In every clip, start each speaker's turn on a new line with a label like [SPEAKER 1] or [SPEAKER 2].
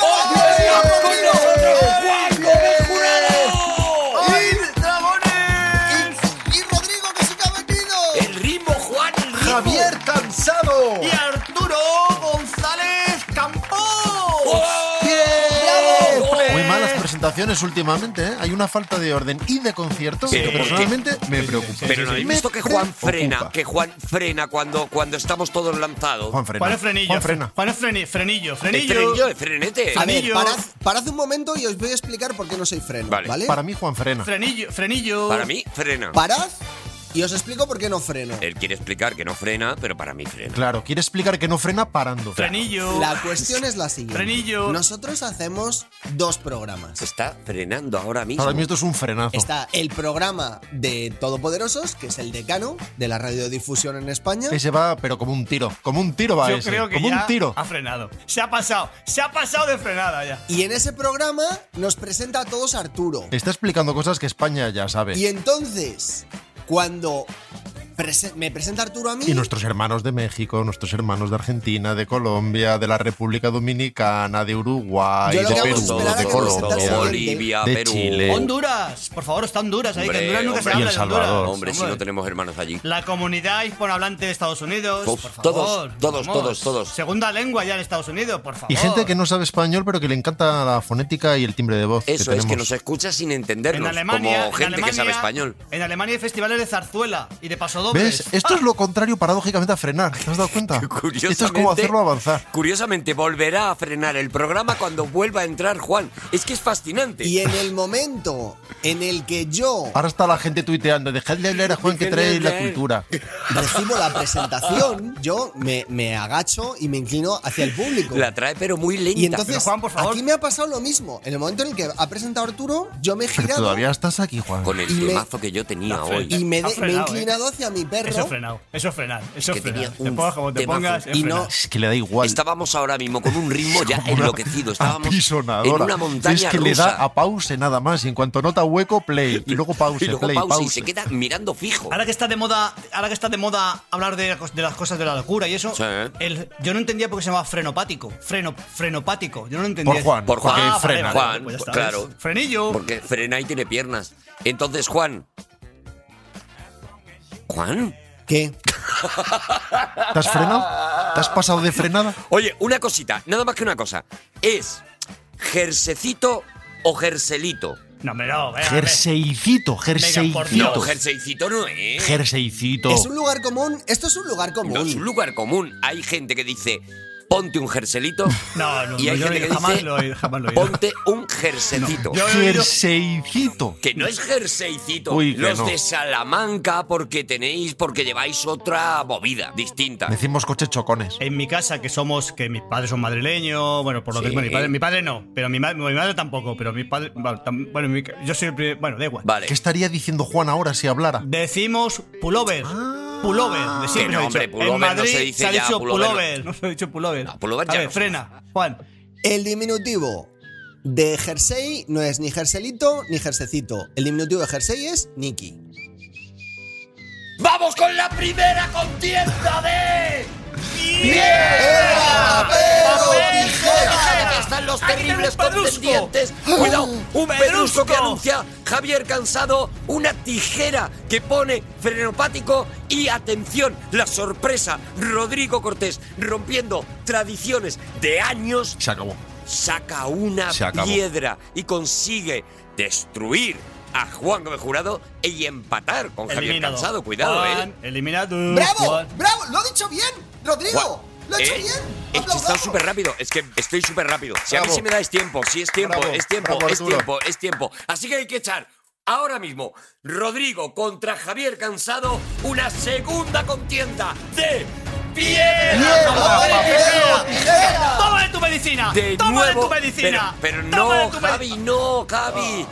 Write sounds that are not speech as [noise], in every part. [SPEAKER 1] Hoy está con nosotros Juan Gómez Jurado.
[SPEAKER 2] ¡Il Dragones!
[SPEAKER 3] Y Rodrigo que se te ha venido.
[SPEAKER 1] El ritmo, Juan, el ritmo.
[SPEAKER 2] ¡Javier Cansado!
[SPEAKER 1] y Arturo González Campos.
[SPEAKER 2] Muy malas presentaciones últimamente, ¿eh? Hay una falta de orden y de concierto
[SPEAKER 1] Eh,
[SPEAKER 2] que personalmente me preocupa.
[SPEAKER 1] Pero no habéis
[SPEAKER 2] Me
[SPEAKER 1] visto que Juan frena,
[SPEAKER 2] preocupa.
[SPEAKER 1] que Juan frena cuando, cuando estamos todos lanzados.
[SPEAKER 2] Juan frena.
[SPEAKER 4] Juan es frenillo.
[SPEAKER 2] Juan frena.
[SPEAKER 4] Juan es freni- frenillo.
[SPEAKER 1] El
[SPEAKER 4] Frenillo.
[SPEAKER 1] frenillo, el frenete.
[SPEAKER 3] A ver,
[SPEAKER 4] Anillo.
[SPEAKER 3] parad, parad un momento y os voy a explicar por qué no soy freno,
[SPEAKER 1] Vale.
[SPEAKER 3] ¿vale?
[SPEAKER 2] Para mí Juan frena.
[SPEAKER 4] Frenillo. Frenillo.
[SPEAKER 1] Para mí, frena.
[SPEAKER 3] Parad y os explico por qué no freno.
[SPEAKER 1] Él quiere explicar que no frena, pero para mí frena.
[SPEAKER 2] Claro, quiere explicar que no frena parando.
[SPEAKER 4] Frenillo.
[SPEAKER 3] La cuestión es la siguiente.
[SPEAKER 4] Frenillo.
[SPEAKER 3] Nosotros hacemos dos programas.
[SPEAKER 1] Se está frenando ahora mismo.
[SPEAKER 2] Para mí esto es un frenazo.
[SPEAKER 3] Está el programa de Todopoderosos, que es el decano de la radiodifusión en España.
[SPEAKER 2] Ese va, pero como un tiro. Como un tiro va
[SPEAKER 4] Yo
[SPEAKER 2] ese.
[SPEAKER 4] creo que
[SPEAKER 2] como
[SPEAKER 4] ya
[SPEAKER 2] un tiro.
[SPEAKER 4] ha frenado. Se ha pasado. Se ha pasado de frenada ya.
[SPEAKER 3] Y en ese programa nos presenta a todos Arturo.
[SPEAKER 2] Te está explicando cosas que España ya sabe.
[SPEAKER 3] Y
[SPEAKER 2] Y,
[SPEAKER 3] entonces, cuando prese- me presenta Arturo a mí,
[SPEAKER 2] nuestros hermanos de México, nuestros hermanos de Argentina, de Colombia, de la República Dominicana, de Uruguay,
[SPEAKER 3] Yo lo
[SPEAKER 2] de
[SPEAKER 3] que hago es
[SPEAKER 2] Perú,
[SPEAKER 3] esperar a
[SPEAKER 2] de
[SPEAKER 3] que presente al
[SPEAKER 2] Colombia,
[SPEAKER 1] Bolivia,
[SPEAKER 2] de
[SPEAKER 1] Perú.
[SPEAKER 2] Chile. Eh,
[SPEAKER 4] Honduras. Por favor, está Honduras ahí.
[SPEAKER 1] Hombre,
[SPEAKER 4] que Honduras nunca se habla
[SPEAKER 1] hombre,
[SPEAKER 2] y El
[SPEAKER 4] de Honduras.
[SPEAKER 2] Salvador.
[SPEAKER 1] Hombre, si no tenemos hermanos allí.
[SPEAKER 4] La comunidad hispanohablante de Estados Unidos.
[SPEAKER 1] Uf,
[SPEAKER 4] por favor.
[SPEAKER 1] todos, todos,
[SPEAKER 4] vamos.
[SPEAKER 1] todos, todos.
[SPEAKER 4] Segunda lengua ya en Estados Unidos, por favor.
[SPEAKER 2] Y gente que no sabe español, pero que le encanta la fonética y el timbre de voz.
[SPEAKER 1] Eso es que
[SPEAKER 2] tenemos.
[SPEAKER 1] nos escucha sin
[SPEAKER 4] En
[SPEAKER 1] entendernos,
[SPEAKER 4] Alemania.
[SPEAKER 1] como
[SPEAKER 4] en
[SPEAKER 1] gente que sabe
[SPEAKER 4] Alemania-
[SPEAKER 1] español.
[SPEAKER 4] En Alemania hay festivales de zarzuela y de pasodobles. Ah,
[SPEAKER 2] ¿Ves? Esto es lo contrario paradójicamente a frenar. ¿Te has dado
[SPEAKER 3] [laughs]
[SPEAKER 2] cuenta?
[SPEAKER 1] Curiosamente,
[SPEAKER 2] Esto es como hacerlo avanzar.
[SPEAKER 1] Curiosamente, volverá a frenar el programa cuando vuelva a entrar Juan. Es que es fascinante.
[SPEAKER 3] y en el momento en el que yo
[SPEAKER 2] Ahora está la gente tuiteando, dejad de leer a Juan que trae la cultura.
[SPEAKER 3] recibo la presentación, yo me, me agacho y me inclino hacia el público.
[SPEAKER 1] La trae, pero muy lenta.
[SPEAKER 3] y entonces,
[SPEAKER 4] Pero, Juan, por favor.
[SPEAKER 3] aquí me ha pasado lo mismo. En el momento en el que ha presentado Arturo, yo me he
[SPEAKER 2] Pero
[SPEAKER 3] girado
[SPEAKER 2] todavía estás aquí, Juan.
[SPEAKER 1] con el
[SPEAKER 3] y me-
[SPEAKER 1] temazo que yo tenía
[SPEAKER 4] La
[SPEAKER 1] hoy.
[SPEAKER 4] frente.
[SPEAKER 3] y me,
[SPEAKER 4] Ha
[SPEAKER 3] de- me he
[SPEAKER 4] frenado, ¿eh?
[SPEAKER 3] inclinado hacia mi
[SPEAKER 4] Eso es
[SPEAKER 3] perro.
[SPEAKER 4] frenado, eso es frenar, eso es
[SPEAKER 1] que tenía
[SPEAKER 4] frenar. Te
[SPEAKER 1] un
[SPEAKER 4] pongas como te
[SPEAKER 1] temazo.
[SPEAKER 4] pongas, es
[SPEAKER 3] Y no-
[SPEAKER 4] frenar.
[SPEAKER 2] Es que le da igual.
[SPEAKER 1] Estábamos ahora mismo con un ritmo ya
[SPEAKER 2] Como [laughs] una
[SPEAKER 1] enloquecido. Estábamos en
[SPEAKER 2] apisonadora.
[SPEAKER 1] una montaña
[SPEAKER 2] Es que
[SPEAKER 1] rusa.
[SPEAKER 2] le da a pause nada más. Y en cuanto nota hueco, play. Y luego pause,
[SPEAKER 1] [laughs] y luego
[SPEAKER 2] play,
[SPEAKER 1] pausa,
[SPEAKER 2] pause.
[SPEAKER 1] y se queda mirando fijo.
[SPEAKER 4] Ahora que está de moda, ahora que está de moda hablar de, de las cosas de la locura y eso,
[SPEAKER 1] Sí.
[SPEAKER 4] el- yo no entendía por qué se llamaba frenopático, freno, frenopático, yo no lo entendía.
[SPEAKER 2] Por Juan.
[SPEAKER 1] Por Juan.
[SPEAKER 2] porque
[SPEAKER 4] Ah, vale,
[SPEAKER 2] frena.
[SPEAKER 4] vale,
[SPEAKER 1] Juan,
[SPEAKER 4] pues ya está,
[SPEAKER 1] claro.
[SPEAKER 4] ¿ves? Frenillo.
[SPEAKER 1] Porque frena y tiene piernas. Entonces, Juan. Juan.
[SPEAKER 3] ¿Qué?
[SPEAKER 2] ¿Te has frenado? ¿Te has pasado de frenada?
[SPEAKER 1] Oye, una cosita, nada más que una cosa. ¿Es jersecito o jerselito?
[SPEAKER 4] No, hombre, no, venga,
[SPEAKER 2] Jerseicito,
[SPEAKER 4] por
[SPEAKER 2] jerseicito.
[SPEAKER 1] No,
[SPEAKER 4] Dios.
[SPEAKER 1] jerseycito no es.
[SPEAKER 2] Jerseicito.
[SPEAKER 3] Es un lugar común. Esto es un lugar común.
[SPEAKER 1] No es un lugar común. Hay gente que dice, ponte un jerselito.
[SPEAKER 4] [laughs] No, no,
[SPEAKER 1] y hay
[SPEAKER 4] yo
[SPEAKER 1] gente que
[SPEAKER 4] jamás
[SPEAKER 1] dice,
[SPEAKER 4] lo he oído, jamás lo he oído.
[SPEAKER 1] ponte un jersecito.
[SPEAKER 4] No, yo-
[SPEAKER 2] Jerseicito.
[SPEAKER 1] Que no es jerseycito.
[SPEAKER 2] Uy, que
[SPEAKER 1] Los
[SPEAKER 2] no.
[SPEAKER 1] de Salamanca, porque tenéis, porque lleváis otra movida distinta.
[SPEAKER 2] Decimos coches chocones.
[SPEAKER 4] En mi casa, que somos, que mis padres son madrileños, bueno, por lo
[SPEAKER 1] Sí.
[SPEAKER 4] que bueno, mi padre, mi padre no, pero mi, ma- mi madre tampoco, pero mi padre, bueno, tam- bueno, mi- yo soy el primer- bueno, da igual.
[SPEAKER 1] Vale.
[SPEAKER 2] ¿Qué estaría diciendo Juan ahora si hablara?
[SPEAKER 4] Decimos pullover. Pullover. De siempre lo
[SPEAKER 1] Ah. no,
[SPEAKER 4] he
[SPEAKER 1] hombre,
[SPEAKER 4] dicho.
[SPEAKER 1] pullover
[SPEAKER 4] en
[SPEAKER 1] no
[SPEAKER 4] Madrid
[SPEAKER 1] se dice
[SPEAKER 4] ha
[SPEAKER 1] ya,
[SPEAKER 4] dicho
[SPEAKER 1] pullover.
[SPEAKER 4] pullover. No se ha dicho pullover.
[SPEAKER 1] No, pullover
[SPEAKER 4] A
[SPEAKER 1] ya
[SPEAKER 4] ver,
[SPEAKER 1] no. Pues
[SPEAKER 4] frena, Juan.
[SPEAKER 3] El diminutivo de jersey no es ni jerselito ni jersecito. El diminutivo de jersey es Nicky.
[SPEAKER 1] ¡Vamos con la primera contienda de... ¡Piedra,
[SPEAKER 3] papel o
[SPEAKER 1] tijera! Que están los terribles contendientes. Cuidado, un pedrusco que anuncia Javier Cansado, una tijera que pone frenopático y atención, la sorpresa, Rodrigo Cortés rompiendo tradiciones de años
[SPEAKER 2] Se acabó.
[SPEAKER 1] saca una
[SPEAKER 2] Se acabó.
[SPEAKER 1] piedra y consigue destruir a Juan Gómez Jurado y empatar con Javier
[SPEAKER 4] Eliminado.
[SPEAKER 1] Cansado. Cuidado,
[SPEAKER 4] Juan,
[SPEAKER 1] eh.
[SPEAKER 4] Eliminado.
[SPEAKER 3] ¡Bravo!
[SPEAKER 4] Juan.
[SPEAKER 3] ¡Bravo! ¡Lo he dicho bien! ¡Rodrigo!
[SPEAKER 1] Juan,
[SPEAKER 3] ¡Lo he hecho
[SPEAKER 1] eh,
[SPEAKER 3] bien!
[SPEAKER 1] Es que he estado
[SPEAKER 3] ¡Aplaudamos!
[SPEAKER 1] súper rápido, es que estoy súper rápido. Si a mí
[SPEAKER 2] Bravo.
[SPEAKER 1] se me dais tiempo, si es tiempo,
[SPEAKER 2] Bravo,
[SPEAKER 1] es tiempo,
[SPEAKER 2] bravo,
[SPEAKER 1] es
[SPEAKER 2] Arturo.
[SPEAKER 1] tiempo, es tiempo. Así que hay que echar ahora mismo Rodrigo contra Javier Cansado una segunda contienda de
[SPEAKER 4] ¡Piedra,
[SPEAKER 2] Piedra,
[SPEAKER 4] papel,
[SPEAKER 2] papel,
[SPEAKER 4] tijera!
[SPEAKER 2] tijera.
[SPEAKER 4] ¡Toma de tu medicina!
[SPEAKER 1] De
[SPEAKER 4] ¡Toma de
[SPEAKER 1] nuevo.
[SPEAKER 4] tu medicina! Oh.
[SPEAKER 1] Pero, pero
[SPEAKER 4] Toma de
[SPEAKER 1] no,
[SPEAKER 4] tu medi-
[SPEAKER 1] Javi, no, Javi.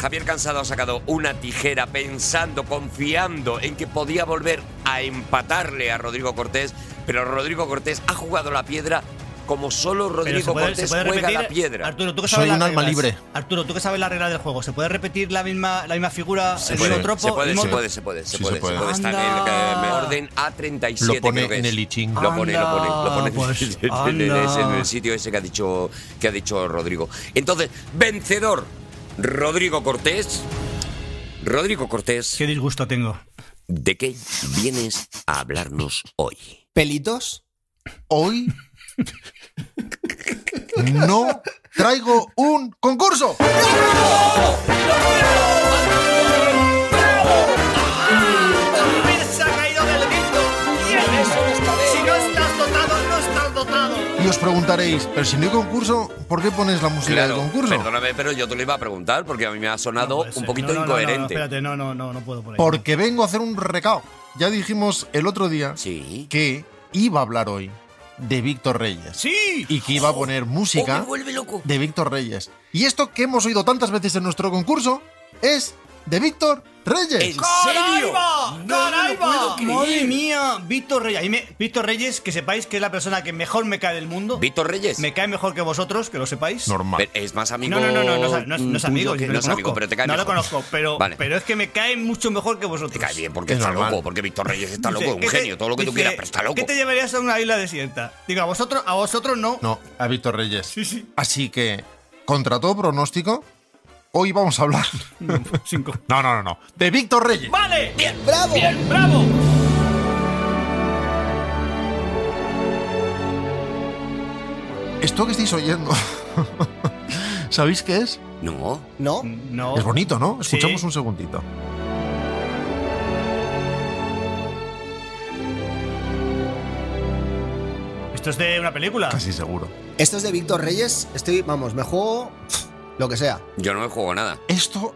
[SPEAKER 1] Javier Cansado ha sacado una tijera pensando, confiando en que podía volver a empatarle a Rodrigo Cortés, pero Rodrigo Cortés ha jugado la piedra como solo
[SPEAKER 4] Pero
[SPEAKER 1] Rodrigo
[SPEAKER 4] se puede-
[SPEAKER 1] Cortés
[SPEAKER 4] se puede
[SPEAKER 1] juega la
[SPEAKER 4] repetir.
[SPEAKER 1] piedra.
[SPEAKER 4] Arturo, tú que
[SPEAKER 2] Soy
[SPEAKER 4] sabes
[SPEAKER 2] un
[SPEAKER 4] las
[SPEAKER 2] alma
[SPEAKER 4] reglas.
[SPEAKER 2] libre.
[SPEAKER 4] Arturo, tú que sabes la regla del juego. ¿Se puede repetir la misma, la misma figura,
[SPEAKER 1] Se
[SPEAKER 4] el
[SPEAKER 1] puede,
[SPEAKER 4] mismo tropo?
[SPEAKER 1] se puede,
[SPEAKER 4] el
[SPEAKER 1] se
[SPEAKER 4] mismo-
[SPEAKER 1] puede, se puede, se
[SPEAKER 2] Sí,
[SPEAKER 1] puede,
[SPEAKER 2] se
[SPEAKER 1] se
[SPEAKER 2] puede.
[SPEAKER 1] puede. Está en el
[SPEAKER 4] Anda.
[SPEAKER 1] eh, orden A37.
[SPEAKER 2] Lo pone
[SPEAKER 1] creo que
[SPEAKER 2] en
[SPEAKER 1] es.
[SPEAKER 2] el I Ching.
[SPEAKER 1] Lo pone, lo pone, lo pone
[SPEAKER 4] Anda, pues,
[SPEAKER 1] [laughs] en, el- en el-
[SPEAKER 4] anda.
[SPEAKER 1] en el sitio ese que ha dicho que ha dicho Rodrigo. Entonces, vencedor Rodrigo Cortés. Rodrigo Cortés,
[SPEAKER 4] Qué disgusto tengo.
[SPEAKER 1] ¿de qué vienes a hablarnos hoy?
[SPEAKER 3] ¿Pelitos?
[SPEAKER 2] Hoy no traigo un concurso.
[SPEAKER 4] ¡Se ha caído del guindo! Si no estás dotado, no estás dotado.
[SPEAKER 2] Y os preguntaréis, pero si no hay concurso, ¿por qué pones la música del concurso?
[SPEAKER 1] perdóname, pero yo te lo iba a preguntar porque a mí me ha sonado
[SPEAKER 4] pues, eh,
[SPEAKER 1] un poquito incoherente.
[SPEAKER 4] espérate, no, no, no, no puedo por ahí.
[SPEAKER 2] Porque vengo a hacer un recao. Ya dijimos el otro día
[SPEAKER 1] Sí.
[SPEAKER 2] que iba a hablar hoy de Víctor Reyes
[SPEAKER 4] ¡Sí!
[SPEAKER 2] y que iba a poner
[SPEAKER 1] Oh,
[SPEAKER 2] música
[SPEAKER 1] me vuelve loco.
[SPEAKER 2] de Víctor Reyes. Y esto que hemos oído tantas veces en nuestro concurso es de Víctor Reyes.
[SPEAKER 1] ¿En serio?
[SPEAKER 4] ¡Caraiba!
[SPEAKER 1] No me lo
[SPEAKER 4] ¡Caraiba!
[SPEAKER 1] puedo creer.
[SPEAKER 4] ¡Madre mía! Víctor Reyes. Ahí me- Víctor Reyes, que sepáis que es la persona que mejor me cae del mundo.
[SPEAKER 1] Víctor Reyes.
[SPEAKER 4] Me cae mejor que vosotros, que lo sepáis.
[SPEAKER 2] Normal.
[SPEAKER 1] Pero es más amigo.
[SPEAKER 4] No, no, no, no, no, es- no es, no es
[SPEAKER 1] tuyo
[SPEAKER 4] amigo,
[SPEAKER 1] que-
[SPEAKER 4] yo
[SPEAKER 1] no es amigo, pero te cae
[SPEAKER 4] No lo
[SPEAKER 1] mejor.
[SPEAKER 4] conozco, pero,
[SPEAKER 1] Vale.
[SPEAKER 4] pero es que me cae mucho mejor que vosotros.
[SPEAKER 1] Te cae bien porque
[SPEAKER 2] Es
[SPEAKER 1] está
[SPEAKER 2] normal.
[SPEAKER 1] loco, porque Víctor Reyes está
[SPEAKER 4] Dice,
[SPEAKER 1] loco, un
[SPEAKER 4] ¿qué te-
[SPEAKER 1] genio, todo lo que tú
[SPEAKER 4] dice,
[SPEAKER 1] quieras, pero está loco.
[SPEAKER 4] ¿Qué te llevarías a una isla desierta? Digo, a vosotros, a vosotros no.
[SPEAKER 2] No, a Víctor Reyes.
[SPEAKER 4] Sí, sí.
[SPEAKER 2] Así que, contra todo pronóstico, hoy vamos a hablar.
[SPEAKER 4] Cinco.
[SPEAKER 2] [laughs] No, no, no, no. De Víctor Reyes.
[SPEAKER 4] ¡Vale! ¡Bien!
[SPEAKER 3] ¡Bravo!
[SPEAKER 4] ¡Bien! ¡Bravo!
[SPEAKER 2] Esto que estáis oyendo, [laughs] ¿sabéis qué es?
[SPEAKER 1] No.
[SPEAKER 4] Mm.
[SPEAKER 3] ¿No?
[SPEAKER 4] No.
[SPEAKER 2] Es bonito, ¿no?
[SPEAKER 4] Sí.
[SPEAKER 2] Escuchamos un segundito.
[SPEAKER 4] Esto es de una película.
[SPEAKER 2] Casi seguro.
[SPEAKER 3] Esto es de Víctor Reyes. Estoy, vamos, me juego pf, lo que sea.
[SPEAKER 1] Yo no me juego nada.
[SPEAKER 2] Esto,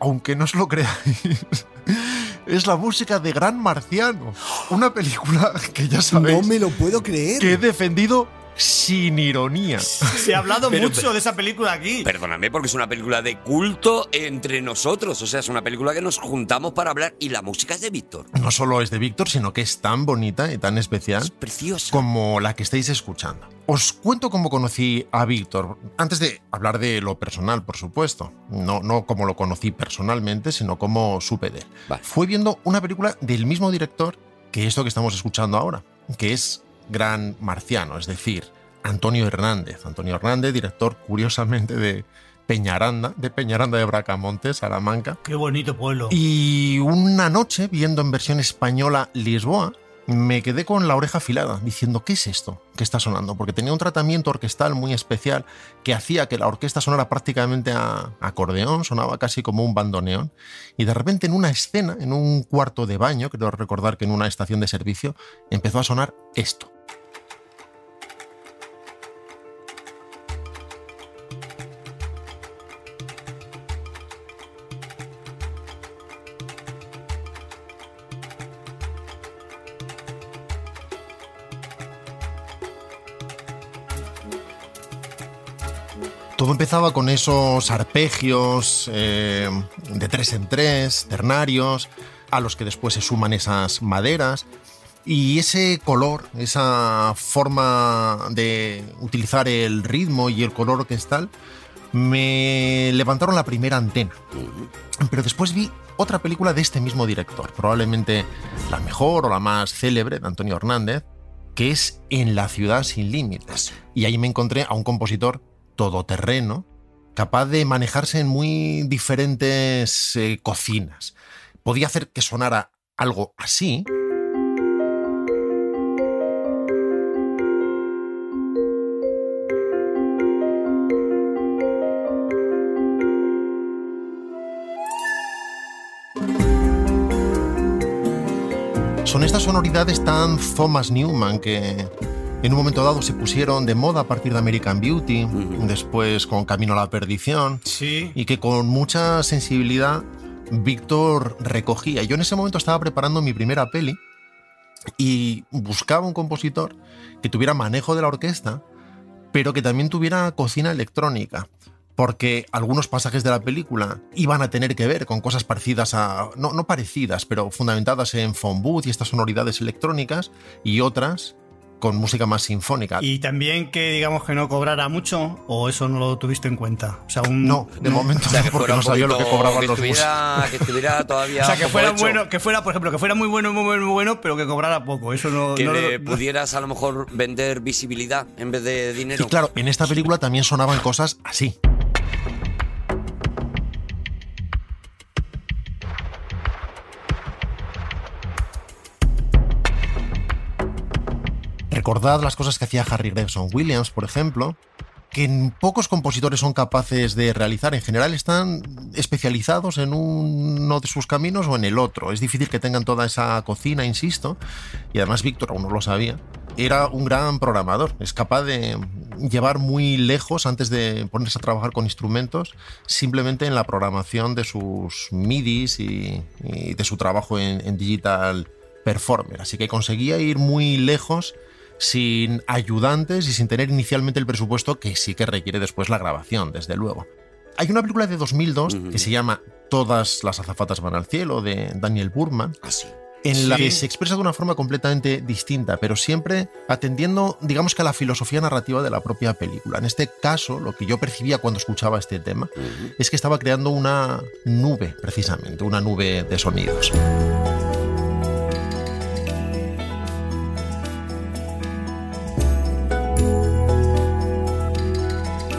[SPEAKER 2] aunque no os lo creáis, [laughs] es la música de Gran Marciano. Una película que ya sabéis
[SPEAKER 3] lo puedo creer.
[SPEAKER 2] que he defendido sin ironía.
[SPEAKER 4] Se ha hablado
[SPEAKER 1] Pero-
[SPEAKER 4] mucho de esa película aquí.
[SPEAKER 1] Perdóname porque es una película de culto entre nosotros. O sea, es una película que nos juntamos para hablar y la música es de Víctor.
[SPEAKER 2] No solo es de Víctor, sino que es tan bonita y tan especial
[SPEAKER 1] Es preciosa.
[SPEAKER 2] como la que estáis escuchando. Os cuento cómo conocí a Víctor, antes de hablar de lo personal, por supuesto. No, no cómo lo conocí personalmente, sino cómo supe de él.
[SPEAKER 1] Vale.
[SPEAKER 2] Fue viendo una película del mismo director que esto que estamos escuchando ahora, que es Gran Marciano, es decir, Antonio Hernández. Antonio Hernández, director curiosamente de Peñaranda, de Peñaranda de Bracamonte, Salamanca.
[SPEAKER 4] Qué bonito pueblo.
[SPEAKER 2] Y una noche, viendo en versión española Lisboa, me quedé con la oreja afilada, diciendo, ¿qué es esto que está sonando? Porque tenía un tratamiento orquestal muy especial que hacía que la orquesta sonara prácticamente a acordeón, sonaba casi como un bandoneón. Y de repente en una escena, en un cuarto de baño, creo recordar que en una estación de servicio, empezó a sonar esto. Todo empezaba con esos arpegios eh, de tres en tres, ternarios, a los que después se suman esas maderas. Y ese color, esa forma de utilizar el ritmo y el color orquestal, me levantaron la primera antena. Pero después vi otra película de este mismo director, probablemente la mejor o la más célebre de Antonio Hernández, que es En la ciudad sin límites. Y ahí me encontré a un compositor todoterreno, capaz de manejarse en muy diferentes eh, cocinas. Podía hacer que sonara algo así, Son estas sonoridades tan Thomas Newman que en un momento dado se pusieron de moda a partir de American Beauty, después con Camino a la Perdición,
[SPEAKER 4] Sí.
[SPEAKER 2] y que con mucha sensibilidad Víctor recogía. Yo en ese momento estaba preparando mi primera peli y buscaba un compositor que tuviera manejo de la orquesta, pero que también tuviera cocina electrónica, porque algunos pasajes de la película iban a tener que ver con cosas parecidas a, no, no parecidas, pero fundamentadas en Fonbooth y estas sonoridades electrónicas, y otras con música más sinfónica.
[SPEAKER 4] Y también que digamos que no cobrara mucho, o eso no lo tuviste en cuenta. O sea, un,
[SPEAKER 2] No, de momento,
[SPEAKER 1] O sea, que
[SPEAKER 2] porque
[SPEAKER 1] fuera
[SPEAKER 2] no
[SPEAKER 1] un
[SPEAKER 2] sabía lo que
[SPEAKER 1] poquito-
[SPEAKER 2] cobraban
[SPEAKER 1] que
[SPEAKER 2] los músicos.
[SPEAKER 1] estuviera, que
[SPEAKER 2] [laughs]
[SPEAKER 1] estuviera todavía.
[SPEAKER 4] O sea, que
[SPEAKER 1] como
[SPEAKER 4] fuera
[SPEAKER 1] hecho.
[SPEAKER 4] bueno, que fuera, por ejemplo, que fuera muy bueno, muy bueno, muy bueno, pero que cobrara poco. Eso no,
[SPEAKER 1] Que
[SPEAKER 4] no lo-
[SPEAKER 1] le
[SPEAKER 4] no-
[SPEAKER 1] pudieras a lo mejor vender visibilidad en vez de dinero.
[SPEAKER 2] Y claro, en esta película también sonaban cosas así. Recordad las cosas que hacía Harry Gregson Williams, por ejemplo, que en pocos compositores son capaces de realizar. En general están especializados en uno de sus caminos o en el otro. Es difícil que tengan toda esa cocina, insisto. Y además Víctor aún no lo sabía. Era un gran programador. Es capaz de llevar muy lejos antes de ponerse a trabajar con instrumentos simplemente en la programación de sus midis y, y de su trabajo en- en digital performer. Así que conseguía ir muy lejos sin ayudantes y sin tener inicialmente el presupuesto que sí que requiere después la grabación, desde luego. Hay una película de 2002 que se llama Todas las azafatas van al cielo de Daniel Burman,
[SPEAKER 1] Así.
[SPEAKER 2] en la
[SPEAKER 4] Sí.
[SPEAKER 2] que se expresa de una forma completamente distinta, pero siempre atendiendo, digamos que a la filosofía narrativa de la propia película. En este caso, lo que yo percibía cuando escuchaba este tema es que estaba creando una nube, precisamente, una nube de sonidos.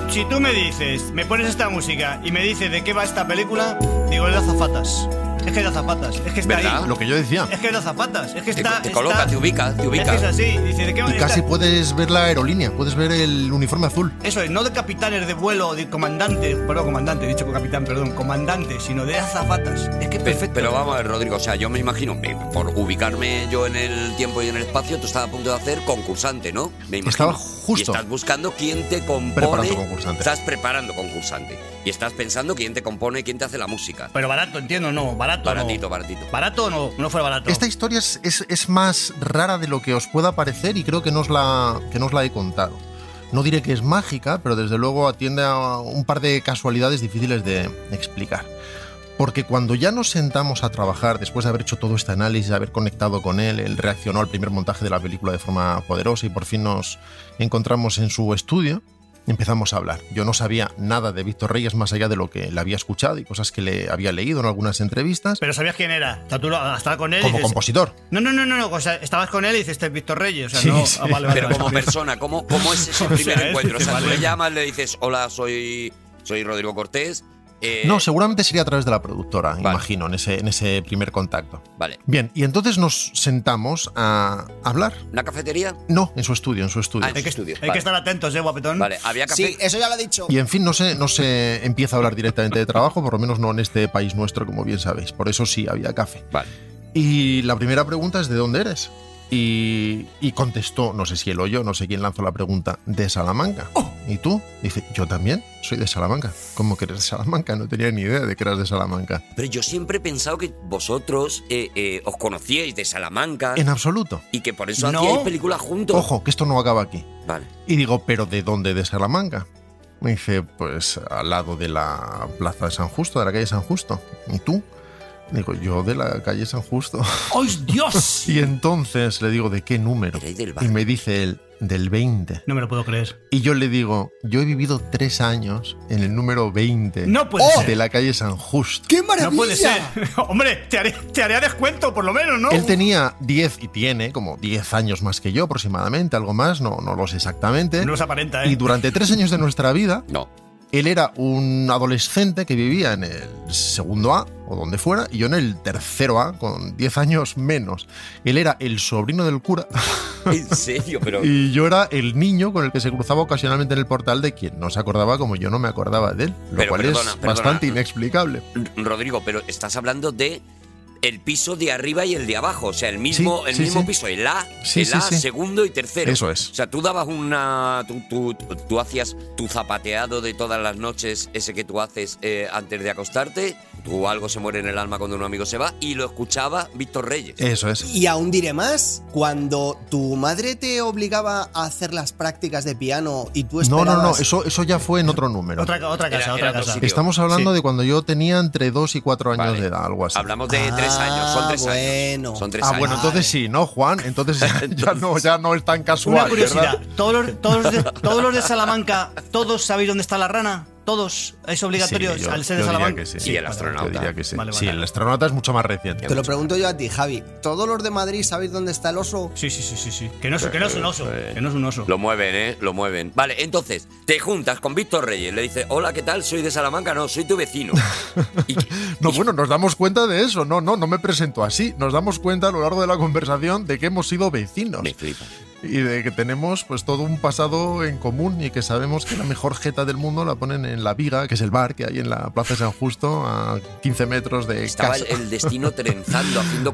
[SPEAKER 4] Si tú me dices, me pones esta música y me dices de qué va esta película, digo, es de azafatas. Es que es de azafatas. Es que está
[SPEAKER 1] ¿Verdad?
[SPEAKER 4] ahí.
[SPEAKER 2] Lo que yo decía.
[SPEAKER 4] Es que es de azafatas. Es que
[SPEAKER 1] Te-
[SPEAKER 4] está.
[SPEAKER 1] te coloca, te ubica, te ubica.
[SPEAKER 4] Es que es así. Dice, ¿de qué va
[SPEAKER 2] Y
[SPEAKER 4] esta-
[SPEAKER 2] casi puedes ver la aerolínea, puedes ver el uniforme azul.
[SPEAKER 4] Eso es, no de capitanes de vuelo, de comandantes, perdón, comandante, he dicho capitán, perdón, comandante, sino de azafatas. Es que
[SPEAKER 1] Pe-
[SPEAKER 4] perfecto.
[SPEAKER 1] Pero vamos a ver, Rodrigo, o sea, yo me imagino, me- por ubicarme yo en el tiempo y en el espacio, tú estabas a punto de hacer concursante, ¿no? Me imagino.
[SPEAKER 2] Estaba justo.
[SPEAKER 1] Y estás buscando quién te compone.
[SPEAKER 2] Preparando concursante.
[SPEAKER 1] Estás preparando concursante. Y estás pensando quién te compone, quién te hace la música.
[SPEAKER 4] Pero barato, entiendo, no, barato. no.
[SPEAKER 1] Baratito, baratito.
[SPEAKER 4] Barato no, no fue barato.
[SPEAKER 2] Esta historia es, es- es más rara de lo que os pueda parecer y creo que no, os la, que no os la he contado. No diré que es mágica, pero desde luego atiende a un par de casualidades difíciles de explicar. Porque cuando ya nos sentamos a trabajar, después de haber hecho todo este análisis, haber conectado con él, él reaccionó al primer montaje de la película de forma poderosa y por fin nos encontramos en su estudio, empezamos a hablar. Yo no sabía nada de Víctor Reyes más allá de lo que le había escuchado y cosas que le había leído en algunas entrevistas.
[SPEAKER 4] Pero sabías quién era. O sea, tú lo- ah, estabas con él. y
[SPEAKER 2] Como
[SPEAKER 4] dices-
[SPEAKER 2] compositor.
[SPEAKER 4] No, no, no, no, no, o sea, estabas con él y dices, este es Víctor Reyes. O sea,
[SPEAKER 2] Sí,
[SPEAKER 4] no,
[SPEAKER 2] sí.
[SPEAKER 4] ah, vale, vale,
[SPEAKER 1] Pero
[SPEAKER 4] vale.
[SPEAKER 1] como persona, ¿cómo, cómo
[SPEAKER 4] [laughs]
[SPEAKER 1] es ese primer
[SPEAKER 4] sea, es
[SPEAKER 1] encuentro? O sea, tú
[SPEAKER 4] vale.
[SPEAKER 1] le llamas, le dices, hola, soy, soy Rodrigo Cortés. eh,
[SPEAKER 2] No, seguramente sería a través de la productora,
[SPEAKER 1] Vale.
[SPEAKER 2] imagino, en ese, en ese primer contacto.
[SPEAKER 1] Vale.
[SPEAKER 2] Bien, y entonces nos sentamos a hablar.
[SPEAKER 1] ¿Una cafetería?
[SPEAKER 2] No, en su estudio, en su estudio.
[SPEAKER 1] Ah, en
[SPEAKER 4] Hay que,
[SPEAKER 1] estudio,
[SPEAKER 4] hay
[SPEAKER 1] vale.
[SPEAKER 4] que estar atentos, eh, guapetón.
[SPEAKER 1] Vale, había café.
[SPEAKER 3] Sí, eso ya lo ha dicho.
[SPEAKER 2] Y en fin, no se, no se empieza a hablar directamente de trabajo, por lo menos no en este país nuestro, como bien sabéis. Por eso sí había café.
[SPEAKER 1] Vale.
[SPEAKER 2] Y la primera pregunta es: ¿de dónde eres? Y, y contestó, no sé si él o yo, no sé quién lanzó la pregunta, de Salamanca.
[SPEAKER 1] Oh.
[SPEAKER 2] ¿Y tú? Dice, yo también soy de Salamanca. ¿Cómo que eres de Salamanca? No tenía ni idea de que eras de Salamanca.
[SPEAKER 1] Pero yo siempre he pensado que vosotros eh, eh, os conocíais de Salamanca
[SPEAKER 2] En absoluto.
[SPEAKER 1] y que por eso
[SPEAKER 4] No.
[SPEAKER 1] hacíais películas juntos.
[SPEAKER 2] Ojo, que esto no acaba aquí.
[SPEAKER 1] Vale.
[SPEAKER 2] Y digo, ¿pero de dónde de Salamanca? Me dice, pues al lado de la plaza de San Justo, de la calle San Justo. ¿Y tú? Digo, yo de la calle San Justo. [laughs]
[SPEAKER 4] ¡Ay, Dios!
[SPEAKER 2] Y entonces le digo, ¿de qué número?
[SPEAKER 1] Erais del
[SPEAKER 2] Y
[SPEAKER 1] barrio.
[SPEAKER 2] me dice él, del 20.
[SPEAKER 4] No me lo puedo creer.
[SPEAKER 2] Y yo le digo, yo he vivido tres años en el número 20
[SPEAKER 4] No puede ser.
[SPEAKER 2] de la calle San Justo.
[SPEAKER 3] ¡Qué maravilla!
[SPEAKER 4] No puede ser. [laughs] Hombre, te haré, te haré descuento, por lo menos, ¿no?
[SPEAKER 2] Él tenía 10 y tiene como 10 años más que yo aproximadamente, algo más, no, no lo sé exactamente.
[SPEAKER 4] No los aparenta, ¿eh?
[SPEAKER 2] Y durante tres años de nuestra vida
[SPEAKER 1] No.
[SPEAKER 2] Él era un adolescente que vivía en el segundo A o donde fuera y yo en el tercero A con 10 años menos. Él era el sobrino del cura [laughs]
[SPEAKER 1] [laughs] En serio, pero.
[SPEAKER 2] y yo era el niño con el que se cruzaba ocasionalmente en el portal de quien no se acordaba como yo no me acordaba de él, lo
[SPEAKER 1] Pero
[SPEAKER 2] cual
[SPEAKER 1] perdona,
[SPEAKER 2] es
[SPEAKER 1] perdona.
[SPEAKER 2] bastante inexplicable.
[SPEAKER 1] Rodrigo, pero estás hablando de el piso de arriba y el de abajo. O sea, el mismo,
[SPEAKER 2] Sí,
[SPEAKER 1] el
[SPEAKER 2] sí,
[SPEAKER 1] mismo
[SPEAKER 2] sí.
[SPEAKER 1] piso. El A,
[SPEAKER 2] Sí,
[SPEAKER 1] el
[SPEAKER 2] sí,
[SPEAKER 1] A,
[SPEAKER 2] sí.
[SPEAKER 1] segundo y tercero.
[SPEAKER 2] Eso es.
[SPEAKER 1] O sea, tú dabas una. Tú, tú- tú hacías tu zapateado de todas las noches, ese que tú haces eh, antes de acostarte. tú algo se muere en el alma cuando un amigo se va, y lo escuchaba Víctor Reyes.
[SPEAKER 2] Eso es.
[SPEAKER 3] Y aún diré más, cuando tu madre te obligaba a hacer las prácticas de piano y tú
[SPEAKER 2] No,
[SPEAKER 3] esperabas...
[SPEAKER 2] no, no, eso, eso ya fue en otro número.
[SPEAKER 4] Otra, otra casa,
[SPEAKER 1] Era-
[SPEAKER 4] otra
[SPEAKER 1] era otro
[SPEAKER 4] casa.
[SPEAKER 1] sitio.
[SPEAKER 2] Estamos hablando
[SPEAKER 4] Sí.
[SPEAKER 2] de cuando yo tenía entre 2 y 4 años
[SPEAKER 1] Vale.
[SPEAKER 2] de edad, algo así.
[SPEAKER 1] Hablamos de tres
[SPEAKER 3] Ah,
[SPEAKER 1] años, son tres
[SPEAKER 3] bueno.
[SPEAKER 1] años. Son tres
[SPEAKER 2] Ah,
[SPEAKER 1] años.
[SPEAKER 2] bueno, entonces sí, ¿no, Juan?
[SPEAKER 1] [laughs]
[SPEAKER 2] Entonces ya, ya no, ya no es tan casual.
[SPEAKER 4] Una curiosidad.
[SPEAKER 2] ¿verdad?
[SPEAKER 4] ¿Todos los, todos, los de, todos los de Salamanca, ¿todos sabéis dónde está la rana? ¿Todos? ¿Es obligatorio
[SPEAKER 2] Sí, yo-
[SPEAKER 4] al ser
[SPEAKER 2] yo
[SPEAKER 4] de
[SPEAKER 2] diría
[SPEAKER 4] Salamanca?
[SPEAKER 2] que sí.
[SPEAKER 1] Y el astronauta.
[SPEAKER 2] Yo diría que sí.
[SPEAKER 4] Vale, vale.
[SPEAKER 2] Sí, el astronauta es mucho más reciente.
[SPEAKER 3] Te lo pregunto yo a ti, Javi. ¿Todos los de Madrid sabéis dónde está el oso?
[SPEAKER 4] Sí, sí, sí, sí, sí. Que no es, que no es un oso.
[SPEAKER 2] Eh,
[SPEAKER 4] Que no es un oso.
[SPEAKER 1] Lo mueven, ¿eh? Lo mueven. Vale, entonces, te juntas con Víctor Reyes, le dices, hola, ¿qué tal? Soy de Salamanca, no, soy
[SPEAKER 2] [laughs]
[SPEAKER 1] tu vecino. Y-
[SPEAKER 2] No, bueno, nos damos cuenta de eso. No, no, no me presento así. Nos damos cuenta a lo largo de la conversación de que hemos sido vecinos
[SPEAKER 1] Me flipa.
[SPEAKER 2] y de que tenemos pues todo un pasado en común y que sabemos que la mejor jeta del mundo la ponen en La Viga, que es el bar que hay en la Plaza de San Justo, a 15 metros de
[SPEAKER 1] Estaba el,
[SPEAKER 2] casa,
[SPEAKER 1] el destino trenzando, haciendo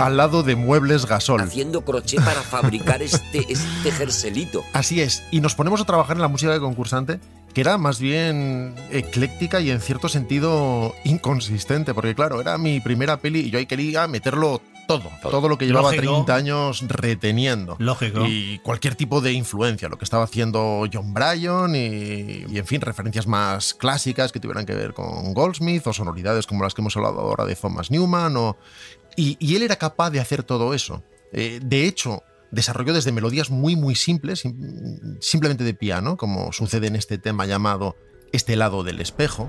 [SPEAKER 2] [laughs] al lado de Muebles Gasol.
[SPEAKER 1] haciendo crochet para fabricar este, este jerselito.
[SPEAKER 2] Así es, y nos ponemos a trabajar en la música de concursante, que era más bien ecléctica y en cierto sentido inconsistente, porque claro, era mi primera peli y yo ahí quería meterlo todo, todo, lo que llevaba
[SPEAKER 4] Lógico.
[SPEAKER 2] 30 años reteniendo.
[SPEAKER 4] Lógico.
[SPEAKER 2] Y cualquier tipo de influencia, lo que estaba haciendo John Bryan y, y, en fin, referencias más clásicas que tuvieran que ver con Goldsmith o sonoridades como las que hemos hablado ahora de Thomas Newman. O, y, y él era capaz de hacer todo eso. Eh, de hecho, desarrolló desde melodías muy, muy simples, sim- simplemente de piano, como sucede en este tema llamado Este lado del espejo,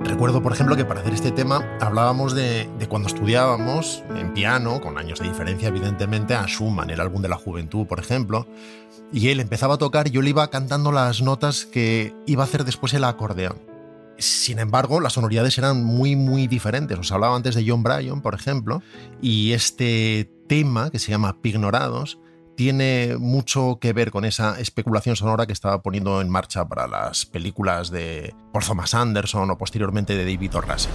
[SPEAKER 2] Recuerdo, por ejemplo, que para hacer este tema hablábamos de, de cuando estudiábamos en piano, con años de diferencia, evidentemente, a Schumann, el álbum de la juventud, por ejemplo. Y él empezaba a tocar y yo le iba cantando las notas que iba a hacer después el acordeón. Sin embargo, las sonoridades eran muy, muy diferentes. Os hablaba antes de John Bryan, por ejemplo, y este tema que se llama Pignorados tiene mucho que ver con esa especulación sonora que estaba poniendo en marcha para las películas de Paul Thomas Anderson o posteriormente de David O. Russell.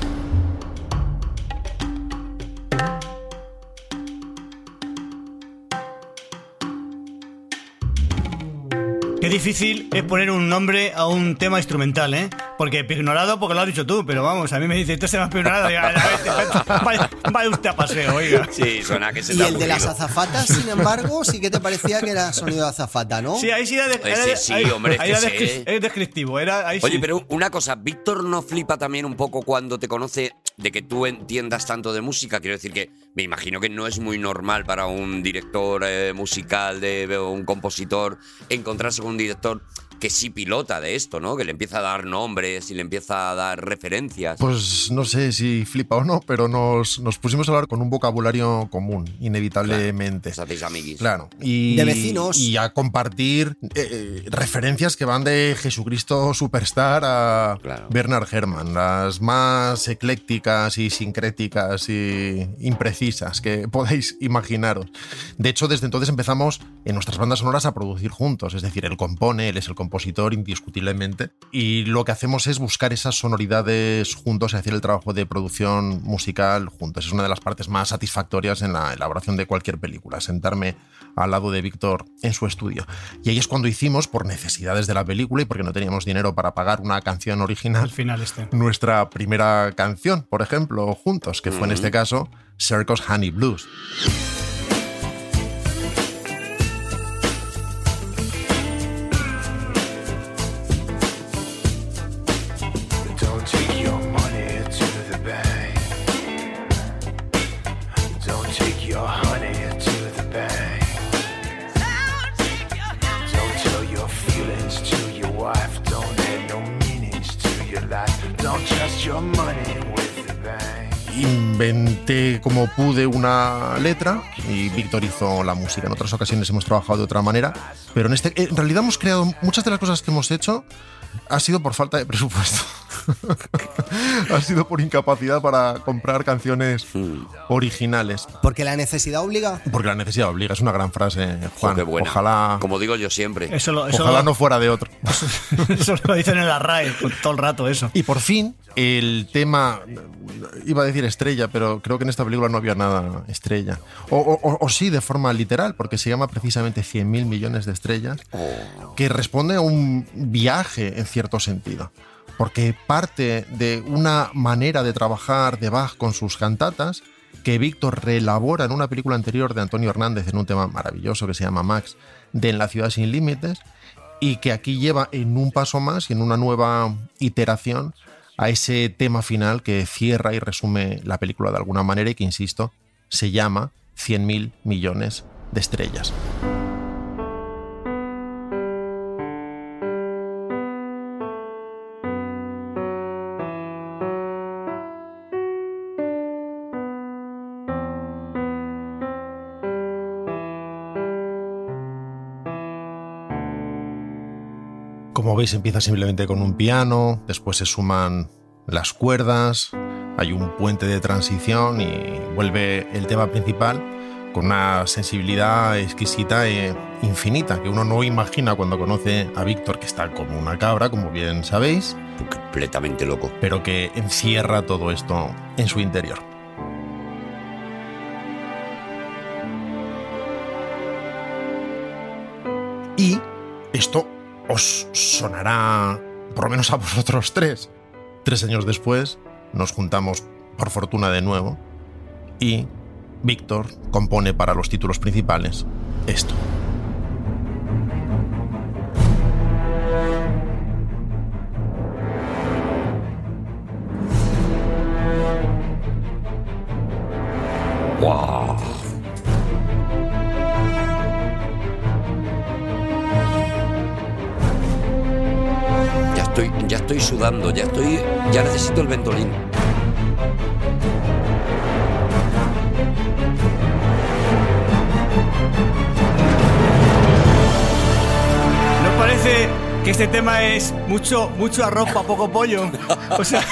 [SPEAKER 4] Qué difícil es poner un nombre a un tema instrumental, ¿eh? Porque pignorado, porque lo has dicho tú, pero vamos, a mí me dice, esto se llama pignorado. y, "Ah, [laughs] Vaya, vaya usted a paseo, oiga.
[SPEAKER 1] Sí, suena que se
[SPEAKER 3] Y
[SPEAKER 1] te ha
[SPEAKER 3] el de las
[SPEAKER 1] ocurrido.
[SPEAKER 3] azafatas, sin embargo, sí que te parecía que era sonido de azafata, ¿no?
[SPEAKER 4] Sí, ahí sí era, de-
[SPEAKER 1] Ese
[SPEAKER 4] era-
[SPEAKER 1] sí,
[SPEAKER 4] ahí-
[SPEAKER 1] hombre, es
[SPEAKER 4] ahí
[SPEAKER 1] que
[SPEAKER 4] era
[SPEAKER 1] sí,
[SPEAKER 4] descri-
[SPEAKER 1] ¿eh?
[SPEAKER 4] es descriptivo. Era, ahí
[SPEAKER 1] Oye,
[SPEAKER 4] sí.
[SPEAKER 1] pero una cosa, Víctor no flipa también un poco cuando te conoce de que tú entiendas tanto de música. Quiero decir que me imagino que no es muy normal para un director eh, musical de, o un compositor encontrarse con un director que sí pilota de esto, ¿no? Que le empieza a dar nombres y le empieza a dar referencias.
[SPEAKER 2] Pues no sé si flipa o no, pero nos, nos pusimos a hablar con un vocabulario común, inevitablemente.
[SPEAKER 1] Os hacéis amiguis.
[SPEAKER 2] Pues, Claro. Y,
[SPEAKER 3] De vecinos.
[SPEAKER 2] Y a compartir eh, eh, referencias que van de Jesucristo Superstar a
[SPEAKER 1] Claro.
[SPEAKER 2] Bernard Herrmann, las más eclécticas y sincréticas y imprecisas que [laughs] podáis imaginaros. De hecho, desde entonces empezamos en nuestras bandas sonoras a producir juntos, es decir, él compone, él es el compositor indiscutiblemente, y lo que hacemos es buscar esas sonoridades juntos y hacer el trabajo de producción musical juntos. Es una de las partes más satisfactorias en la elaboración de cualquier película, sentarme al lado de Víctor en su estudio. Y ahí es cuando hicimos, por necesidades de la película y porque no teníamos dinero para pagar una canción
[SPEAKER 4] Al
[SPEAKER 2] original, [laughs]
[SPEAKER 4] final este.
[SPEAKER 2] nuestra primera canción, por ejemplo, juntos, que fue en este caso Circus Honey Blues.
[SPEAKER 5] Don't take your money to the bank. Don't take your honey to the bank. Don't tell your feelings to your wife. Don't add no meanings to your life. Don't trust your money with the bank.
[SPEAKER 2] Inven- inventé como pude una letra y Víctor hizo la música. En otras ocasiones hemos trabajado de otra manera, pero en este, en realidad hemos creado muchas de las cosas que hemos hecho ha sido por falta de presupuesto. [laughs] ha sido por incapacidad para comprar canciones
[SPEAKER 1] Mm.
[SPEAKER 2] originales.
[SPEAKER 3] Porque la necesidad obliga.
[SPEAKER 2] Porque la necesidad obliga, es una gran frase,
[SPEAKER 1] Jo,
[SPEAKER 2] Juan.
[SPEAKER 1] Oh, qué buena.
[SPEAKER 2] Ojalá,
[SPEAKER 1] Como digo yo siempre.
[SPEAKER 4] Eso lo, eso,
[SPEAKER 2] ojalá
[SPEAKER 4] lo,
[SPEAKER 2] no fuera de otro.
[SPEAKER 4] [laughs] eso lo dicen en la RAE con- todo el rato, eso.
[SPEAKER 2] Y por fin, el tema, iba a decir estrella, pero creo que en esta película no había nada estrella. O, o- o- o sí, de forma literal, porque se llama precisamente 100.000 millones de estrellas, que responde a un viaje en cierto sentido. Porque parte de una manera de trabajar de Bach con sus cantatas que Víctor reelabora en una película anterior de Antonio Hernández en un tema maravilloso que se llama Max, de En la ciudad sin límites, y que aquí lleva en un paso más y en una nueva iteración a ese tema final que cierra y resume la película de alguna manera y que, insisto, se llama 100.000 millones de estrellas. Como veis, empieza simplemente con un piano, después se suman las cuerdas, hay un puente de transición y vuelve el tema principal con una sensibilidad exquisita e infinita que uno no imagina cuando conoce a Víctor, que está como una cabra, como bien sabéis,
[SPEAKER 1] Completamente loco.
[SPEAKER 2] pero que encierra todo esto en su interior. Y esto os sonará, por lo menos a vosotros tres. Tres años después nos juntamos por fortuna de nuevo y Víctor compone para los títulos principales esto.
[SPEAKER 1] ¡Wow! Ya estoy, ya estoy sudando, ya estoy. Ya necesito el ventolín.
[SPEAKER 4] ¿No parece que este tema es mucho, mucho arroz para poco pollo? O sea,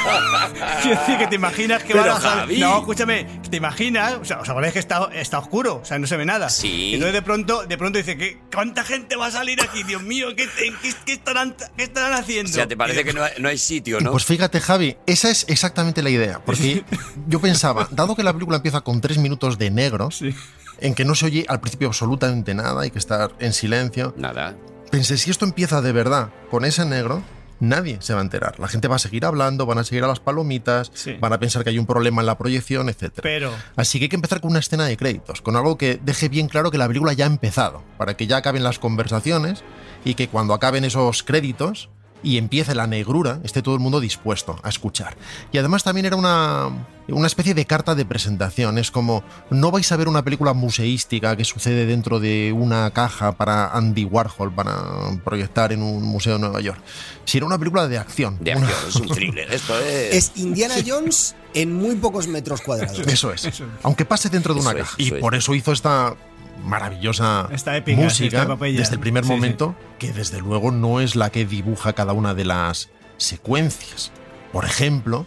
[SPEAKER 4] [laughs] quiero decir que te imaginas que
[SPEAKER 1] Pero,
[SPEAKER 4] van a... sal-
[SPEAKER 1] Javi.
[SPEAKER 4] No, escúchame, te imaginas, o sea, os acordáis que está, está oscuro, o sea, no se ve nada.
[SPEAKER 1] Sí.
[SPEAKER 4] Entonces de pronto, de pronto dice que ¿cuánta gente va a salir aquí? Dios mío, ¿qué, en qué- qué estarán, qué estarán haciendo?
[SPEAKER 1] O sea, ¿te parece que no hay, no hay sitio, no?
[SPEAKER 2] Pues fíjate, Javi, esa es exactamente la idea. Porque yo pensaba, dado que la película empieza con tres minutos de negros,
[SPEAKER 4] Sí.
[SPEAKER 2] en que no se oye al principio absolutamente nada, hay que estar en silencio,
[SPEAKER 1] Nada.
[SPEAKER 2] pensé, si esto empieza de verdad con ese negro, nadie se va a enterar. La gente va a seguir hablando, van a seguir a las palomitas,
[SPEAKER 4] Sí.
[SPEAKER 2] van a pensar que hay un problema en la proyección, etc.
[SPEAKER 4] Pero...
[SPEAKER 2] Así que hay que empezar con una escena de créditos, con algo que deje bien claro que la película ya ha empezado, para que ya acaben las conversaciones y que cuando acaben esos créditos y empiece la negrura, esté todo el mundo dispuesto a escuchar. Y además también era una, una especie de carta de presentación, es como, no vais a ver una película museística que sucede dentro de una caja para Andy Warhol, para proyectar en un museo de Nueva York, sino una película de acción.
[SPEAKER 1] De
[SPEAKER 2] Una-
[SPEAKER 1] acción, es un thriller. Esto es.
[SPEAKER 3] Es Indiana Jones en muy pocos metros cuadrados.
[SPEAKER 2] [laughs] Eso es. Aunque pase dentro de
[SPEAKER 1] Eso
[SPEAKER 2] una
[SPEAKER 1] es,
[SPEAKER 2] caja.
[SPEAKER 1] eso
[SPEAKER 2] Y
[SPEAKER 1] es.
[SPEAKER 2] por eso hizo esta maravillosa
[SPEAKER 4] Esta épica,
[SPEAKER 2] música
[SPEAKER 4] esta epopeya.
[SPEAKER 2] desde el primer
[SPEAKER 4] Sí,
[SPEAKER 2] momento, que desde luego no es la que dibuja cada una de las secuencias. Por ejemplo,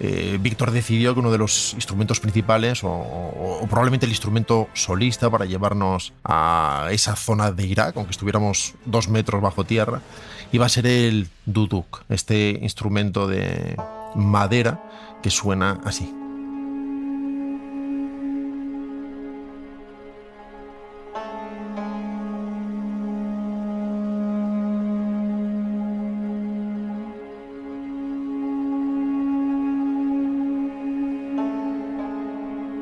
[SPEAKER 2] eh, Víctor decidió que uno de los instrumentos principales, o, o- o probablemente el instrumento solista para llevarnos a esa zona de Irak, aunque estuviéramos dos metros bajo tierra, iba a ser el duduk, este instrumento de madera que suena así.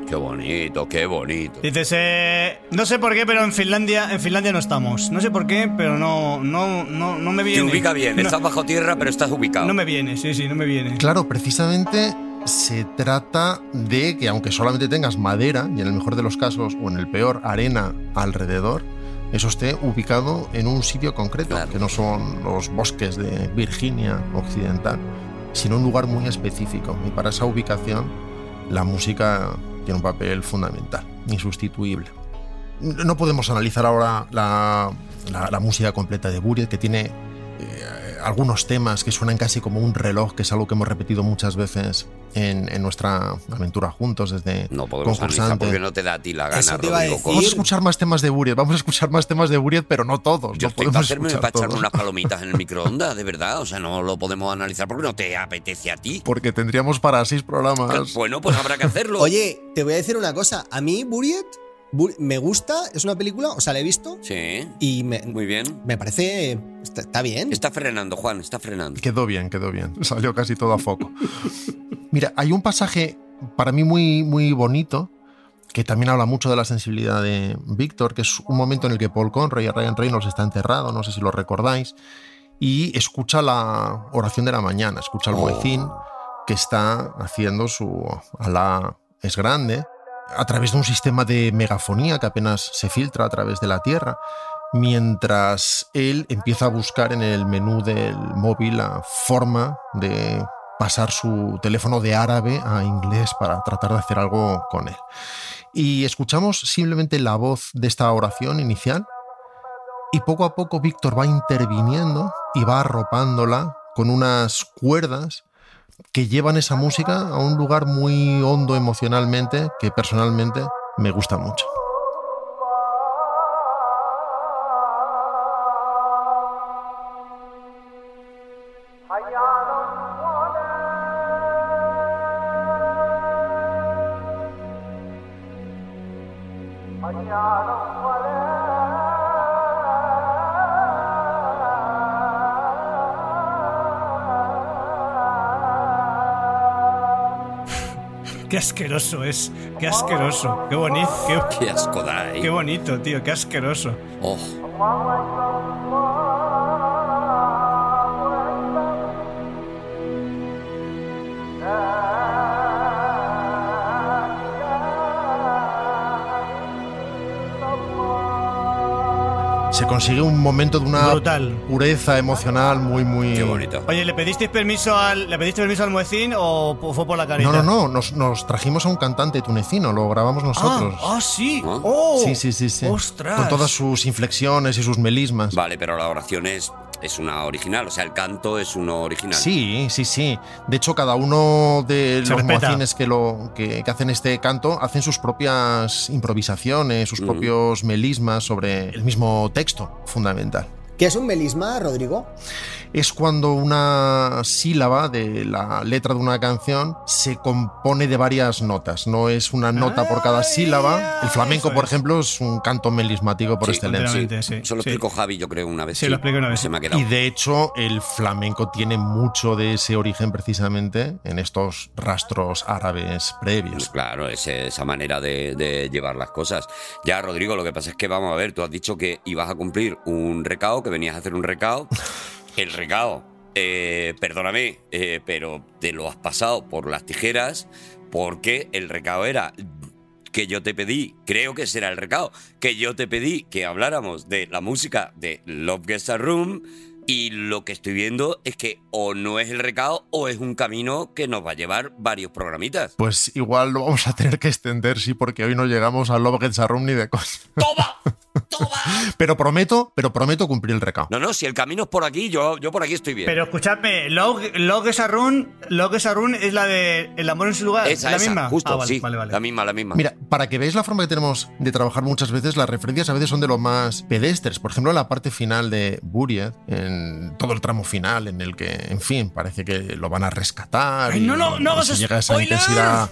[SPEAKER 1] Qué bonito, qué bonito.
[SPEAKER 4] Dices, eh, no sé por qué, pero en Finlandia, en Finlandia no estamos. No sé por qué, pero no, no, no, no me
[SPEAKER 1] Te
[SPEAKER 4] viene.
[SPEAKER 1] ubica bien,
[SPEAKER 4] No,
[SPEAKER 1] estás bajo tierra, pero estás ubicado.
[SPEAKER 4] no me viene, sí, sí, no me viene.
[SPEAKER 2] Claro, precisamente se trata de que aunque solamente tengas madera, y en el mejor de los casos, o en el peor, arena alrededor, eso esté ubicado en un sitio concreto,
[SPEAKER 1] Claro.
[SPEAKER 2] que no son los bosques de Virginia Occidental, sino un lugar muy específico. Y para esa ubicación, la música tiene un papel fundamental, insustituible. No podemos analizar ahora la, la- la música completa de Buried, que tiene eh, algunos temas que suenan casi como un reloj, que es algo que hemos repetido muchas veces en, en nuestra aventura juntos desde
[SPEAKER 1] No podemos analizar
[SPEAKER 2] concursante.
[SPEAKER 1] porque no te da a ti la gana,
[SPEAKER 3] Eso te iba a
[SPEAKER 1] Rodrigo.
[SPEAKER 3] decir.
[SPEAKER 1] Cos.
[SPEAKER 2] Vamos a escuchar más temas de Buried, vamos a escuchar más temas de Buried, pero no todos.
[SPEAKER 1] Yo
[SPEAKER 2] no
[SPEAKER 1] estoy para
[SPEAKER 2] podemos
[SPEAKER 1] hacerme
[SPEAKER 2] escuchar
[SPEAKER 1] para echarme
[SPEAKER 2] todos.
[SPEAKER 1] unas palomitas en el microondas, de verdad. O sea, no lo podemos analizar porque no te apetece a ti.
[SPEAKER 2] Porque tendríamos para seis
[SPEAKER 4] Ah,
[SPEAKER 2] programas.
[SPEAKER 1] Bueno, pues habrá
[SPEAKER 4] [laughs]
[SPEAKER 1] que hacerlo.
[SPEAKER 3] Oye, te voy a decir una cosa. A mí, Buriet, Bur- me gusta, es una película, o sea, la he visto
[SPEAKER 1] Sí,
[SPEAKER 3] y me,
[SPEAKER 1] muy bien.
[SPEAKER 3] me parece. Está, está bien.
[SPEAKER 1] Está frenando, Juan, está frenando.
[SPEAKER 2] Quedó bien, quedó bien. [laughs] Salió casi todo a foco. Mira, hay un pasaje para mí muy, muy bonito que también habla mucho de la sensibilidad de Víctor, que es un momento en el que Paul Conroy y Ryan Reynolds está enterrado, no sé si lo recordáis, y escucha la oración de la mañana, escucha al
[SPEAKER 1] Oh.
[SPEAKER 2] muecín que está haciendo su Alá es grande a través de un sistema de megafonía que apenas se filtra a través de la Tierra mientras él empieza a buscar en el menú del móvil la forma de pasar su teléfono de árabe a inglés para tratar de hacer algo con él. Y escuchamos simplemente la voz de esta oración inicial y poco a poco Víctor va interviniendo y va arropándola con unas cuerdas que llevan esa música a un lugar muy hondo emocionalmente que personalmente me gusta mucho.
[SPEAKER 4] Qué asqueroso es, qué asqueroso. Qué bonito, qué,
[SPEAKER 1] Qué asco da, ¿eh?
[SPEAKER 4] qué bonito, tío, qué asqueroso.
[SPEAKER 1] Oh.
[SPEAKER 2] Se consigue un momento de una
[SPEAKER 4] Brutal.
[SPEAKER 2] pureza emocional muy, muy...
[SPEAKER 1] Qué bonito.
[SPEAKER 4] Oye, ¿le pedisteis permiso al, ¿le pediste permiso al muecín o po- fue por la carita?
[SPEAKER 2] No, no, no, nos, nos trajimos a un cantante tunecino, lo grabamos
[SPEAKER 4] Ah,
[SPEAKER 2] nosotros.
[SPEAKER 4] ah, sí.
[SPEAKER 1] ¿Ah?
[SPEAKER 4] Oh,
[SPEAKER 2] sí, sí, sí, sí.
[SPEAKER 4] Ostras.
[SPEAKER 2] Con todas sus inflexiones y sus
[SPEAKER 4] pues-
[SPEAKER 2] melismas.
[SPEAKER 1] Vale, pero la oración es, es una original, o sea, el canto es uno original.
[SPEAKER 2] Sí, sí, sí. De hecho, cada uno de
[SPEAKER 4] Se
[SPEAKER 2] los
[SPEAKER 4] respeta.
[SPEAKER 2] muacines que, lo, que, que hacen este canto hacen sus propias
[SPEAKER 4] Mm.
[SPEAKER 2] improvisaciones, sus propios melismas sobre el mismo texto fundamental.
[SPEAKER 3] ¿Qué es un melisma, Rodrigo?
[SPEAKER 2] es cuando una sílaba de la letra de una canción se compone de varias notas. No es una nota por cada
[SPEAKER 4] Ah,
[SPEAKER 2] sílaba. El flamenco,
[SPEAKER 4] eso
[SPEAKER 2] por
[SPEAKER 4] es.
[SPEAKER 2] ejemplo, es un canto melismático por
[SPEAKER 1] Sí,
[SPEAKER 2] excelencia.
[SPEAKER 4] Obviamente, sí,
[SPEAKER 1] Eso lo
[SPEAKER 4] sí.
[SPEAKER 1] explicó Javi, yo creo, una vez.
[SPEAKER 4] Sí, lo explico una vez.
[SPEAKER 1] Se me ha quedado.
[SPEAKER 2] Y de hecho, el flamenco tiene mucho de ese origen precisamente en estos rastros árabes
[SPEAKER 1] Pues
[SPEAKER 2] previos.
[SPEAKER 1] Claro, ese- esa manera de, de llevar las cosas. Ya, Rodrigo, lo que pasa es que vamos a ver, tú has dicho que ibas a cumplir un recao, que venías a hacer un recao. El recao, eh, perdóname, eh, pero te lo has pasado por las tijeras porque el recao era que yo te pedí, creo que será el recao, que yo te pedí que habláramos de la música de Love Gets a Room. Y lo que estoy viendo es que o no es el recao o es un camino que nos va a llevar varios programitas.
[SPEAKER 2] Pues igual lo vamos a tener que extender, sí, porque hoy no llegamos a Love Gets a Room ni de cosa.
[SPEAKER 1] ¡Toma! ¡Toma!
[SPEAKER 2] Pero prometo, pero prometo cumplir el recado.
[SPEAKER 1] No, no, si el camino es por aquí, yo, yo por aquí estoy bien.
[SPEAKER 4] Pero escuchadme, Log, Log es a Run, Log es a Run es la de El amor en su lugar.
[SPEAKER 1] esa,
[SPEAKER 4] la
[SPEAKER 1] esa,
[SPEAKER 4] misma.
[SPEAKER 1] justo,
[SPEAKER 4] Ah, vale,
[SPEAKER 1] sí.
[SPEAKER 4] vale, vale.
[SPEAKER 1] La misma, la misma.
[SPEAKER 2] Mira, para que veáis la forma que tenemos de trabajar muchas veces, las referencias a veces son de lo más pedestres. Por ejemplo, en la parte final de Buried, en todo el tramo final, en el que, en fin, parece que lo van a rescatar.
[SPEAKER 4] Ay, no, no, no
[SPEAKER 2] y
[SPEAKER 4] hagas
[SPEAKER 2] se llega a esa
[SPEAKER 4] spoiler. [laughs]
[SPEAKER 2] intensidad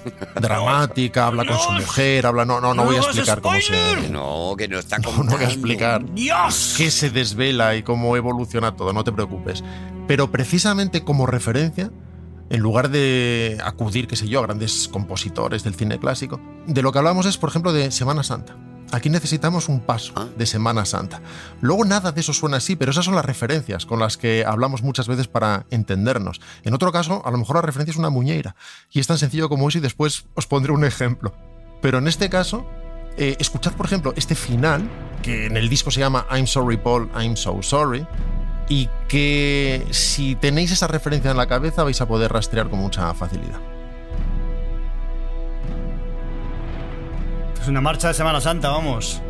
[SPEAKER 2] dramática, habla con su
[SPEAKER 4] No.
[SPEAKER 2] mujer, habla. No, no, no,
[SPEAKER 4] No
[SPEAKER 2] voy a
[SPEAKER 4] hagas
[SPEAKER 2] explicar cómo
[SPEAKER 1] Que
[SPEAKER 2] se. [laughs]
[SPEAKER 4] spoiler.
[SPEAKER 1] no, que no está
[SPEAKER 2] No
[SPEAKER 1] contando.
[SPEAKER 2] voy a explicar
[SPEAKER 4] ¡Dios!
[SPEAKER 2] qué se desvela y cómo evoluciona todo, no te preocupes. Pero precisamente como referencia, en lugar de acudir, qué sé yo, a grandes compositores del cine clásico, de lo que hablamos es, por ejemplo, de Semana Santa. Aquí necesitamos un paso
[SPEAKER 1] Ah.
[SPEAKER 2] de Semana Santa. Luego nada de eso suena así, pero esas son las referencias con las que hablamos muchas veces para entendernos. En otro caso, a lo mejor la referencia es una muñeira. Y es tan sencillo como eso y después os pondré un ejemplo. Pero en este caso, eh, escuchad, por ejemplo, este final, que en el disco se llama I'm Sorry Paul, I'm So Sorry, y que si tenéis esa referencia en la cabeza vais a poder rastrear con mucha facilidad.
[SPEAKER 4] Es una marcha de Semana Santa, vamos.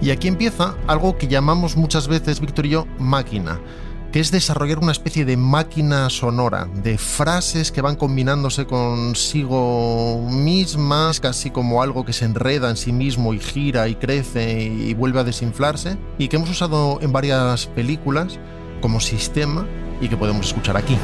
[SPEAKER 2] Y aquí empieza algo que llamamos muchas veces, Víctor y yo, máquina, que es desarrollar una especie de máquina sonora, de frases que van combinándose consigo mismas, casi como algo que se enreda en sí mismo y gira y crece y vuelve a desinflarse, y que hemos usado en varias películas como sistema y que podemos escuchar aquí.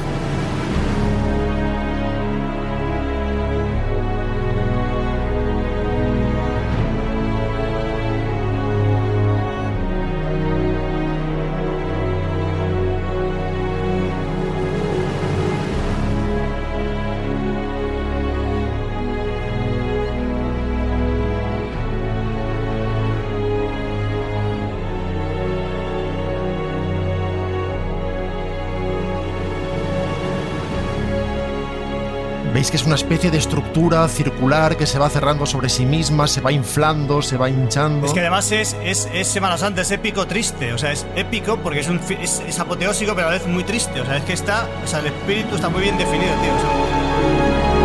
[SPEAKER 2] Veis que es una especie de estructura circular que se va cerrando sobre sí misma, se va inflando, se va hinchando.
[SPEAKER 4] Es que además es, es, es Semana Santa, es épico triste. O sea, es épico porque es, un, fi- es, es apoteósico, pero a la vez muy triste. O sea, es que está. O sea, el espíritu está muy bien definido, tío. O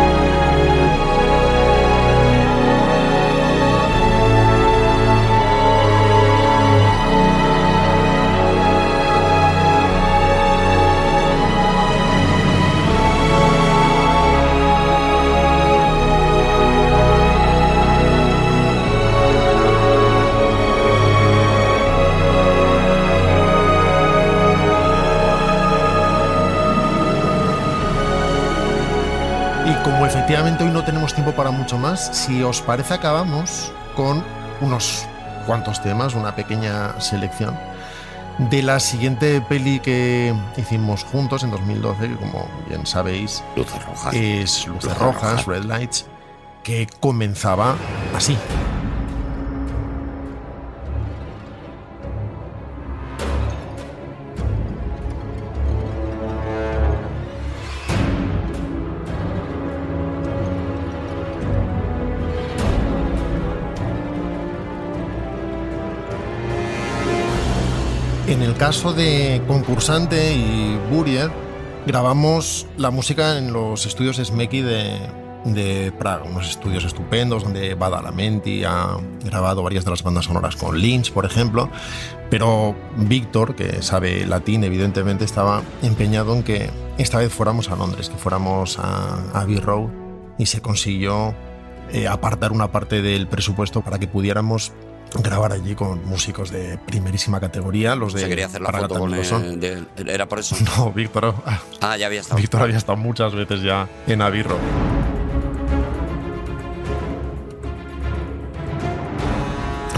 [SPEAKER 4] sea,
[SPEAKER 2] Y como efectivamente hoy no tenemos tiempo para mucho más, si os parece acabamos con unos cuantos temas, una pequeña selección de la siguiente peli que hicimos juntos en 2012, que como bien sabéis
[SPEAKER 1] Luces rojas.
[SPEAKER 2] es Luces
[SPEAKER 1] Ah, Luces
[SPEAKER 2] Rojas,
[SPEAKER 1] Rojas.
[SPEAKER 2] Red Lights, que comenzaba así. En el caso de Concursante y Burier, grabamos la música en los estudios Smeki de, de Praga, unos estudios estupendos donde Badalamenti ha grabado varias de las bandas sonoras con Lynch, por ejemplo. Pero Víctor, que sabe latín, evidentemente estaba empeñado en que esta vez fuéramos a Londres, que fuéramos a Abbey Road y se consiguió eh, apartar una parte del presupuesto para que pudiéramos grabar allí con músicos de primerísima categoría, los de
[SPEAKER 1] Se quería hacer la
[SPEAKER 2] Praga
[SPEAKER 1] foto con
[SPEAKER 2] también lo son.
[SPEAKER 1] el, de- Era por eso.
[SPEAKER 2] [laughs] No, Víctor, ah,
[SPEAKER 1] Ah, ya había estado.
[SPEAKER 2] Víctor había estado muchas veces ya en Abirro.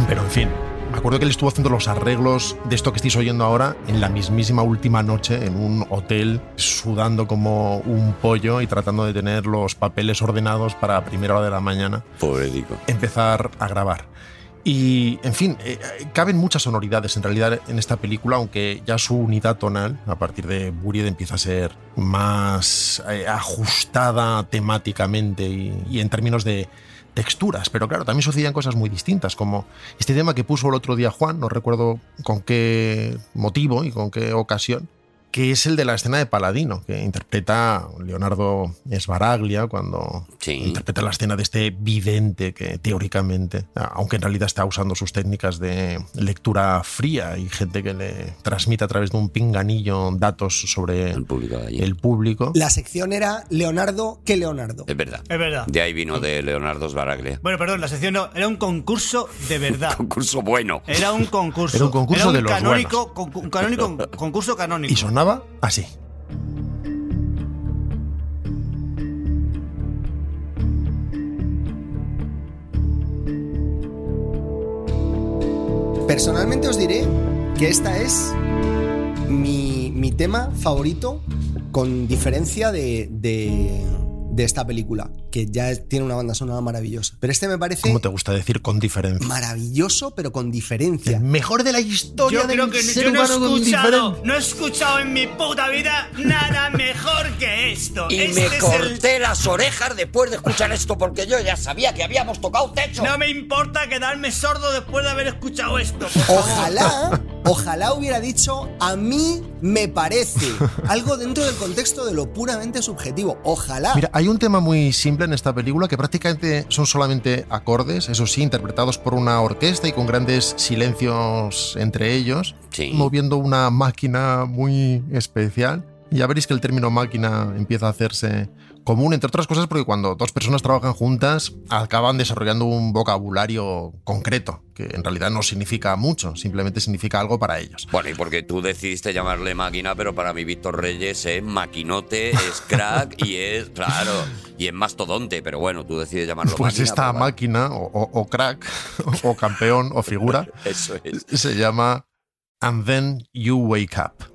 [SPEAKER 2] Pero en fin, me acuerdo que él estuvo haciendo los arreglos de esto que estáis oyendo ahora en la mismísima última noche en un hotel, sudando como un pollo y tratando de tener los papeles ordenados para primera hora de la mañana
[SPEAKER 1] Pobre Dico.
[SPEAKER 2] empezar a grabar. Y, en fin, eh, eh, caben muchas sonoridades en realidad en esta película, aunque ya su unidad tonal, a partir de Buried, empieza a ser más eh, ajustada temáticamente y, y en términos de texturas. Pero claro, también sucedían cosas muy distintas, como este tema que puso el otro día Juan, no recuerdo con qué motivo y con qué ocasión, que es el de la escena de Paladino, que interpreta Leonardo Sbaraglia cuando
[SPEAKER 1] Sí.
[SPEAKER 2] interpreta la escena de este vidente que teóricamente, a- aunque en realidad está usando sus técnicas de lectura fría y gente que le transmite a través de un pinganillo datos sobre
[SPEAKER 1] El público de allí.
[SPEAKER 2] el público.
[SPEAKER 3] La sección era Leonardo que Leonardo.
[SPEAKER 2] Eh.
[SPEAKER 1] Es verdad.
[SPEAKER 4] Es verdad.
[SPEAKER 1] De ahí vino de
[SPEAKER 4] [laughs]
[SPEAKER 1] Leonardo Sbaraglia.
[SPEAKER 4] Bueno, perdón, la sección no. Era un concurso de
[SPEAKER 2] [laughs]
[SPEAKER 4] verdad.
[SPEAKER 1] Concurso bueno.
[SPEAKER 4] Era un concurso.
[SPEAKER 2] Era un concurso
[SPEAKER 4] Era un
[SPEAKER 2] de los
[SPEAKER 4] canónico, concu- un canónico,
[SPEAKER 2] [laughs]
[SPEAKER 4] concurso canónico.
[SPEAKER 2] Y sonaba así.
[SPEAKER 3] Personalmente os diré que esta es mi, mi tema favorito con diferencia de, de- de esta película, que ya es- tiene una banda sonora maravillosa. Pero este me parece
[SPEAKER 2] ¿Cómo te gusta decir con diferencia?
[SPEAKER 3] maravilloso, pero con diferencia.
[SPEAKER 2] El mejor de la historia
[SPEAKER 4] Yo creo
[SPEAKER 2] del
[SPEAKER 4] que
[SPEAKER 2] ser
[SPEAKER 4] yo no he
[SPEAKER 2] humano con
[SPEAKER 4] escuchado,
[SPEAKER 2] diferencia.
[SPEAKER 4] no he escuchado en mi puta vida nada mejor que esto.
[SPEAKER 1] Y
[SPEAKER 4] Este
[SPEAKER 1] me
[SPEAKER 4] es el
[SPEAKER 1] corté las orejas después de escuchar esto porque yo ya sabía que habíamos tocado techo.
[SPEAKER 4] No me importa quedarme sordo después de haber escuchado esto. por favor.
[SPEAKER 3] Ojalá Ojalá hubiera dicho, a mí me
[SPEAKER 4] [laughs]
[SPEAKER 3] parece. Algo dentro del contexto de lo puramente subjetivo. Ojalá.
[SPEAKER 2] Mira, hay un tema muy simple en esta película que prácticamente son solamente acordes, eso sí, interpretados por una orquesta y con grandes silencios entre ellos,
[SPEAKER 1] Sí.
[SPEAKER 2] moviendo una máquina muy especial. Y Ya veréis que el término máquina empieza a hacerse común, entre otras cosas, porque cuando dos personas trabajan juntas acaban desarrollando un vocabulario concreto, que en realidad no significa mucho, simplemente significa algo para ellos.
[SPEAKER 1] Bueno, y porque tú decidiste llamarle máquina, pero para mí Víctor Reyes es
[SPEAKER 2] [laughs]
[SPEAKER 1] maquinote, es crack y es, claro, y es mastodonte, pero bueno, tú decides llamarlo
[SPEAKER 2] Pues
[SPEAKER 1] máquina.
[SPEAKER 2] esta
[SPEAKER 1] pero vale.
[SPEAKER 2] máquina, o, o- o crack, [laughs] o campeón, o figura,
[SPEAKER 1] Eso es.
[SPEAKER 2] se llama And Then You Wake Up.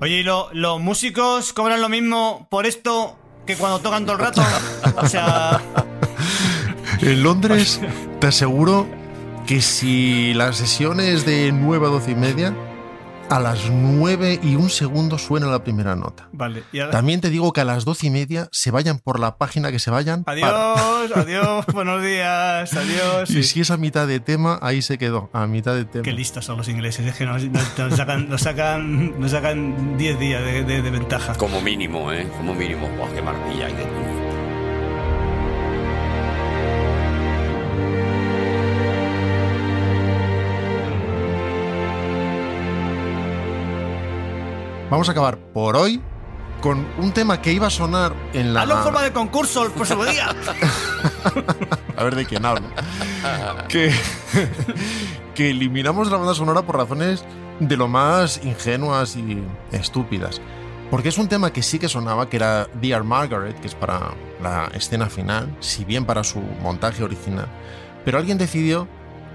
[SPEAKER 4] Oye, ¿y lo- los músicos cobran lo mismo por esto que cuando tocan todo el rato? O sea,
[SPEAKER 1] [laughs]
[SPEAKER 2] En Londres, te aseguro que si la sesión es de 9 a 12 y media, a las 9 y un segundo suena la primera nota.
[SPEAKER 4] vale. y ahora-
[SPEAKER 2] También te digo que a las 12 y media se vayan por la página que se vayan. para.
[SPEAKER 4] Adiós, adiós, buenos días, adiós.
[SPEAKER 2] Y
[SPEAKER 4] sí.
[SPEAKER 2] si es a mitad de tema, ahí se quedó, a mitad de tema.
[SPEAKER 4] Qué listos son los ingleses, es que nos, nos- nos sacan nos sacan nos sacan 10 días de, de- de ventaja.
[SPEAKER 1] Como mínimo, ¿eh? Como mínimo. Buah, qué maravilla! qué-
[SPEAKER 2] Vamos a acabar por hoy con un tema que iba a sonar en la...
[SPEAKER 4] Hazlo en forma de concurso el próximo
[SPEAKER 1] [laughs]
[SPEAKER 4] día.
[SPEAKER 2] A ver de quién hablo. que, que eliminamos la banda sonora por razones de lo más ingenuas y estúpidas. Porque es un tema que sí que sonaba, que era Dear Margaret, que es para la escena final, si bien para su montaje original. Pero alguien decidió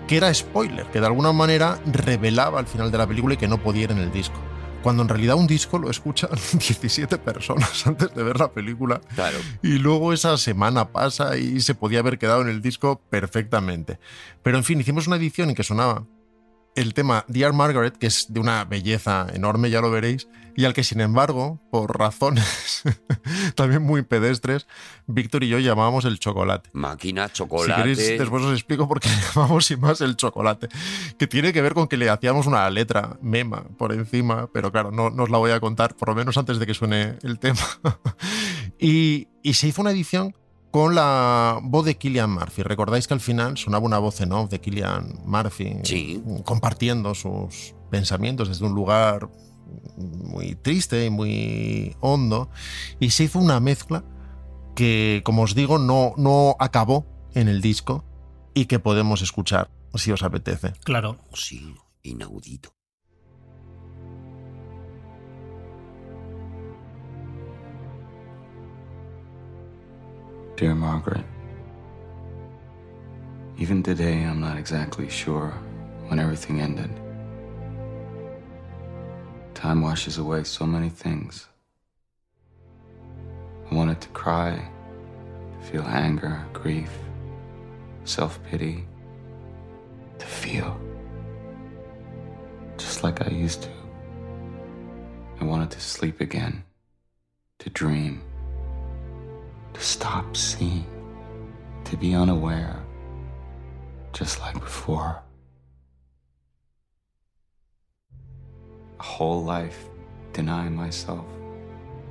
[SPEAKER 2] que era spoiler, que de alguna manera revelaba al final de la película y que no podía ir en el disco. Cuando en realidad un disco lo escuchan [laughs] 17 personas antes de ver la película
[SPEAKER 1] Claro.
[SPEAKER 2] y luego esa semana pasa y se podía haber quedado en el disco perfectamente. Pero en fin, hicimos una edición en que sonaba el tema Dear Margaret, que es de una belleza enorme, ya lo veréis, y al que sin embargo, por razones [laughs] también muy pedestres, Víctor y yo llamábamos el chocolate.
[SPEAKER 1] Máquina,
[SPEAKER 2] Si
[SPEAKER 1] chocolate.
[SPEAKER 2] queréis, después os explico por qué le llamamos y más el chocolate. Que tiene que ver con que le hacíamos una letra mema por encima, pero claro, no, no os la voy a contar, por lo menos antes de que suene el tema. [laughs] y, y se hizo una edición con la voz de Killian Murphy. Recordáis que al final sonaba una voz en off de Killian Murphy
[SPEAKER 1] Sí.
[SPEAKER 2] compartiendo sus pensamientos desde un lugar muy triste y muy hondo. Y se hizo una mezcla que, como os digo, no, no acabó en el disco y que podemos escuchar si os apetece.
[SPEAKER 4] Claro.
[SPEAKER 1] Oh, Sí, inaudito.
[SPEAKER 6] Dear Margaret, even today I'm not exactly sure when everything ended. Time washes away so many things. I wanted to cry, to feel anger, grief, self pity, to feel. Just like I used to. I wanted to sleep again, to dream to stop seeing, to be unaware, just like before. A whole life denying myself,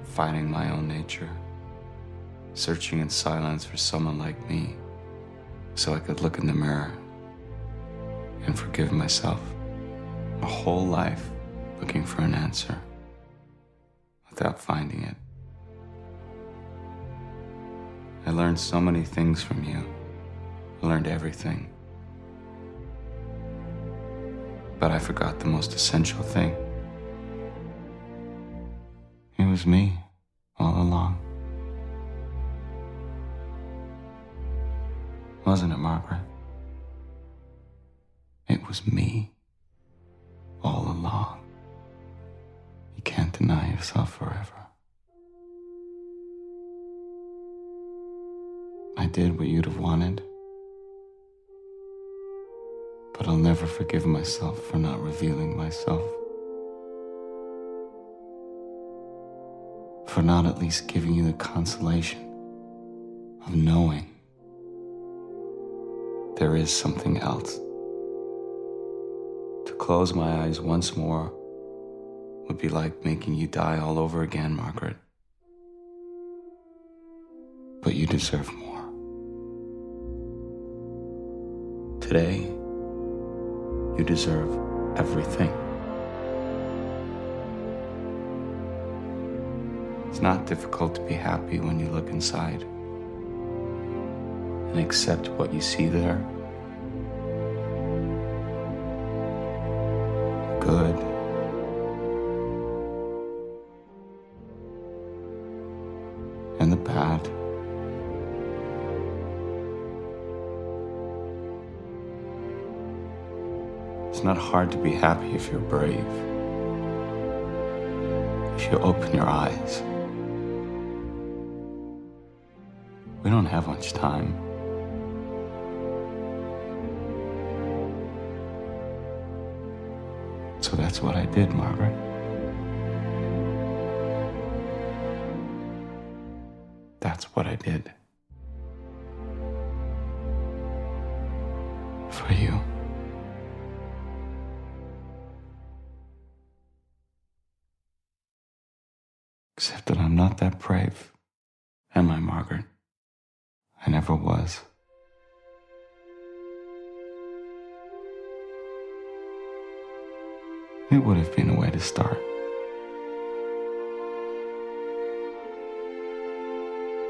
[SPEAKER 6] fighting my own nature, searching in silence for someone like me so I could look in the mirror and forgive myself. A whole life looking for an answer without finding it I learned so many things from you. I learned everything. But I forgot the most essential thing. It was me all along. Wasn't it, Margaret? It was me all along. You can't deny yourself forever. I did what you'd have wanted. But I'll never forgive myself for not revealing myself. For not at least giving you the consolation of knowing there is something else. To close my eyes once more would be like making you die all over again, Margaret. But you deserve more. Today, you deserve everything. It's not difficult to be happy when you look inside and accept what you see there. Good. And the bad. It's not hard to be happy if you're brave. If you open your eyes. We don't have much time. So that's what I did, Margaret. That's what I did. For you. Except that I'm not that brave, am I, Margaret? I never was. It would have been a way to start.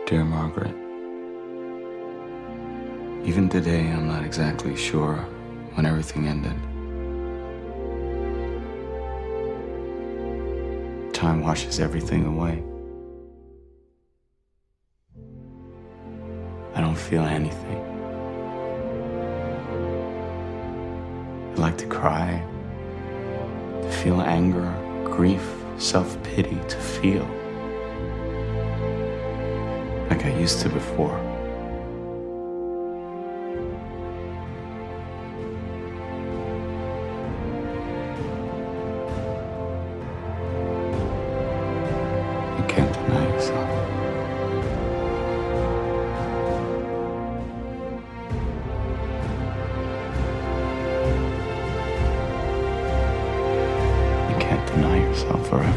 [SPEAKER 6] Dear Margaret, even today I'm not exactly sure when everything ended. Time washes everything away. I don't feel anything. I like to cry, to feel anger, grief, self pity, to feel like I used to before. You can't deny yourself. You can't deny yourself forever.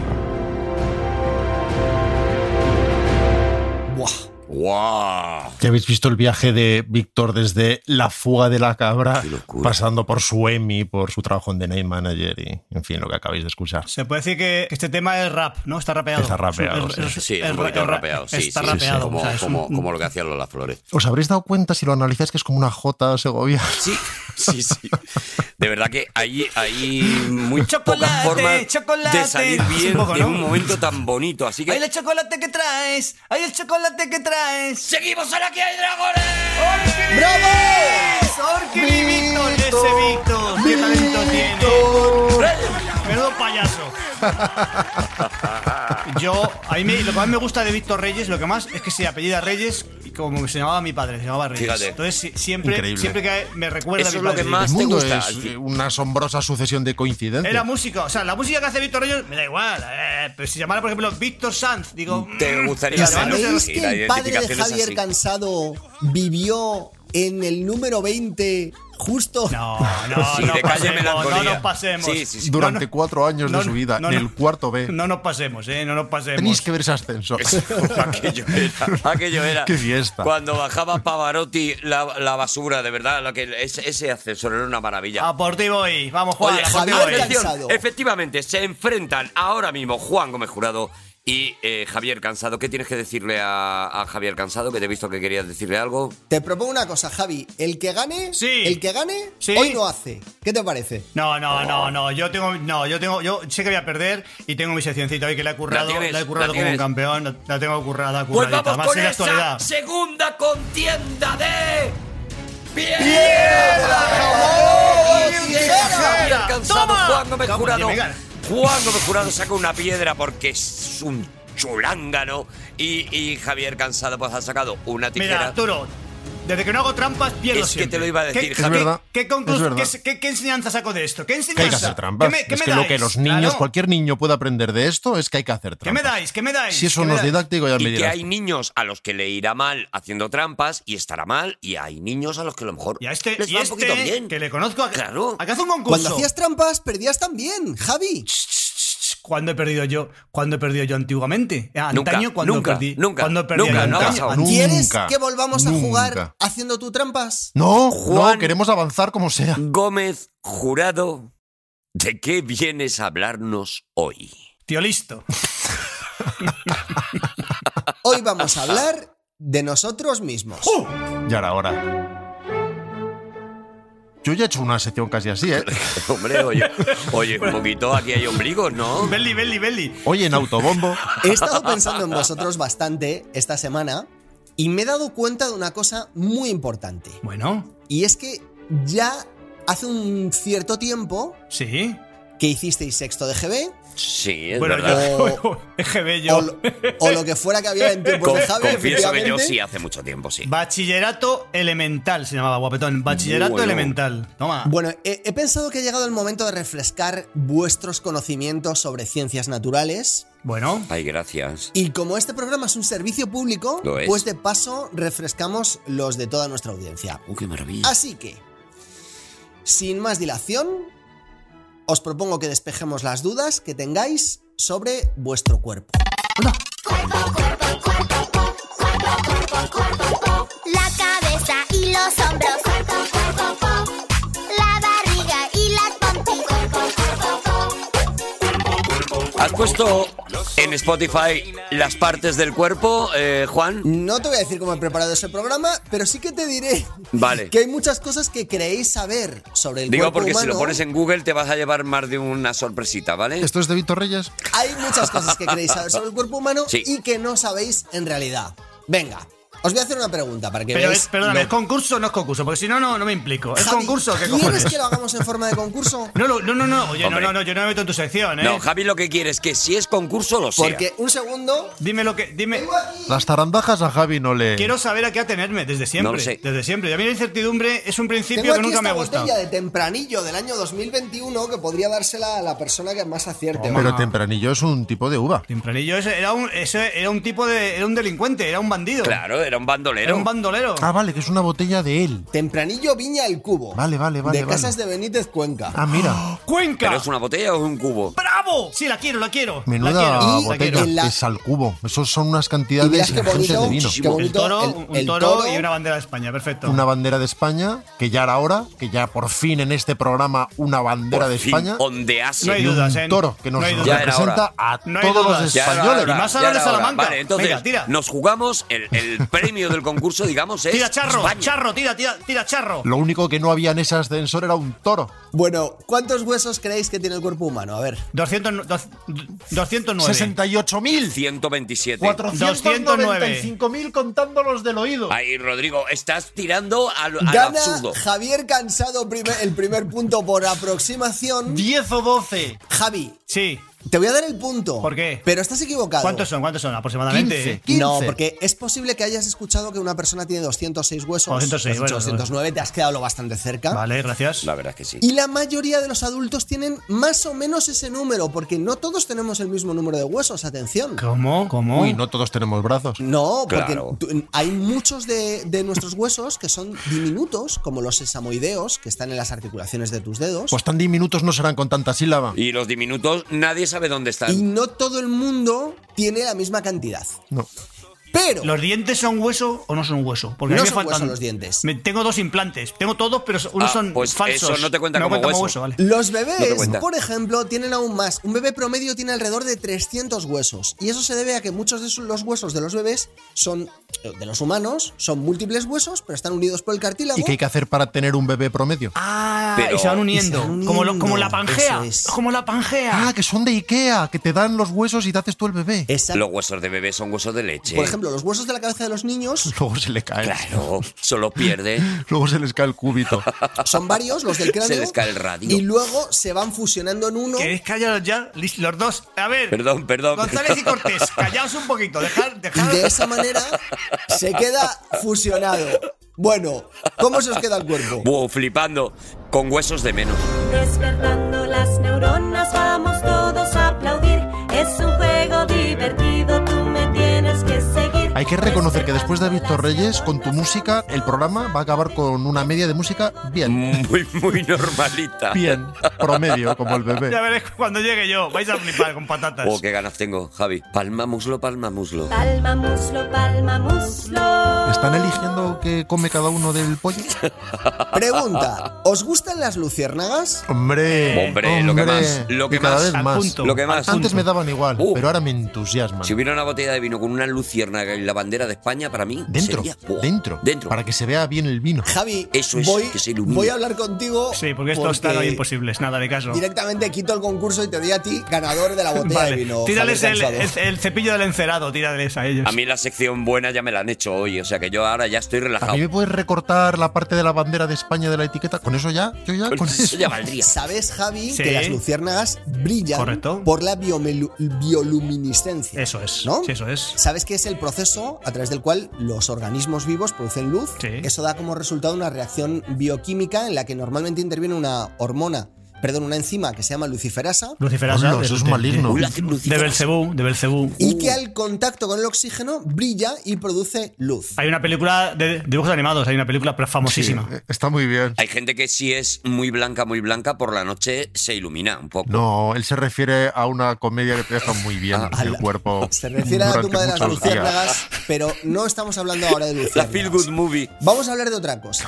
[SPEAKER 3] Buah.
[SPEAKER 1] ¡Guau!
[SPEAKER 2] Ya habéis visto el viaje de Víctor desde La fuga de la cabra,
[SPEAKER 1] Qué locura.
[SPEAKER 2] pasando por su Emmy, por su trabajo en The Night Manager y, en fin, lo que acabáis de escuchar.
[SPEAKER 4] Se puede decir que, que este tema es rap, ¿no? Está rapeado.
[SPEAKER 2] Está rapeado,
[SPEAKER 4] Es- es-
[SPEAKER 1] Sí,
[SPEAKER 4] es-
[SPEAKER 1] es un poquito
[SPEAKER 4] es ra-
[SPEAKER 1] rapeado. Sí,
[SPEAKER 4] está
[SPEAKER 1] sí, sí,
[SPEAKER 4] rapeado.
[SPEAKER 1] Como,
[SPEAKER 4] o sea, es
[SPEAKER 1] como,
[SPEAKER 4] un-
[SPEAKER 1] como lo que hacían Lola Flores.
[SPEAKER 2] Os habréis dado cuenta, si lo analizáis, que es como una J segovia.
[SPEAKER 1] Sí, sí, sí. De verdad que hay, hay muy pocas
[SPEAKER 4] Chocolate,
[SPEAKER 1] formas
[SPEAKER 4] chocolate.
[SPEAKER 1] de salir
[SPEAKER 4] Sí,
[SPEAKER 1] bien
[SPEAKER 4] un poco,
[SPEAKER 1] de
[SPEAKER 4] ¿no?
[SPEAKER 1] un momento tan bonito. Así
[SPEAKER 4] ¡Ay,
[SPEAKER 1] que.
[SPEAKER 4] el chocolate que traes! ¡Ay, el chocolate que traes!
[SPEAKER 1] ¡Seguimos en Aquí hay dragones!
[SPEAKER 4] ¡Bravo! ¡Orkiri Víctor! ¡Ese Víctor! ¡Qué talento tiene!
[SPEAKER 2] [laughs]
[SPEAKER 4] ¡Menudo payaso! Yo, a mí me- lo que más me gusta de Víctor Reyes, lo que más es que se apellida Reyes, y como se llamaba mi padre, se llamaba Reyes.
[SPEAKER 1] Fíjate.
[SPEAKER 4] Entonces si- siempre,
[SPEAKER 2] Increíble.
[SPEAKER 4] siempre que me recuerda
[SPEAKER 1] Eso
[SPEAKER 4] a
[SPEAKER 1] es
[SPEAKER 4] mi
[SPEAKER 1] lo
[SPEAKER 4] padre.
[SPEAKER 1] que más-
[SPEAKER 2] El
[SPEAKER 1] ¿Te
[SPEAKER 2] mundo
[SPEAKER 1] gusta?
[SPEAKER 2] es eh, una asombrosa sucesión de coincidencias.
[SPEAKER 4] Era música, o sea, la música que hace Víctor Reyes me da igual. eh, pero si llamara, por ejemplo, Víctor Sanz, digo.
[SPEAKER 1] Te
[SPEAKER 4] mm,
[SPEAKER 1] gustaría
[SPEAKER 4] se llama-
[SPEAKER 1] ser-
[SPEAKER 3] ¿Sabéis
[SPEAKER 1] sí,
[SPEAKER 3] que
[SPEAKER 1] la
[SPEAKER 3] el padre de
[SPEAKER 1] identificación es
[SPEAKER 3] Javier
[SPEAKER 1] así.
[SPEAKER 3] Cansado vivió en el número 20 justo?
[SPEAKER 4] No, no,
[SPEAKER 1] [laughs] Sí,
[SPEAKER 4] no,
[SPEAKER 1] de calle
[SPEAKER 4] pasemos, no
[SPEAKER 1] melancolía.
[SPEAKER 4] nos pasemos.
[SPEAKER 1] Sí, sí, sí.
[SPEAKER 2] Durante
[SPEAKER 4] No, no.
[SPEAKER 2] cuatro años de su vida,
[SPEAKER 4] no,
[SPEAKER 2] del
[SPEAKER 4] no.
[SPEAKER 2] cuarto B.
[SPEAKER 4] No nos pasemos, eh, no nos pasemos.
[SPEAKER 2] Tenéis que ver ese ascensor.
[SPEAKER 1] [laughs] aquello era, aquello era.
[SPEAKER 2] Qué fiesta.
[SPEAKER 1] Cuando bajaba Pavarotti la, la basura, de verdad, lo que, ese, ese ascensor era una maravilla.
[SPEAKER 4] A por ti voy, vamos Juan,
[SPEAKER 1] Oye,
[SPEAKER 4] a por ti
[SPEAKER 3] Javier,
[SPEAKER 4] voy.
[SPEAKER 3] Javier,
[SPEAKER 1] atención,
[SPEAKER 3] cansado.
[SPEAKER 1] efectivamente, se enfrentan ahora mismo Juan Gómez Jurado Y eh, Javier Cansado, ¿qué tienes que decirle a, a Javier Cansado? Que te he visto que querías decirle algo.
[SPEAKER 3] Te propongo una cosa, Javi. El que gane,
[SPEAKER 4] Sí.
[SPEAKER 3] el que gane,
[SPEAKER 4] Sí.
[SPEAKER 3] hoy no hace. ¿Qué te parece?
[SPEAKER 4] No, no, no, no. Yo tengo. No, yo tengo. Yo sé que voy a perder y tengo mi seccioncita hoy que la he currado.
[SPEAKER 1] La
[SPEAKER 4] La,
[SPEAKER 1] tienes,
[SPEAKER 4] he currado
[SPEAKER 1] la
[SPEAKER 4] como un
[SPEAKER 1] tienes.
[SPEAKER 4] campeón. La- La tengo currada,
[SPEAKER 1] Pues
[SPEAKER 4] curradita.
[SPEAKER 1] vamos
[SPEAKER 4] Más
[SPEAKER 1] con
[SPEAKER 4] en la
[SPEAKER 1] esa
[SPEAKER 4] actualidad.
[SPEAKER 1] segunda contienda de.
[SPEAKER 3] ¡Piedra,
[SPEAKER 1] papel,
[SPEAKER 3] papel,
[SPEAKER 1] tijera!
[SPEAKER 3] tijera!
[SPEAKER 1] Javier Cansado,
[SPEAKER 4] ¡Toma!
[SPEAKER 1] Juan Gómez
[SPEAKER 4] Vamos,
[SPEAKER 1] Jurado.
[SPEAKER 4] Jimmy,
[SPEAKER 1] Juan Gómez Jurado saca una piedra porque es un chulángano. Y, y Javier Cansado pues ha sacado una
[SPEAKER 4] Mira,
[SPEAKER 1] tijera.
[SPEAKER 4] Arturo, desde que no hago trampas, pierdo
[SPEAKER 1] Es que
[SPEAKER 4] siempre.
[SPEAKER 1] te lo iba a decir,
[SPEAKER 4] ¿Qué,
[SPEAKER 1] Javi.
[SPEAKER 2] Es verdad,
[SPEAKER 4] ¿qué, qué conclu-
[SPEAKER 2] es verdad.
[SPEAKER 4] qué- qué- qué enseñanza saco de esto? ¿Qué
[SPEAKER 2] [laughs] Que
[SPEAKER 4] enseñanza?
[SPEAKER 2] hay que hacer trampas.
[SPEAKER 4] ¿Qué me, qué
[SPEAKER 2] es
[SPEAKER 4] me
[SPEAKER 2] que
[SPEAKER 4] dais?
[SPEAKER 2] lo que los niños,
[SPEAKER 4] Claro.
[SPEAKER 2] cualquier niño puede aprender de esto es que hay que hacer
[SPEAKER 4] ¿Qué
[SPEAKER 2] trampas.
[SPEAKER 4] me dais? ¿Qué me dais?
[SPEAKER 2] Si eso
[SPEAKER 4] ¿Qué me
[SPEAKER 2] nos
[SPEAKER 4] dais?
[SPEAKER 2] didáctico ya me
[SPEAKER 1] Y que
[SPEAKER 2] dirás.
[SPEAKER 1] hay niños a los que le irá mal haciendo trampas y estará mal, y hay niños a los que a lo mejor
[SPEAKER 4] Y a este,
[SPEAKER 1] les
[SPEAKER 4] y
[SPEAKER 1] va
[SPEAKER 4] este,
[SPEAKER 1] un poquito bien.
[SPEAKER 4] que le conozco a
[SPEAKER 1] Claro.
[SPEAKER 4] ¿A que hace un concurso?
[SPEAKER 3] Cuando hacías trampas, perdías también, Javi.
[SPEAKER 4] ¿Cuándo he perdido yo? ¿Cuándo he perdido yo antiguamente? Ah,
[SPEAKER 1] Nunca,
[SPEAKER 4] Antaño, cuando
[SPEAKER 1] nunca,
[SPEAKER 4] perdí.
[SPEAKER 1] nunca,
[SPEAKER 4] cuando perdí
[SPEAKER 1] nunca,
[SPEAKER 4] yo
[SPEAKER 1] no ha
[SPEAKER 4] antaño?
[SPEAKER 1] pasado.
[SPEAKER 4] Antaño.
[SPEAKER 3] ¿Quieres
[SPEAKER 2] Nunca,
[SPEAKER 3] que volvamos a
[SPEAKER 2] nunca.
[SPEAKER 3] jugar haciendo tú trampas?
[SPEAKER 2] No,
[SPEAKER 1] Juan-
[SPEAKER 2] no, queremos avanzar como sea.
[SPEAKER 1] Gómez Jurado, ¿de qué vienes a hablarnos hoy? [laughs]
[SPEAKER 4] Ah, Tío, listo.
[SPEAKER 3] Hoy vamos a hablar de nosotros mismos.
[SPEAKER 1] Oh.
[SPEAKER 2] Ya era hora. Yo ya he hecho una sección casi así, ¿eh?
[SPEAKER 1] Hombre, oye, oye, un poquito aquí hay ombligos, ¿no?
[SPEAKER 4] Belly, belly, belly.
[SPEAKER 2] Oye, en autobombo.
[SPEAKER 3] He estado pensando en vosotros bastante esta semana y me he dado cuenta de una cosa muy importante.
[SPEAKER 4] Bueno,
[SPEAKER 3] Y es que ya hace un cierto tiempo
[SPEAKER 4] sí.
[SPEAKER 3] que hicisteis sexto de GB
[SPEAKER 1] Sí, es
[SPEAKER 4] bueno,
[SPEAKER 1] verdad.
[SPEAKER 4] [laughs] yo. Qué bello.
[SPEAKER 3] o, lo- o lo que fuera que había en tiempos
[SPEAKER 1] Con-
[SPEAKER 3] de Javi,
[SPEAKER 1] confieso que yo
[SPEAKER 3] pues, efectivamente.
[SPEAKER 1] sí hace mucho tiempo, sí.
[SPEAKER 4] Bachillerato elemental se llamaba, guapetón. Bachillerato
[SPEAKER 1] Bueno.
[SPEAKER 4] elemental.
[SPEAKER 1] Ah.
[SPEAKER 4] Toma.
[SPEAKER 3] Bueno, he, he pensado que ha llegado el momento de refrescar vuestros conocimientos sobre ciencias naturales.
[SPEAKER 4] Bueno.
[SPEAKER 1] Ay, gracias.
[SPEAKER 3] Y como este programa es un servicio público,
[SPEAKER 1] Lo es.
[SPEAKER 3] pues de paso refrescamos los de toda nuestra audiencia.
[SPEAKER 1] Uh, qué maravilla.
[SPEAKER 3] Así que, sin más dilación, os propongo que despejemos las dudas que tengáis sobre vuestro cuerpo.
[SPEAKER 7] La cabeza y los hombros. Cuerpo, cuerpo, pop. La barriga y las pompis. Cuerpo, cuerpo, pop.
[SPEAKER 1] ¿Has puesto en Spotify las partes del cuerpo, eh, Juan?
[SPEAKER 3] No te voy a decir cómo he preparado ese programa, pero sí que te diré
[SPEAKER 1] Vale.
[SPEAKER 3] [laughs] que hay muchas cosas que creéis saber sobre el
[SPEAKER 1] Digo
[SPEAKER 3] cuerpo
[SPEAKER 1] porque si
[SPEAKER 3] humano.
[SPEAKER 1] lo pones en Google te vas a llevar más de una sorpresita, ¿vale?
[SPEAKER 2] ¿Esto es de Víctor Reyes?
[SPEAKER 3] Hay muchas cosas que queréis saber sobre el cuerpo humano
[SPEAKER 1] Sí.
[SPEAKER 3] y que no sabéis en realidad. Venga, os voy a hacer una pregunta para que
[SPEAKER 4] Pero
[SPEAKER 3] veáis
[SPEAKER 4] es, perdón,
[SPEAKER 3] lo-
[SPEAKER 4] ¿es concurso o no es concurso? Porque si no, no, no me implico. ¿Es
[SPEAKER 3] Javi,
[SPEAKER 4] concurso o qué
[SPEAKER 3] ¿Quieres
[SPEAKER 4] cojones?
[SPEAKER 3] que lo hagamos en forma de concurso?
[SPEAKER 4] No, no, no, no, no. Oye, no,
[SPEAKER 1] Hombre.
[SPEAKER 4] no, no, yo no me meto en tu sección, ¿eh?
[SPEAKER 1] No, Javi lo que quiere es que si es concurso lo sea.
[SPEAKER 3] Porque un segundo,
[SPEAKER 4] dime lo que. Dime.
[SPEAKER 2] Las zarandajas a Javi no le.
[SPEAKER 4] Quiero saber a qué atenerme, desde siempre.
[SPEAKER 1] lo sé.
[SPEAKER 4] Desde siempre. Y a mí la incertidumbre es un principio
[SPEAKER 3] Tengo
[SPEAKER 4] que
[SPEAKER 3] aquí
[SPEAKER 4] nunca me
[SPEAKER 3] esta
[SPEAKER 4] ha gustado.
[SPEAKER 3] botella de tempranillo del año 2021 que podría dársela a la persona que más acierte.
[SPEAKER 4] Toma.
[SPEAKER 2] Pero tempranillo es un tipo de uva.
[SPEAKER 4] Tempranillo ese era un, ese era un tipo de. Era un delincuente, era un bandido.
[SPEAKER 1] Claro, era un bandolero.
[SPEAKER 4] Era un bandolero.
[SPEAKER 2] Ah, vale, que es una botella de él.
[SPEAKER 3] Tempranillo Viña el Cubo.
[SPEAKER 2] Vale, vale, vale,
[SPEAKER 3] De
[SPEAKER 2] vale.
[SPEAKER 3] Casas de Benítez Cuenca.
[SPEAKER 2] Ah, mira.
[SPEAKER 4] ¡Cuenca!
[SPEAKER 1] ¿Pero es una botella o es un cubo?
[SPEAKER 4] ¡Bravo! Sí, la quiero, [gasps] la quiero. la
[SPEAKER 2] Menuda
[SPEAKER 4] quiero,
[SPEAKER 3] Y-
[SPEAKER 4] la
[SPEAKER 2] botella.
[SPEAKER 4] quiero.
[SPEAKER 3] en la-
[SPEAKER 2] Es al cubo. Esos son unas
[SPEAKER 3] y
[SPEAKER 2] cantidades
[SPEAKER 3] verás qué
[SPEAKER 2] ingentes
[SPEAKER 3] bonito,
[SPEAKER 2] de vino.
[SPEAKER 3] qué bonito
[SPEAKER 4] El toro,
[SPEAKER 3] el-
[SPEAKER 4] un
[SPEAKER 3] el
[SPEAKER 4] toro, y una bandera de España, perfecto.
[SPEAKER 2] Una bandera de España, que ya era hora, que ya por fin en este programa una bandera
[SPEAKER 1] Por
[SPEAKER 2] de
[SPEAKER 1] fin,
[SPEAKER 2] España.
[SPEAKER 1] ondease.
[SPEAKER 4] No hay
[SPEAKER 2] y un
[SPEAKER 4] dudas, ¿eh?
[SPEAKER 2] toro que
[SPEAKER 4] No
[SPEAKER 2] nos
[SPEAKER 4] hay dudas.
[SPEAKER 1] Ya era hora.
[SPEAKER 2] representa a
[SPEAKER 4] No hay
[SPEAKER 2] todos
[SPEAKER 4] dudas.
[SPEAKER 2] los
[SPEAKER 4] Ya
[SPEAKER 1] era
[SPEAKER 2] españoles.
[SPEAKER 1] hora,
[SPEAKER 4] Y más
[SPEAKER 1] ya
[SPEAKER 4] ahora
[SPEAKER 1] era
[SPEAKER 4] de
[SPEAKER 1] hora.
[SPEAKER 4] Salamanca.
[SPEAKER 1] Vale, entonces
[SPEAKER 4] Venga, tira.
[SPEAKER 1] nos jugamos el,
[SPEAKER 4] [laughs]
[SPEAKER 1] el premio del concurso, digamos, es
[SPEAKER 4] Tira charro,
[SPEAKER 1] España.
[SPEAKER 4] charro, tira, tira, tira charro.
[SPEAKER 2] Lo único que no había en ese ascensor era un toro.
[SPEAKER 3] Bueno, ¿cuántos huesos creéis que tiene el cuerpo humano? A ver.
[SPEAKER 4] 200, dos- 209.
[SPEAKER 2] 68.000.
[SPEAKER 1] 127.
[SPEAKER 2] 495.000 contando los del oído.
[SPEAKER 1] Ahí, Rodrigo, estás tirando al, al
[SPEAKER 3] Gana
[SPEAKER 1] absurdo.
[SPEAKER 3] Javier Cansado primer- el primer punto por aproximación.
[SPEAKER 2] 10 o 12.
[SPEAKER 3] Javi,
[SPEAKER 4] Sí.
[SPEAKER 3] te voy a dar el punto.
[SPEAKER 4] ¿Por qué?
[SPEAKER 3] Pero estás equivocado.
[SPEAKER 4] ¿Cuántos son? ¿Cuántos son aproximadamente?
[SPEAKER 2] 15.
[SPEAKER 3] No,
[SPEAKER 2] 15.
[SPEAKER 3] porque es posible que hayas escuchado que una persona tiene 206 huesos.
[SPEAKER 4] 206,
[SPEAKER 3] Has dicho
[SPEAKER 4] bueno,
[SPEAKER 3] 209, te has quedado lo bastante cerca.
[SPEAKER 4] Vale, gracias.
[SPEAKER 1] La verdad es que sí.
[SPEAKER 3] Y la mayoría de los adultos tienen más o menos ese número, porque no todos tenemos el mismo número de huesos, atención.
[SPEAKER 4] ¿Cómo? ¿Cómo?
[SPEAKER 2] Uy, no todos tenemos brazos.
[SPEAKER 3] No, porque
[SPEAKER 1] Claro.
[SPEAKER 3] tú- hay muchos de, de nuestros huesos que son diminutos, como los sesamoideos, que están en las articulaciones de tus dedos.
[SPEAKER 2] Pues tan diminutos no serán con tanta sílaba.
[SPEAKER 1] Y los diminutos, nadie sabe dónde
[SPEAKER 3] y
[SPEAKER 1] están.
[SPEAKER 3] no todo el mundo tiene la misma cantidad.
[SPEAKER 2] No.
[SPEAKER 3] Pero-
[SPEAKER 4] ¿Los dientes son hueso o no son hueso? Porque a
[SPEAKER 3] No
[SPEAKER 4] mí me
[SPEAKER 3] son
[SPEAKER 4] faltan
[SPEAKER 3] hueso los dientes.
[SPEAKER 4] Me- tengo dos implantes. Tengo todos, pero unos
[SPEAKER 1] Ah,
[SPEAKER 4] son
[SPEAKER 1] pues
[SPEAKER 4] falsos.
[SPEAKER 1] eso no te cuenta como hueso.
[SPEAKER 4] vale.
[SPEAKER 3] Los
[SPEAKER 1] No te
[SPEAKER 3] bebés,
[SPEAKER 1] cuenta.
[SPEAKER 3] por ejemplo, tienen aún más. Un bebé promedio tiene alrededor de 300 huesos. Y eso se debe a que muchos de esos- los huesos de los bebés son, eh, de los humanos, son múltiples huesos, pero están unidos por el cartílago.
[SPEAKER 2] ¿Y qué hay que hacer para tener un bebé promedio?
[SPEAKER 4] Ah,
[SPEAKER 1] Pero-
[SPEAKER 4] y se van
[SPEAKER 3] y
[SPEAKER 4] uniendo.
[SPEAKER 3] se van
[SPEAKER 4] Como, lo- como la
[SPEAKER 3] uniendo,
[SPEAKER 4] pangea.
[SPEAKER 3] eso es.
[SPEAKER 4] Como la pangea.
[SPEAKER 2] Ah, que son de Ikea, que te dan los huesos y te haces tú el bebé.
[SPEAKER 3] Exacto.
[SPEAKER 1] Los huesos de bebé son huesos de leche.
[SPEAKER 3] Por ejemplo, los huesos de la cabeza de los niños
[SPEAKER 2] Luego se le cae.
[SPEAKER 1] Claro, solo
[SPEAKER 4] [laughs]
[SPEAKER 1] pierde.
[SPEAKER 2] Luego se les cae el cúbito.
[SPEAKER 3] son varios,
[SPEAKER 1] [laughs]
[SPEAKER 3] los del cráneo.
[SPEAKER 1] les cae el radio.
[SPEAKER 3] Y luego se van fusionando en uno.
[SPEAKER 4] ¿Queréis callaros ya? Lis- Los dos. A ver.
[SPEAKER 1] Perdón, perdón.
[SPEAKER 4] González
[SPEAKER 1] [laughs]
[SPEAKER 4] y Cortés, callaos un poquito. Dejad,
[SPEAKER 3] Y
[SPEAKER 4] dejad.
[SPEAKER 3] de esa manera se queda fusionado. Bueno, ¿cómo se os queda el cuerpo?
[SPEAKER 1] Buah, flipando. Con huesos de menos.
[SPEAKER 8] Despertando las neuronas, vamos todos a aplaudir. Es un juego divertido, tú me tienes que seguir.
[SPEAKER 2] Hay que reconocer que después de Víctor Reyes, con tu música, el programa va a acabar con una media de música bien.
[SPEAKER 1] Muy,
[SPEAKER 2] [laughs]
[SPEAKER 1] muy normalita.
[SPEAKER 2] Bien. Promedio, como
[SPEAKER 4] [laughs]
[SPEAKER 2] el
[SPEAKER 4] Ya
[SPEAKER 2] bebé.
[SPEAKER 4] veréis cuando llegue yo. Vais a flipar con patatas.
[SPEAKER 1] Oh, qué ganas tengo, Javi. Palma muslo, palma muslo.
[SPEAKER 8] Palma muslo, palma muslo.
[SPEAKER 2] ¿Están eligiendo qué come cada uno del pollo?
[SPEAKER 3] Pregunta: ¿os gustan las luciérnagas?
[SPEAKER 2] Hombre,
[SPEAKER 1] Hombre, lo que más, lo que
[SPEAKER 2] y cada
[SPEAKER 1] más.
[SPEAKER 2] vez
[SPEAKER 4] Al
[SPEAKER 2] más.
[SPEAKER 4] punto.
[SPEAKER 1] Lo que más.
[SPEAKER 2] Antes me daban igual,
[SPEAKER 1] Uh.
[SPEAKER 2] pero ahora me entusiasman.
[SPEAKER 1] Si hubiera una botella de vino con una luciérnaga y la bandera de España, para mí.
[SPEAKER 2] Dentro,
[SPEAKER 1] sería- Buah,
[SPEAKER 2] dentro,
[SPEAKER 1] Dentro.
[SPEAKER 2] para que se vea bien el vino.
[SPEAKER 3] Javi,
[SPEAKER 1] Eso es,
[SPEAKER 3] voy,
[SPEAKER 1] que se ilumine.
[SPEAKER 3] voy a hablar contigo.
[SPEAKER 4] Sí, porque estos están hoy imposibles. Nada de caso.
[SPEAKER 3] Directamente quito el concurso y te doy a ti
[SPEAKER 4] [laughs]
[SPEAKER 3] ganador de la botella de
[SPEAKER 4] Vale.
[SPEAKER 3] vino.
[SPEAKER 4] Tírales
[SPEAKER 3] Javier
[SPEAKER 4] el,
[SPEAKER 3] Cansado.
[SPEAKER 4] el- el cepillo del encerado, tírales a ellos.
[SPEAKER 1] A mí la sección buena ya me la han hecho hoy, o sea que yo ahora ya estoy
[SPEAKER 2] ¿A
[SPEAKER 1] relajado.
[SPEAKER 2] mí me puedes recortar la parte de la bandera de España de la etiqueta? ¿Con eso ya? ¿Yo ya? ¿Con
[SPEAKER 1] [laughs] Eso
[SPEAKER 2] eso?
[SPEAKER 1] ya valdría.
[SPEAKER 3] Sabes, Javi,
[SPEAKER 4] Sí.
[SPEAKER 3] que las luciérnagas brillan
[SPEAKER 4] Correcto.
[SPEAKER 3] por la biomelu- bioluminiscencia.
[SPEAKER 4] Eso es.
[SPEAKER 3] ¿No?
[SPEAKER 4] Sí, eso es.
[SPEAKER 3] ¿Sabes qué es el proceso a través del cual los organismos vivos producen luz?
[SPEAKER 4] Sí.
[SPEAKER 3] Eso da como resultado una reacción bioquímica en la que normalmente interviene una hormona, perdón, una enzima que se llama luciferasa
[SPEAKER 4] Luciferasa.
[SPEAKER 2] Hola, eso es maligno.
[SPEAKER 1] Uy, la
[SPEAKER 4] De
[SPEAKER 1] luciérnaga.
[SPEAKER 4] Belcebú, de Belcebú.
[SPEAKER 3] y que al contacto con el oxígeno brilla y produce luz.
[SPEAKER 4] Hay una película de dibujos animados, hay una película pero famosísima.
[SPEAKER 2] Sí, eh, está muy bien.
[SPEAKER 1] Hay gente que si es muy blanca, muy blanca, por la noche se ilumina un poco.
[SPEAKER 2] No, él se refiere a una comedia que te deja muy bien el
[SPEAKER 3] ala.
[SPEAKER 2] cuerpo.
[SPEAKER 3] [laughs] Se refiere a la
[SPEAKER 2] durante
[SPEAKER 3] tumba de las
[SPEAKER 2] muchos días.
[SPEAKER 3] luciérnagas, pero no estamos hablando ahora de
[SPEAKER 1] La Feel Good
[SPEAKER 2] [laughs]
[SPEAKER 3] luciérnagas.
[SPEAKER 1] Movie.
[SPEAKER 3] Vamos a hablar de otra cosa.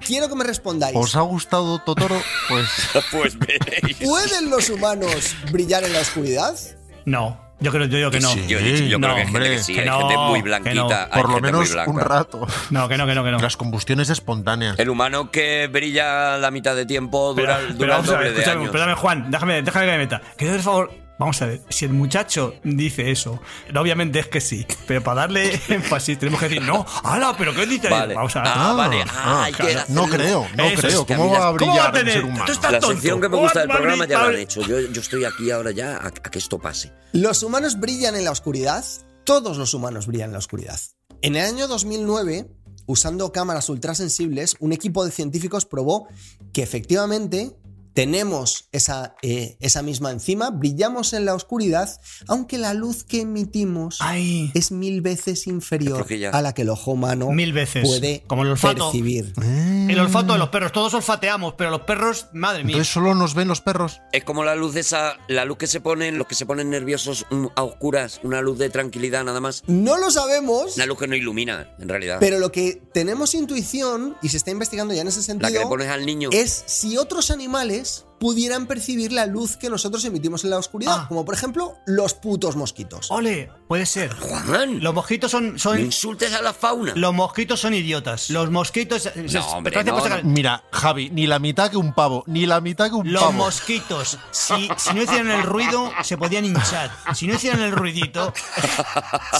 [SPEAKER 3] Quiero que me respondáis.
[SPEAKER 2] ¿Os ha gustado Totoro? Pues
[SPEAKER 1] Pues veréis.
[SPEAKER 3] ¿Pueden los humanos brillar en la oscuridad?
[SPEAKER 4] No, yo creo, yo digo que no.
[SPEAKER 2] Sí.
[SPEAKER 1] Yo, he dicho- yo
[SPEAKER 2] No,
[SPEAKER 1] creo que hay gente
[SPEAKER 2] hombre,
[SPEAKER 1] que sí,
[SPEAKER 4] que
[SPEAKER 1] hay
[SPEAKER 4] no,
[SPEAKER 1] gente muy
[SPEAKER 4] que no.
[SPEAKER 1] blanquita. hay
[SPEAKER 2] por lo
[SPEAKER 1] gente muy
[SPEAKER 2] menos
[SPEAKER 1] blanca.
[SPEAKER 2] un rato.
[SPEAKER 4] No, que no, que no, que no.
[SPEAKER 2] Las combustiones espontáneas.
[SPEAKER 1] El humano que brilla la mitad de tiempo
[SPEAKER 4] Pero-
[SPEAKER 1] dura,
[SPEAKER 4] pero
[SPEAKER 1] dura el
[SPEAKER 4] vamos a ver,
[SPEAKER 1] doble de
[SPEAKER 4] escúchame,
[SPEAKER 1] años.
[SPEAKER 4] perdóname, Juan, déjame, déjame que me meta. Que por favor, vamos a ver, si el muchacho dice eso, obviamente es que sí, pero para darle [laughs] énfasis tenemos que decir, no, ala, pero ¿qué dice?
[SPEAKER 1] Vale.
[SPEAKER 4] Vamos a ver.
[SPEAKER 1] Ah, vale. Ah, hay que
[SPEAKER 4] claro.
[SPEAKER 1] hacer
[SPEAKER 2] No
[SPEAKER 1] luz.
[SPEAKER 2] creo, no
[SPEAKER 4] Eso
[SPEAKER 2] creo.
[SPEAKER 4] es que
[SPEAKER 2] ¿Cómo
[SPEAKER 1] a mí
[SPEAKER 2] va
[SPEAKER 1] las-
[SPEAKER 2] a
[SPEAKER 4] ¿Cómo va a
[SPEAKER 2] brillar el
[SPEAKER 4] tener?
[SPEAKER 2] ser
[SPEAKER 4] Tú
[SPEAKER 2] humano?
[SPEAKER 4] estás
[SPEAKER 1] La
[SPEAKER 4] tonto.
[SPEAKER 1] sección que me
[SPEAKER 4] ¿Cómo
[SPEAKER 1] gusta del
[SPEAKER 4] va a
[SPEAKER 1] programa ya la
[SPEAKER 4] brillar?
[SPEAKER 1] han hecho. Yo, yo estoy aquí ahora ya a, a que esto pase.
[SPEAKER 3] ¿Los humanos brillan en la oscuridad? Todos los humanos brillan en la oscuridad. En el año 2009, usando cámaras ultrasensibles, un equipo de científicos probó que efectivamente tenemos esa, eh, esa misma enzima, brillamos en la oscuridad, aunque la luz que emitimos
[SPEAKER 4] Ay,
[SPEAKER 3] es mil veces inferior
[SPEAKER 1] flojilla.
[SPEAKER 3] a la que el ojo humano
[SPEAKER 4] Mil veces,
[SPEAKER 3] puede
[SPEAKER 4] como el olfato.
[SPEAKER 3] percibir.
[SPEAKER 2] Eh,
[SPEAKER 4] el olfato de los perros, todos olfateamos, pero los perros, madre mía.
[SPEAKER 2] Entonces solo nos ven los perros.
[SPEAKER 1] Es como la luz de esa, la luz que se ponen, los que se ponen nerviosos mm, a oscuras, una luz de tranquilidad nada más.
[SPEAKER 3] No lo sabemos,
[SPEAKER 1] Una luz que no ilumina, en realidad.
[SPEAKER 3] pero lo que tenemos intuición, y se está investigando ya en ese sentido,
[SPEAKER 1] la que le pones al niño.
[SPEAKER 3] es si otros animales pudieran percibir la luz que nosotros emitimos en la oscuridad,
[SPEAKER 4] Ah.
[SPEAKER 3] como por ejemplo los putos mosquitos.
[SPEAKER 4] Ole, puede ser.
[SPEAKER 1] Juan,
[SPEAKER 4] Los mosquitos son,
[SPEAKER 1] no
[SPEAKER 4] son
[SPEAKER 1] insultes a la fauna.
[SPEAKER 4] Los mosquitos son idiotas. Los mosquitos. eh, se-
[SPEAKER 1] hombre,
[SPEAKER 4] parece
[SPEAKER 1] no,
[SPEAKER 4] cosa que-
[SPEAKER 2] Mira, Javi, ni la mitad que un pavo, ni la mitad que un
[SPEAKER 4] Los
[SPEAKER 2] pavo.
[SPEAKER 4] mosquitos, si, si no hicieran el ruido, se podían hinchar. Si no hicieran el ruidito,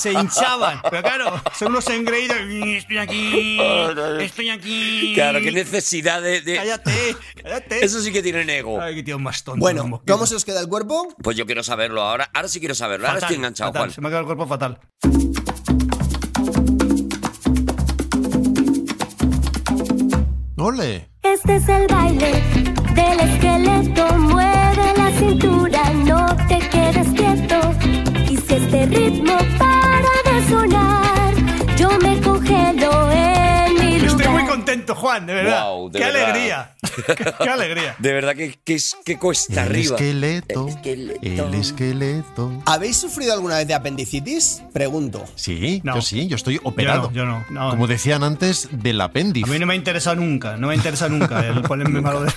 [SPEAKER 4] se hinchaban. Pero claro, son unos engreídos. Estoy aquí, estoy aquí.
[SPEAKER 1] Claro, qué necesidad de. de-
[SPEAKER 4] Cállate, cállate.
[SPEAKER 1] Eso sí que tienen ego.
[SPEAKER 4] Ay, qué tío más tonto. los
[SPEAKER 3] Bueno,
[SPEAKER 4] mosquitos.
[SPEAKER 3] ¿cómo se os queda el cuerpo?
[SPEAKER 1] Pues yo quiero saberlo ahora. Ahora sí quiero saberlo. Ahora
[SPEAKER 4] Fatal,
[SPEAKER 1] estoy enganchado,
[SPEAKER 4] fatal,
[SPEAKER 1] Juan.
[SPEAKER 4] Se me ha quedado el cuerpo fatal.
[SPEAKER 2] Ole.
[SPEAKER 7] Este es el baile del esqueleto. Mueve la cintura, no te quedes quieto. Y si este ritmo para de sonar, yo me congelo en mi
[SPEAKER 4] Estoy
[SPEAKER 7] lugar.
[SPEAKER 4] muy contento, Juan, de verdad.
[SPEAKER 1] Guau, de
[SPEAKER 4] qué
[SPEAKER 1] verdad.
[SPEAKER 4] alegría. ¡Qué alegría!
[SPEAKER 1] De verdad que, que es que cuesta
[SPEAKER 2] El
[SPEAKER 1] arriba.
[SPEAKER 2] esqueleto,
[SPEAKER 3] El esqueleto.
[SPEAKER 2] el esqueleto.
[SPEAKER 3] ¿Habéis sufrido alguna vez de apendicitis? Pregunto.
[SPEAKER 2] Sí,
[SPEAKER 4] No.
[SPEAKER 2] yo sí, yo estoy operado.
[SPEAKER 4] yo no, no.
[SPEAKER 2] Como decían antes, del
[SPEAKER 4] A mí
[SPEAKER 2] apéndice.
[SPEAKER 4] no me ha interesado nunca, no me ha interesado nunca el ponerme malo de...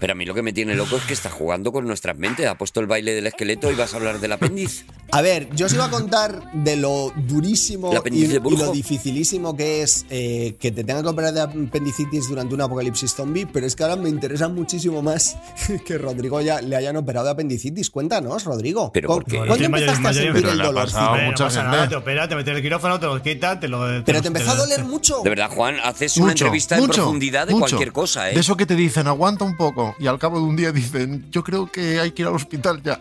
[SPEAKER 1] Pero a mí lo que me tiene loco es que está jugando con nuestras mentes. Ha puesto el baile del esqueleto y vas a hablar del apéndice.
[SPEAKER 3] A ver, yo os iba a contar de lo durísimo
[SPEAKER 1] El
[SPEAKER 3] y,
[SPEAKER 1] apéndice de
[SPEAKER 3] y
[SPEAKER 1] Burjo.
[SPEAKER 3] lo dificilísimo que es eh, que te tengan que operar de apendicitis durante un apocalipsis zombie, pero es que ahora me interesa muchísimo más [laughs] que Rodrigo ya le hayan operado de apendicitis. Cuéntanos, Rodrigo.
[SPEAKER 1] Pero
[SPEAKER 3] ¿Cu-
[SPEAKER 1] ¿por qué?
[SPEAKER 3] ¿Cuándo
[SPEAKER 4] Yo me-
[SPEAKER 3] empezaste
[SPEAKER 4] yo-
[SPEAKER 3] a
[SPEAKER 4] yo-
[SPEAKER 3] sentir
[SPEAKER 4] pero
[SPEAKER 3] el
[SPEAKER 2] le ha
[SPEAKER 3] dolor?
[SPEAKER 2] pasado.
[SPEAKER 3] Cid?
[SPEAKER 2] muchas
[SPEAKER 4] no pasa
[SPEAKER 2] veces.
[SPEAKER 4] nada, te operas, te metes el quirófano, te lo quitan, te lo...
[SPEAKER 3] Pero te empezó a doler mucho.
[SPEAKER 1] De verdad, Juan, haces una entrevista en profundidad de
[SPEAKER 2] mucho.
[SPEAKER 1] cualquier cosa, ¿eh?
[SPEAKER 2] De eso que te dicen, aguanta un poco. Y al cabo de un día dicen, yo creo que hay que ir al hospital
[SPEAKER 1] [laughs]
[SPEAKER 2] ya.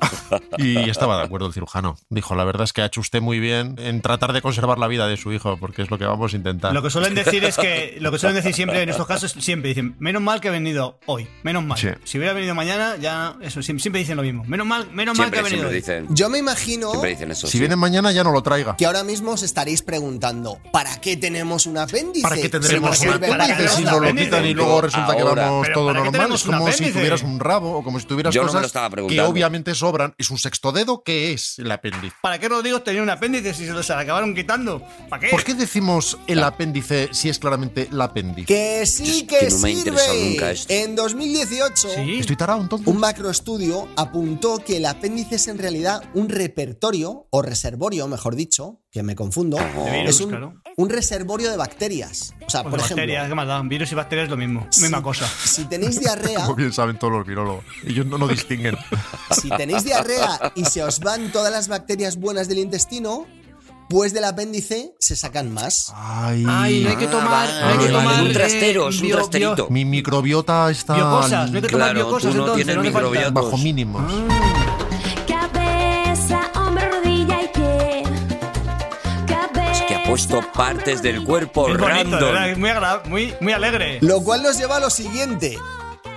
[SPEAKER 2] Y estaba de acuerdo el cirujano. Dijo, la verdad es que ha hecho usted muy bien en tratar de conservar la vida de su hijo, porque es lo que vamos a intentar.
[SPEAKER 4] Lo que suelen decir es [laughs] que, lo que suelen decir siempre en estos casos, siempre dicen, menos mal que he venido hoy, menos mal.
[SPEAKER 2] Sí.
[SPEAKER 4] Si hubiera venido mañana, ya, eso, siem- siempre dicen lo mismo. Menos mal, menos mal que
[SPEAKER 1] Siempre,
[SPEAKER 4] ha venido
[SPEAKER 1] siempre
[SPEAKER 4] hoy.
[SPEAKER 1] dicen,
[SPEAKER 3] Yo me imagino
[SPEAKER 1] siempre dicen eso.
[SPEAKER 2] si
[SPEAKER 1] sí.
[SPEAKER 2] viene mañana ya no lo traiga.
[SPEAKER 3] que ahora mismo os estaréis preguntando, ¿para qué tenemos un apéndice?
[SPEAKER 2] ¿Para qué tendremos
[SPEAKER 3] Si
[SPEAKER 2] un
[SPEAKER 3] nos sirve para
[SPEAKER 2] apéndice
[SPEAKER 3] nada.
[SPEAKER 2] si nos lo
[SPEAKER 4] apéndice?
[SPEAKER 2] quitan y luego resulta que
[SPEAKER 1] Ahora.
[SPEAKER 2] vamos
[SPEAKER 4] Pero
[SPEAKER 2] todo
[SPEAKER 4] ¿para qué
[SPEAKER 2] normal?
[SPEAKER 4] tenemos
[SPEAKER 2] Es
[SPEAKER 4] un
[SPEAKER 2] como si
[SPEAKER 4] apéndice?
[SPEAKER 2] tuvieras un rabo o como si tuvieras
[SPEAKER 1] Yo no me lo
[SPEAKER 2] cosas
[SPEAKER 1] estaba
[SPEAKER 2] que
[SPEAKER 1] preguntando.
[SPEAKER 2] obviamente sobran. ¿Es un sexto dedo? ¿Qué es el apéndice?
[SPEAKER 4] ¿Para qué Rodrigo tenía un apéndice si se lo se lo acabaron quitando? ¿Para qué?
[SPEAKER 2] ¿Por qué decimos el apéndice si es claramente el apéndice?
[SPEAKER 3] Que sí,
[SPEAKER 1] que
[SPEAKER 3] que,
[SPEAKER 1] no me ha interesado
[SPEAKER 3] sirve.
[SPEAKER 1] nunca esto.
[SPEAKER 3] En 2018,
[SPEAKER 4] Sí.
[SPEAKER 2] Estoy tarado entonces.
[SPEAKER 3] un macroestudio apuntó que el apéndice es en realidad un repertorio o reservorio, mejor dicho, que me confundo,
[SPEAKER 4] virus,
[SPEAKER 3] es un,
[SPEAKER 4] claro.
[SPEAKER 3] un reservorio de bacterias. O sea,
[SPEAKER 4] Pues
[SPEAKER 3] por
[SPEAKER 4] de
[SPEAKER 3] ejemplo,
[SPEAKER 4] bacterias, ¿qué más da? Virus y bacterias es lo mismo, misma cosa.
[SPEAKER 3] si tenéis diarrea,
[SPEAKER 2] [laughs] Como bien saben todos los virólogos. Ellos no nos distinguen.
[SPEAKER 3] si tenéis diarrea y se os van todas las bacterias buenas del intestino, pues del apéndice se sacan más.
[SPEAKER 2] Ay,
[SPEAKER 4] Ay, no hay que tomar,
[SPEAKER 1] Ah,
[SPEAKER 4] no hay que
[SPEAKER 2] vale, vale.
[SPEAKER 4] tomar
[SPEAKER 2] Un
[SPEAKER 1] trastero, es un
[SPEAKER 4] bio- bio-
[SPEAKER 1] trasterito.
[SPEAKER 2] mi microbiota está
[SPEAKER 4] Biocosas, no hay que tomar
[SPEAKER 1] Claro,
[SPEAKER 4] biocosas
[SPEAKER 1] tú no
[SPEAKER 4] entonces,
[SPEAKER 1] tienes
[SPEAKER 4] no Ah, te faltan.
[SPEAKER 1] microbiota.
[SPEAKER 2] bajo mínimos.
[SPEAKER 7] Cabeza, hombro, rodilla y pie. Cabeza,
[SPEAKER 1] Es que ha puesto
[SPEAKER 7] hombro,
[SPEAKER 1] partes del
[SPEAKER 7] rodilla
[SPEAKER 1] cuerpo
[SPEAKER 4] Es bonito, de verdad,
[SPEAKER 1] random.
[SPEAKER 4] es muy, agra- muy, muy alegre.
[SPEAKER 3] Lo cual nos lleva a lo siguiente: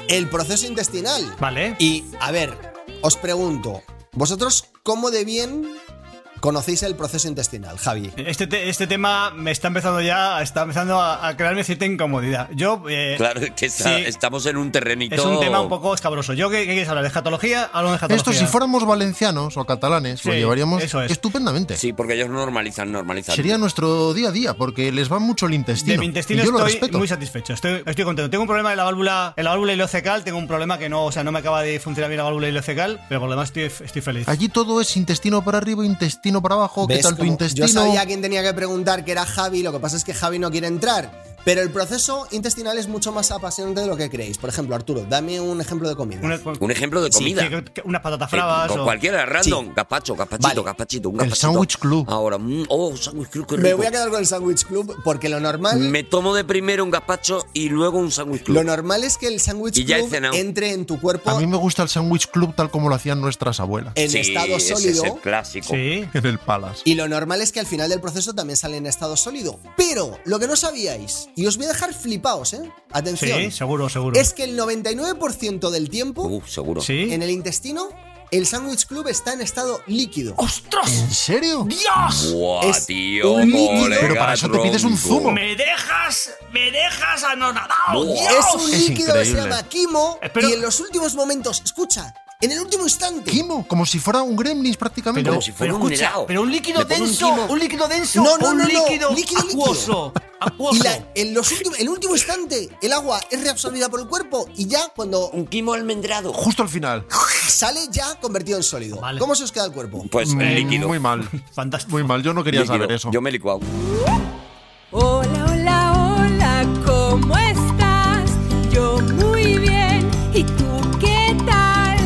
[SPEAKER 3] el proceso intestinal.
[SPEAKER 4] Vale.
[SPEAKER 3] Y a ver, os pregunto, ¿vosotros cómo de bien conocéis el proceso intestinal, Javi?
[SPEAKER 4] Este, te- este tema me está empezando ya, está empezando a, a crearme cierta incomodidad. Yo, eh,
[SPEAKER 1] Claro, es que está-
[SPEAKER 4] sí,
[SPEAKER 1] estamos en un terrenito.
[SPEAKER 4] es un tema un poco escabroso. ¿Yo qué, qué quieres hablar? ¿De escatología? Hablo de escatología.
[SPEAKER 2] Esto, si fuéramos valencianos o catalanes, lo
[SPEAKER 4] Sí,
[SPEAKER 2] llevaríamos
[SPEAKER 4] eso es.
[SPEAKER 2] estupendamente.
[SPEAKER 1] Sí, porque ellos normalizan, normalizan.
[SPEAKER 2] Sería nuestro día a día, porque les va mucho el intestino.
[SPEAKER 4] De mi intestino
[SPEAKER 2] y yo lo
[SPEAKER 4] estoy
[SPEAKER 2] respeto.
[SPEAKER 4] muy satisfecho, estoy, estoy contento. Tengo un problema en la válvula, en la válvula ileocecal, tengo un problema que no, o sea, no me acaba de funcionar bien la válvula ileocecal, pero por lo demás estoy, estoy feliz.
[SPEAKER 2] Allí todo es intestino para arriba, intestino para abajo. ¿Qué
[SPEAKER 3] ¿Ves
[SPEAKER 2] tal tu
[SPEAKER 3] cómo-
[SPEAKER 2] intestino?
[SPEAKER 3] Yo sabía quién tenía que preguntar, que era Javi, lo que pasa es que Javi no quiere entrar. Pero el proceso intestinal es mucho más apasionante de lo que creéis. Por ejemplo, Arturo, dame un ejemplo de comida.
[SPEAKER 4] Una-
[SPEAKER 1] Un ejemplo de
[SPEAKER 4] Sí,
[SPEAKER 1] comida.
[SPEAKER 4] que- que unas patatas
[SPEAKER 1] Eh,
[SPEAKER 4] bravas
[SPEAKER 1] con
[SPEAKER 4] o-
[SPEAKER 1] cualquiera, random.
[SPEAKER 3] Sí.
[SPEAKER 1] Gazpacho, gazpachito,
[SPEAKER 3] Vale.
[SPEAKER 1] gazpachito, un
[SPEAKER 2] El
[SPEAKER 1] gazpachito.
[SPEAKER 2] Sandwich Club.
[SPEAKER 1] Ahora, mm, oh, sándwich club, qué
[SPEAKER 3] Me
[SPEAKER 1] rico.
[SPEAKER 3] voy a quedar con el Sandwich Club porque lo normal,
[SPEAKER 1] Me tomo de primero un gazpacho y luego un sándwich club.
[SPEAKER 3] lo normal es que el Sandwich
[SPEAKER 1] Y ya he
[SPEAKER 3] Club
[SPEAKER 1] cenado.
[SPEAKER 3] entre en tu cuerpo
[SPEAKER 2] A mí me gusta el sándwich club tal como lo hacían nuestras abuelas.
[SPEAKER 3] en
[SPEAKER 1] Sí,
[SPEAKER 3] estado
[SPEAKER 1] ese
[SPEAKER 3] sólido.
[SPEAKER 1] es el clásico.
[SPEAKER 4] Sí.
[SPEAKER 2] En el Palace.
[SPEAKER 3] Y lo normal es que al final del proceso también sale en estado sólido. Pero lo que no sabíais, y os voy a dejar flipaos, ¿eh? Atención.
[SPEAKER 4] Sí, seguro, seguro.
[SPEAKER 3] es que el 99% del tiempo
[SPEAKER 1] Uh, seguro.
[SPEAKER 4] Sí.
[SPEAKER 3] en el intestino, el Sandwich Club está en estado líquido.
[SPEAKER 2] ¿En serio?
[SPEAKER 1] Buah,
[SPEAKER 3] Es
[SPEAKER 1] tío,
[SPEAKER 3] un líquido.
[SPEAKER 1] colega
[SPEAKER 2] Pero para eso te pides un
[SPEAKER 1] tronco.
[SPEAKER 2] zumo.
[SPEAKER 4] Me dejas, me dejas anonadado.
[SPEAKER 1] Buah.
[SPEAKER 4] Dios.
[SPEAKER 3] es un
[SPEAKER 2] Es
[SPEAKER 3] líquido que se
[SPEAKER 2] increíble.
[SPEAKER 3] llama quimo
[SPEAKER 4] Espero-
[SPEAKER 3] y en los últimos momentos, escucha, en el último instante.
[SPEAKER 2] Kimo, como si fuera un gremlins prácticamente.
[SPEAKER 4] Pero,
[SPEAKER 1] si fuera
[SPEAKER 4] pero
[SPEAKER 1] un
[SPEAKER 4] escucha,
[SPEAKER 1] helado.
[SPEAKER 4] pero un líquido
[SPEAKER 1] Le pongo un
[SPEAKER 4] denso,
[SPEAKER 1] quimo.
[SPEAKER 4] un, líquido denso,
[SPEAKER 3] No, no,
[SPEAKER 4] un
[SPEAKER 3] no, no,
[SPEAKER 4] líquido,
[SPEAKER 3] líquido, líquido.
[SPEAKER 1] [laughs]
[SPEAKER 4] acuoso,
[SPEAKER 3] Y
[SPEAKER 4] acuoso.
[SPEAKER 3] la- en los últimos, el último instante, el agua es reabsorbida por el cuerpo y ya cuando
[SPEAKER 1] Un quimo almendrado.
[SPEAKER 2] Justo al final.
[SPEAKER 3] sale, ya convertido en sólido.
[SPEAKER 4] Vale.
[SPEAKER 3] ¿Cómo se os queda el cuerpo?
[SPEAKER 1] Pues
[SPEAKER 2] Mm,
[SPEAKER 1] líquido.
[SPEAKER 2] Muy mal.
[SPEAKER 4] Fantástico.
[SPEAKER 2] Muy mal. Yo no quería
[SPEAKER 1] Líquido.
[SPEAKER 2] saber eso.
[SPEAKER 1] Yo me he licuado.
[SPEAKER 8] Hola, hola, hola, ¿cómo estás? Yo muy bien, ¿y tú qué tal?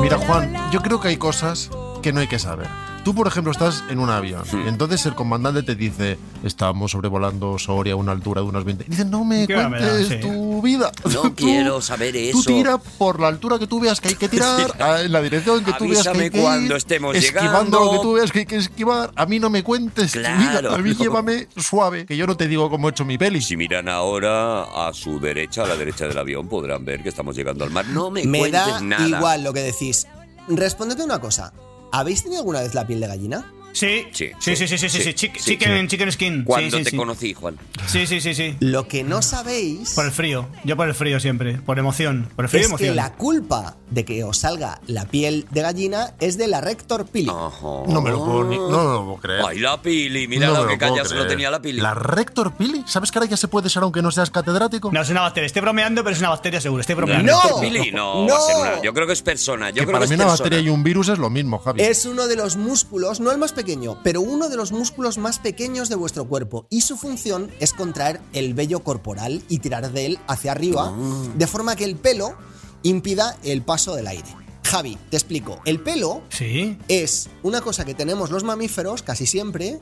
[SPEAKER 2] Mira,
[SPEAKER 8] Hola,
[SPEAKER 2] Juan,
[SPEAKER 8] hola,
[SPEAKER 2] yo creo que hay cosas que no hay que saber. Tú, por ejemplo, estás en un avión. y entonces el comandante te dice: Estamos sobrevolando Soria a una altura de unos 20. Dice: No me
[SPEAKER 4] Qué barbaridad, sí.
[SPEAKER 2] cuentes tu vida.
[SPEAKER 1] No
[SPEAKER 2] Tú-
[SPEAKER 1] quiero saber
[SPEAKER 2] Tú
[SPEAKER 1] eso.
[SPEAKER 2] tira por la altura que tú veas que hay
[SPEAKER 1] [laughs]
[SPEAKER 2] que tirar, a- en la dirección que tú veas que hay
[SPEAKER 1] Avísame
[SPEAKER 2] que ir,
[SPEAKER 1] cuando estemos
[SPEAKER 2] esquivando lo
[SPEAKER 1] llegando.
[SPEAKER 2] que tú veas que hay que esquivar. A mí no me cuentes tu vida.
[SPEAKER 1] Claro.
[SPEAKER 2] A mí llévame suave, que yo no te digo cómo he hecho mi peli.
[SPEAKER 1] Si miran ahora a su derecha, a la derecha del avión, podrán ver que estamos llegando al mar. No me,
[SPEAKER 3] Me
[SPEAKER 1] cuentes
[SPEAKER 3] da
[SPEAKER 1] nada.
[SPEAKER 3] igual lo que decís. Respóndete una cosa. ¿Habéis tenido alguna vez la piel de gallina?
[SPEAKER 4] Sí, sí, sí, sí, sí, sí, sí, Chick-
[SPEAKER 1] sí,
[SPEAKER 4] chicken,
[SPEAKER 1] sí.
[SPEAKER 4] chicken skin. Sí,
[SPEAKER 1] Cuando
[SPEAKER 4] sí,
[SPEAKER 1] te
[SPEAKER 4] sí.
[SPEAKER 1] conocí, Juan.
[SPEAKER 4] Sí, sí, sí, sí.
[SPEAKER 3] Lo que no sabéis
[SPEAKER 4] Por el frío. Yo por el frío siempre. Por emoción. Por el frío y
[SPEAKER 3] es que
[SPEAKER 4] emoción.
[SPEAKER 3] la culpa de que os salga la piel de gallina es de la rector pili.
[SPEAKER 1] Ajá.
[SPEAKER 2] No me lo puedo ni- no me lo puedo creer.
[SPEAKER 1] Ay, la pili, mira
[SPEAKER 2] No me
[SPEAKER 1] lo que
[SPEAKER 2] puedo
[SPEAKER 1] calla, se lo
[SPEAKER 2] creer.
[SPEAKER 1] tenía la pili.
[SPEAKER 2] ¿La rector pili? ¿Sabes que ahora ya se puede ser aunque no seas catedrático?
[SPEAKER 4] No, es una bacteria. Estoy bromeando, pero es una bacteria seguro. Estoy
[SPEAKER 1] La
[SPEAKER 4] bromeando.
[SPEAKER 3] ¡No!
[SPEAKER 1] Dr. Pili, Este no, va a ser una- yo creo que es persona. Yo
[SPEAKER 2] que
[SPEAKER 1] creo
[SPEAKER 2] para
[SPEAKER 1] que
[SPEAKER 2] mí
[SPEAKER 1] es
[SPEAKER 2] una
[SPEAKER 1] persona.
[SPEAKER 2] bacteria y un virus es lo mismo, Javi.
[SPEAKER 3] Es uno de los músculos, no el más pequeño, pero uno de los músculos más pequeños de vuestro cuerpo y su función es contraer el vello corporal y tirar de él hacia arriba, de forma que el pelo impida el paso del aire. Javi, te explico. El pelo
[SPEAKER 4] Sí.
[SPEAKER 3] es una cosa que tenemos los mamíferos casi siempre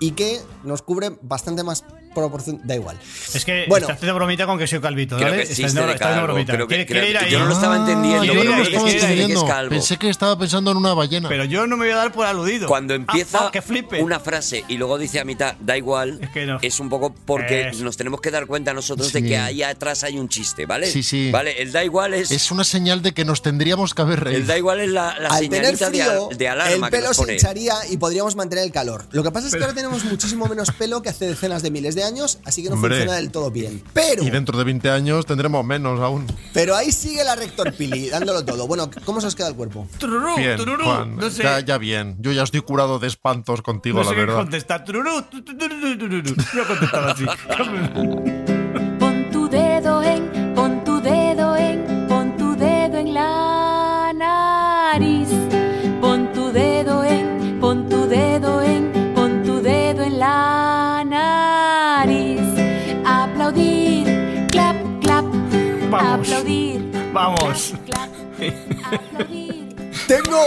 [SPEAKER 3] y que nos cubre bastante más proporción. Da igual.
[SPEAKER 4] Es que
[SPEAKER 3] Bueno.
[SPEAKER 4] está haciendo bromita con que soy calvito,
[SPEAKER 1] Creo
[SPEAKER 4] ¿vale?
[SPEAKER 1] que
[SPEAKER 4] Está
[SPEAKER 1] existe
[SPEAKER 4] haciendo-
[SPEAKER 1] de
[SPEAKER 4] está haciendo
[SPEAKER 1] calvo.
[SPEAKER 4] bromita.
[SPEAKER 1] Creo que-
[SPEAKER 4] Quiere-
[SPEAKER 1] creo
[SPEAKER 4] quiere ir
[SPEAKER 1] que-
[SPEAKER 4] ahí.
[SPEAKER 1] yo no lo estaba entendiendo,
[SPEAKER 2] Ah, yo
[SPEAKER 4] pero
[SPEAKER 2] no
[SPEAKER 4] creo
[SPEAKER 2] lo
[SPEAKER 4] que
[SPEAKER 2] estaba
[SPEAKER 4] es que es
[SPEAKER 2] entendiendo.
[SPEAKER 1] calvo.
[SPEAKER 2] Pensé que estaba pensando en una ballena.
[SPEAKER 4] Pero yo no me voy a dar por aludido.
[SPEAKER 1] Cuando
[SPEAKER 4] Ah,
[SPEAKER 1] empieza
[SPEAKER 4] ah, que flipe.
[SPEAKER 1] una frase y luego dice a mitad, da igual, es,
[SPEAKER 4] Es que no.
[SPEAKER 1] un poco porque
[SPEAKER 4] Es.
[SPEAKER 1] nos tenemos que dar cuenta nosotros
[SPEAKER 2] Sí.
[SPEAKER 1] de que ahí atrás hay un chiste, ¿vale?
[SPEAKER 2] Sí, sí.
[SPEAKER 1] Vale, el da igual es.
[SPEAKER 2] es una señal de que nos tendríamos que haber
[SPEAKER 1] el
[SPEAKER 2] reído.
[SPEAKER 1] da igual es la, la
[SPEAKER 3] Al tener
[SPEAKER 1] señalita de,
[SPEAKER 3] frío,
[SPEAKER 1] al- de alarma
[SPEAKER 3] el
[SPEAKER 1] que
[SPEAKER 3] pelo
[SPEAKER 1] nos
[SPEAKER 3] se
[SPEAKER 1] pone.
[SPEAKER 3] hincharía y podríamos mantener el calor. Lo que pasa es que ahora tenemos muchísimo menos pelo que hace decenas de miles de años, así que no
[SPEAKER 2] Hombre.
[SPEAKER 3] funciona del todo bien. Pero,
[SPEAKER 2] Y dentro de 20 años tendremos menos aún.
[SPEAKER 3] pero ahí sigue la Rector Pili dándolo todo. Bueno, ¿cómo se os queda el cuerpo?
[SPEAKER 4] Tururú,
[SPEAKER 2] Bien,
[SPEAKER 4] tururú.
[SPEAKER 2] Juan,
[SPEAKER 4] no sé.
[SPEAKER 2] ya, ya bien. Yo ya estoy curado de espantos contigo,
[SPEAKER 4] no
[SPEAKER 2] la
[SPEAKER 4] sé qué
[SPEAKER 2] verdad.
[SPEAKER 4] contestar. Tururú, tu, tu, tu, tu, tu, tu, tu. Yo contestaba así. [laughs]
[SPEAKER 7] Pon tu dedo en, pon tu dedo en, pon tu dedo en la nariz. Pon tu dedo en, pon tu dedo en, pon tu dedo en la nariz. Aplaudir, clap, clap.
[SPEAKER 4] Vamos.
[SPEAKER 7] Aplaudir.
[SPEAKER 4] Vamos.
[SPEAKER 7] Clap, clap. Aplaudir.
[SPEAKER 3] Tengo